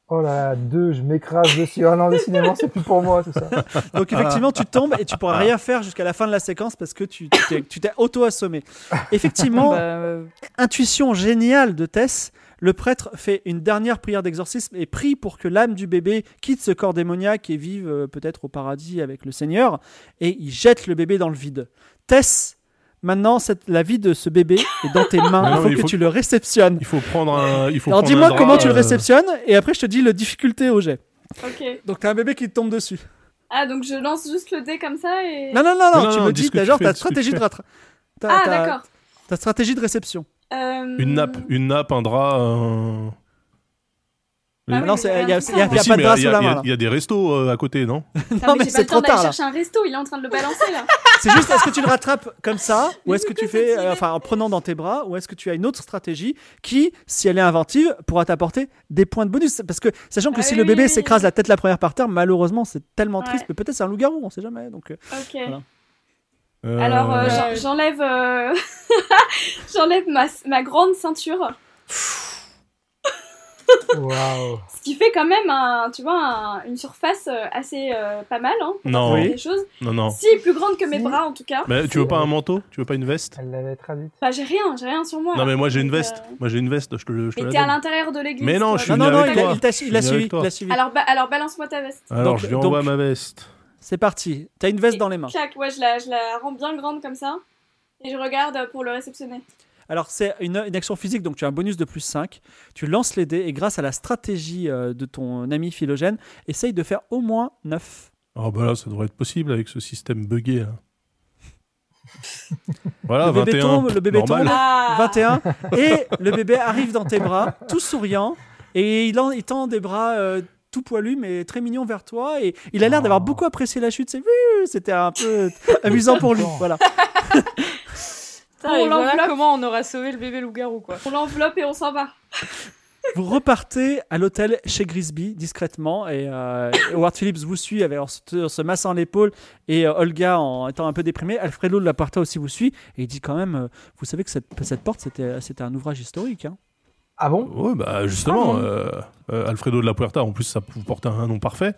Oh là là, deux, je m'écrase dessus. Ah non, décidément, c'est plus pour moi tout ça.
Donc effectivement, tu tombes et tu
Ah.
pourras rien faire jusqu'à la fin de la séquence parce que tu
Oh.
tu t'es- tu t'es auto-assommé. Effectivement,
Bah, euh,
intuition géniale de Tess, Le prêtre fait une dernière prière d'exorcisme et prie pour que l'âme du bébé quitte ce corps démoniaque et vive euh, peut-être au paradis avec le Seigneur. Et il jette le bébé dans le vide. Tess, maintenant, cette- la vie de ce bébé est dans tes mains.
Mais non,
il faut
il
que
faut
tu le réceptionnes.
Il faut prendre un. Il faut
Alors
prendre un
dis-moi
drap,
comment tu le
euh,
réceptionnes et après je te dis la difficulté au jet.
Ok.
Donc t'as un bébé qui te tombe dessus.
Ah, donc je lance juste le dé comme ça et.
Non, non, non, non,
Non,
tu
non,
me
dis
dis,
ce que
t'as
tu
genre
fais,
ta
dis ce que tu
stratégie de
fais.
rattrapage.
ah, d'accord.
Ta stratégie de réception.
Euh,
Une nappe, une nappe, un drap. un-
Ah oui,
non,
mais
c'est-
j'ai
il y a,
rien
il y a-
compris.
il y a
Mais si,
pas de
mais
bras
il y
sous
a-
la
il y a-
main. là.
Il y a des restos euh, à côté, non
Putain,
Non,
mais
mais
j'ai
c'est
pas le
trop
temps d'aller
tard là.
chercher un resto, il est en train de le balancer là.
C'est juste, est-ce que tu le rattrapes comme ça ou
Mais
est-ce que
je
tu
suis
fais,
fatiguée.
euh, enfin, en prenant dans tes bras, ou est-ce que tu as une autre stratégie qui, si elle est inventive, pourra t'apporter des points de bonus Parce que sachant que
Ah
si
oui,
le bébé
oui, oui,
s'écrase
oui.
la tête la première par terre, malheureusement, c'est tellement
Ouais.
triste. Mais peut-être c'est un loup-garou, on sait jamais. Donc euh,
Ok.
Voilà.
Euh,
Alors, euh,
Ouais.
j'en- j'enlève euh, j'enlève ma, ma grande ceinture,
Waouh.
ce qui fait quand même un, tu vois, un- une surface euh, assez euh, pas mal, hein,
Non,
Oui.
des choses.
non, non.
Si, plus grande que mes bras en tout cas.
Mais tu veux pas un manteau Tu veux pas une veste
Elle l'avait traduite.
Bah j'ai rien, j'ai rien sur moi.
Non, mais moi j'ai une
Donc, euh,
veste. Moi j'ai une veste, je te, le- je te
Mais
la
t'es à
donne.
l'intérieur de l'église.
Mais non,
toi,
je suis
non,
donc-
non,
venu
non,
avec
il a,
toi.
il t'a- il
Je suis
a
venu
suivi,
avec toi.
il a suivi.
Alors, ba- alors balance-moi ta veste.
Alors,
Donc,
je lui envoie
donc-
ma veste.
C'est parti. T'as une veste dans les mains.
Clac, ouais, je la, je la rends bien grande comme ça. Et je regarde euh, pour le réceptionner.
Alors, c'est une, une action physique, donc tu as un bonus de plus 5. Tu lances les dés et grâce à la stratégie euh, de ton ami Philogène, essaye de faire au moins 9.
Oh, bah là, ça devrait être possible avec ce système buggé là. voilà,
Le bébé
21.
tombe, le bébé
normal.
tombe.
Ah
21. Et le bébé arrive dans tes bras, tout souriant, et il, en- il tend des bras euh, tout poilus, mais très mignon vers toi. Et il a l'air d'avoir
Oh.
beaucoup apprécié la chute. C'est Wuh C'était un peu amusant pour lui. Voilà.
Putain, et
on voilà
l'enveloppe.
comment on aura sauvé le bébé loup-garou, quoi.
On l'enveloppe et on s'en va.
Vous repartez à l'hôtel chez Grisby discrètement et euh, Howard Phillips vous suit avec, en, se, en se massant l'épaule et euh, Olga en étant un peu déprimée. Alfredo de Laporta aussi vous suit et il dit quand même, euh, vous savez que cette, cette porte c'était c'était un ouvrage historique. hein.
Ah bon
Ouais, bah
Ah
justement,
bon
euh, euh, Alfredo de la Puerta, en plus, ça vous porte un nom parfait.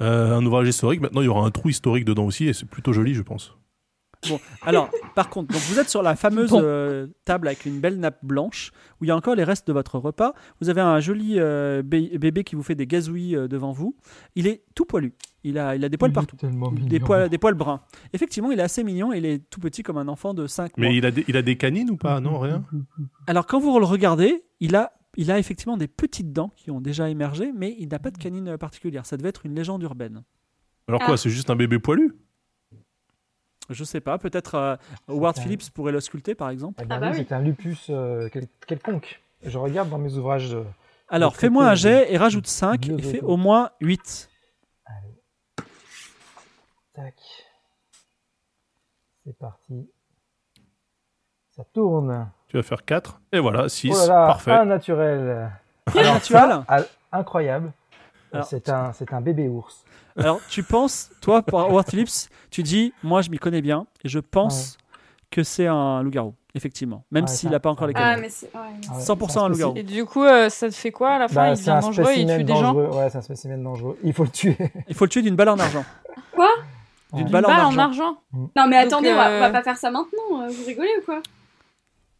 Euh, un ouvrage historique. Maintenant, il y aura un trou historique dedans aussi et c'est plutôt joli, je pense.
Alors par contre, donc vous êtes sur la fameuse
Bon.
euh, table avec une belle nappe blanche où il y a encore les restes de votre repas. Vous avez un joli euh, bé- bébé qui vous fait des gazouilles euh, devant vous. Il est tout poilu. Il a, il a des poils
Il est
partout.
tellement
Des
Mmh. Oh, mignon.
poils, des poils bruns. Effectivement, il est assez mignon. Il est tout petit comme un enfant de 5 mois.
Mais il a, des, il a des canines ou pas Non, rien
Alors quand vous le regardez, il a, il a effectivement des petites dents qui ont déjà émergé, mais il n'a pas de canine particulière. Ça devait être une légende urbaine.
Alors quoi,
Ah.
c'est juste un bébé poilu
Je sais pas, peut-être euh, Howard
Ouais.
Phillips pourrait le sculpter par exemple.
Ah bah
bah
oui,
oui.
C'était un lupus euh, quel- quelconque. Je regarde dans mes ouvrages. euh,
Alors
Le
fais-moi
tricot,
un jet et rajoute 5
Dieu
et
veut
fais
tout.
au moins 8.
Tac. C'est parti. Ça tourne.
Tu vas faire 4. Et voilà, 6.
oh là là,
Parfait.
un naturel. Alors,
naturel.
ça, ah, incroyable.
Alors-
C'est un, c'est un bébé ours.
Alors tu penses, toi, pour Howard Phillips, tu dis, moi je m'y connais bien et je pense que c'est un loup-garou, effectivement, même
Ouais,
s'il
ça-
n'a pas encore les
ça-
canines.
Ah, mais c'est. ouais, mais c'est-
Ah ouais,
100%
c'est
un loup-garou.
Et du coup, euh, ça te fait quoi à la fin
Bah,
Il
c'est
devient
un
dangereux, il tue
spécimen
des gens.
dangereux. Ouais, c'est un spécimen dangereux. Il faut le tuer.
Il faut le tuer d'une balle en argent.
Quoi
D'une
Une
balle, en argent.
argent.
Non, mais
Donc,
attendez, on, va,
euh,
on va pas faire ça maintenant. euh, Vous rigolez ou quoi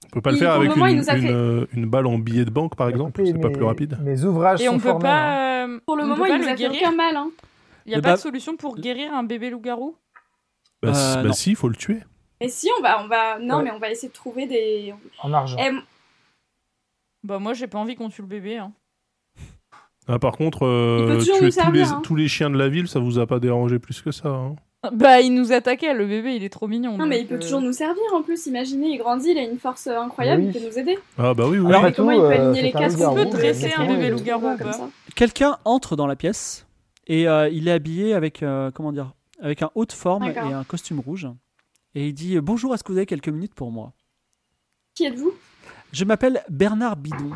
On peut pas le
Il-
faire
pour le
avec
moment, il
une,
nous a
une,
fait-
euh, une balle en billet de banque, par exemple.
Écoutez,
C'est pas
mes-
plus rapide.
Mes ouvrages
Et
sont
on peut
formels, hein.
pas. euh,
Pour le
on peut
moment,
pas
il nous a fait
guérir.
aucun mal. Hein.
Il n'y
Le
a pas
ba-
de solution pour guérir un bébé loup-garou
Bah,
Euh,
si- bah
non.
si, il faut le tuer.
Mais si, on va. On va... Non,
Ouais.
mais on va essayer de trouver des.
En argent.
Eh,
Bah, moi, j'ai pas envie qu'on tue le bébé. hein.
Ah, par contre, euh,
Il peut toujours
tuer
nous
tous
servir,
les,
hein.
tous les chiens de la ville, ça vous a pas dérangé plus que ça. hein.
Bah, il nous attaquait, le bébé, il est trop mignon.
Non, mais
donc,
il peut
euh,
toujours nous servir en plus. Imaginez, il grandit, il a une force euh, incroyable,
Oui.
il peut nous aider.
Ah bah oui, oui.
Alors,
mais comment il
euh,
peut aligner les
casques
casques
On peut dresser un bébé
Ouais,
loup-garou
ouais,
ou
comme
pas
ça.
Quelqu'un entre dans la pièce et euh, il est habillé avec euh, comment dire avec un haut de forme et
D'accord.
un costume rouge et il dit euh, bonjour est-ce que vous avez quelques minutes pour moi
Qui êtes-vous
je m'appelle Bernard Bidon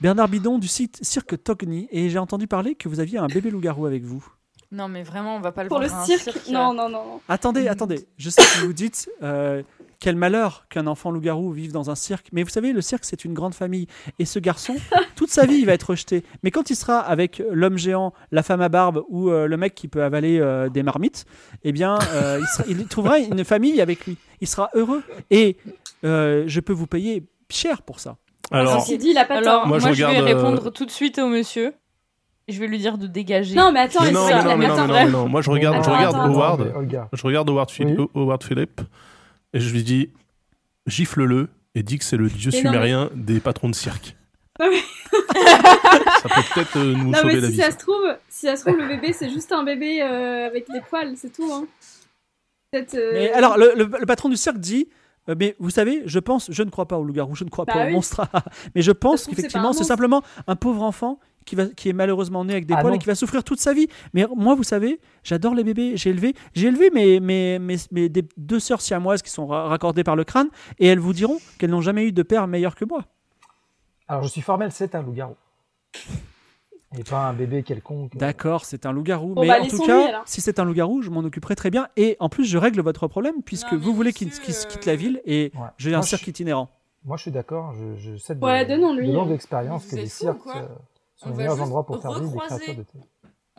Bernard Bidon du site Cirque Togni et j'ai entendu parler que vous aviez un bébé loup-garou avec vous
Non, mais vraiment, on va pas le
Pour le
vendre à un
cirque,
cirque,
Non, non, non.
attendez
Mhm.
attendez je sais que vous dites euh, quel malheur qu'un enfant loup-garou vive dans un cirque mais vous savez le cirque c'est une grande famille et ce garçon toute sa vie il va être rejeté mais quand il sera avec l'homme géant la femme à barbe ou euh, le mec qui peut avaler euh, des marmites eh bien euh, il, sera- il trouvera une famille avec lui il sera heureux et euh, je peux vous payer cher pour ça
Alors,
Ceci dit, il a pas
Alors,
tort.
Moi,
moi,
je
je,
regarde,
vais
euh,
répondre tout de suite au monsieur. Et je vais lui dire de dégager.
Non, mais attends,
mais
il
non,
se-
mais non, mais non,
attends,
mais non,
bref.
mais non. Moi, je regarde, je
Attends,
regarde
attends,
Howard.
mais Olga.
Je regarde Howard, Phil-
Oui.
Howard Philip et je lui dis gifle-le et dis que c'est le dieu
Mais non,
sumérien des patrons de cirque.
Non, mais-
Ça peut peut-être euh, nous
Non,
sauver
mais
la
si
vie.
ça
ça.
se trouve, si ça se trouve, le bébé, c'est juste un bébé euh, avec des poils, c'est tout. Hein. Peut-être. euh,
Mais alors, le, le- le patron du cercle dit euh, Mais vous savez, je pense, je ne crois pas au loup-garou, je ne crois
Bah
pas
oui.
au monstre. mais je
Ça
pense
se trouve,
qu'effectivement, c'est
c'est pas un
simplement un pauvre enfant qui, va, qui est malheureusement né avec des
Ah
poils
non.
et qui va souffrir toute sa vie. Mais moi, vous savez, j'adore les bébés, j'ai élevé, j'ai élevé mes, mes, mes, mes des- deux sœurs siamoises qui sont ra- raccordées par le crâne et elles vous diront qu'elles n'ont jamais eu de père meilleur que moi.
Alors, je suis formel, c'est un loup-garou. Et pas un bébé quelconque.
D'accord, c'est un loup-garou.
Bon,
mais
bah,
en tout
laissons-lui,
cas,
alors.
si c'est un loup-garou, je m'en occuperai très bien. Et en plus, je règle votre problème puisque
Non, mais
vous voulez qu'il
monsieur,
qu'il
euh,
quitte la ville et
Ouais.
j'ai
Moi,
un
je
cirque
suis-
itinérant.
Moi, je suis d'accord. Je, je sais de,
Ouais, donnons-lui.
de longue expérience
hein.
que
Vous êtes
les
fous ou
cirques
quoi
euh, sont
On
les
va
meilleurs
juste
endroits pour faire vivre des
recroiser.
créatures de thé.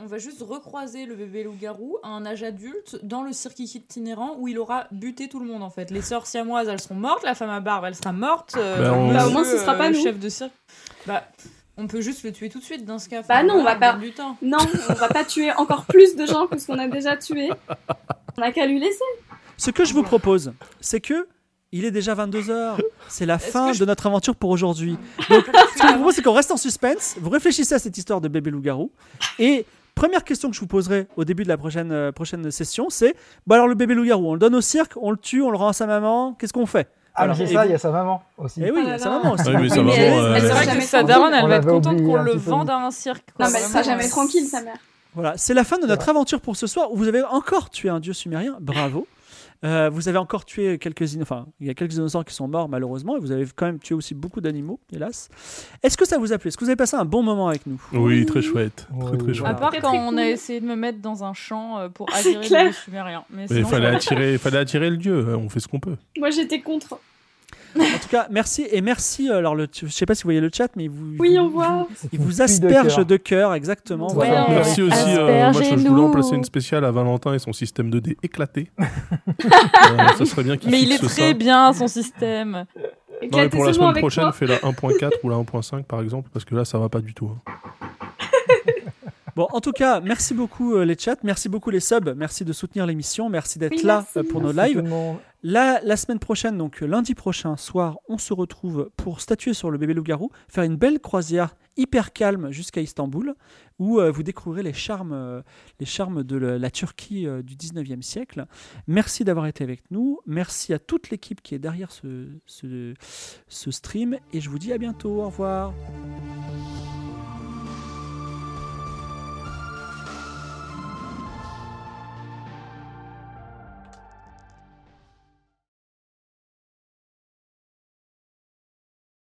On va juste recroiser le bébé loup-garou à un âge adulte dans le cirque itinérant où il aura buté tout le monde en fait. Les sœurs siamoises elles seront mortes, la femme à barbe elle sera morte. euh,
Bah, on-
Bah, au moins, ce
monsieur,
sera pas
le
nous.
chef de cirque. Bah, on peut juste le tuer tout de suite dans ce cas.
Bah non, on va
on
pas-
gagne Du temps.
Non, on va pas tuer encore plus de gens que ce qu'on a déjà tué. On a qu'à lui laisser.
Ce que je vous propose, c'est que il est déjà 22h, c'est la
Est-ce
fin
que je-
de notre aventure pour aujourd'hui.
On peut
Ce
le
que je vous
tuer.
propose, c'est qu'on reste en suspense, vous réfléchissez à cette histoire de bébé loup-garou, et première question que je vous poserai au début de la prochaine, euh, prochaine session, c'est, bah alors le bébé loup-garou, on le donne au cirque, on le tue, on le rend à sa maman, qu'est-ce qu'on fait
Ah, mais
Alors,
c'est
et
ça,
vous-
il y a sa maman aussi.
Eh oui,
Oh
il y a
là
sa
là.
maman aussi.
Oui, mais
Oui,
ça va
mais
bon,
elle- elle
euh,
C'est
sera
vrai
jamais
que sa
tranquille.
On
daronne, elle va être
l'avait
contente
oublié
hein,
qu'on
un
le
petit peu.
vende à un cirque. quoi.
Non, mais elle sera
Vraiment,
jamais
euh,
tranquille, sa mère.
Voilà, c'est la fin de
C'est
notre aventure pour ce soir où vous avez encore tué un dieu sumérien, bravo. Euh, vous avez encore tué quelques in- enfin, il y a quelques dinosaures qui sont morts malheureusement, et vous avez quand même tué aussi beaucoup d'animaux, hélas. Est-ce que ça vous a plu Est-ce que vous avez passé un bon moment avec nous
Oui, très chouette. Très,
Oui.
très
À
chouette.
part
Très,
quand
très
on
cool.
a essayé de me mettre dans un champ euh, pour attirer
clair.
les sumériens. Mais
bah,
Mais il
sinon, euh,
fallait
je-
attirer, fallait attirer le dieu, hein, on fait ce qu'on peut.
Moi, j'étais contre.
En tout cas, merci et merci. euh, Alors, le, je sais pas si vous voyez le chat, mais vous,
Oui, on
vous-
voit.
C'est
il
une
vous
fille
asperge
cœur.
de cœur, exactement.
Ouais.
Voilà.
Ouais.
Merci aussi. euh, moi, je- je, voulais en
Aspergez-nous.
placer une spéciale à Valentin et son système 2D éclaté. Euh, ça serait bien qu'il
Mais il est
fixe
très
ça.
bien son système.
Et
Non, mais pour la
seulement
semaine
avec
prochaine,
moi.
fais la 1.4 ou la 1.5 par exemple, parce que là, ça va pas du tout. hein.
Bon, en tout cas, merci beaucoup euh, les chats, merci beaucoup les subs, merci de soutenir l'émission, merci d'être
Oui,
là
merci.
euh, pour nos
Merci
lives.
tout le monde.
La, la semaine prochaine, donc lundi prochain soir, on se retrouve pour statuer sur le bébé loup-garou, faire une belle croisière hyper calme jusqu'à Istanbul, où euh, vous découvrirez les charmes, euh, les charmes de le- la Turquie euh, du 19e siècle. Merci d'avoir été avec nous, merci à toute l'équipe qui est derrière ce, ce, ce stream, et je vous dis à bientôt, au revoir.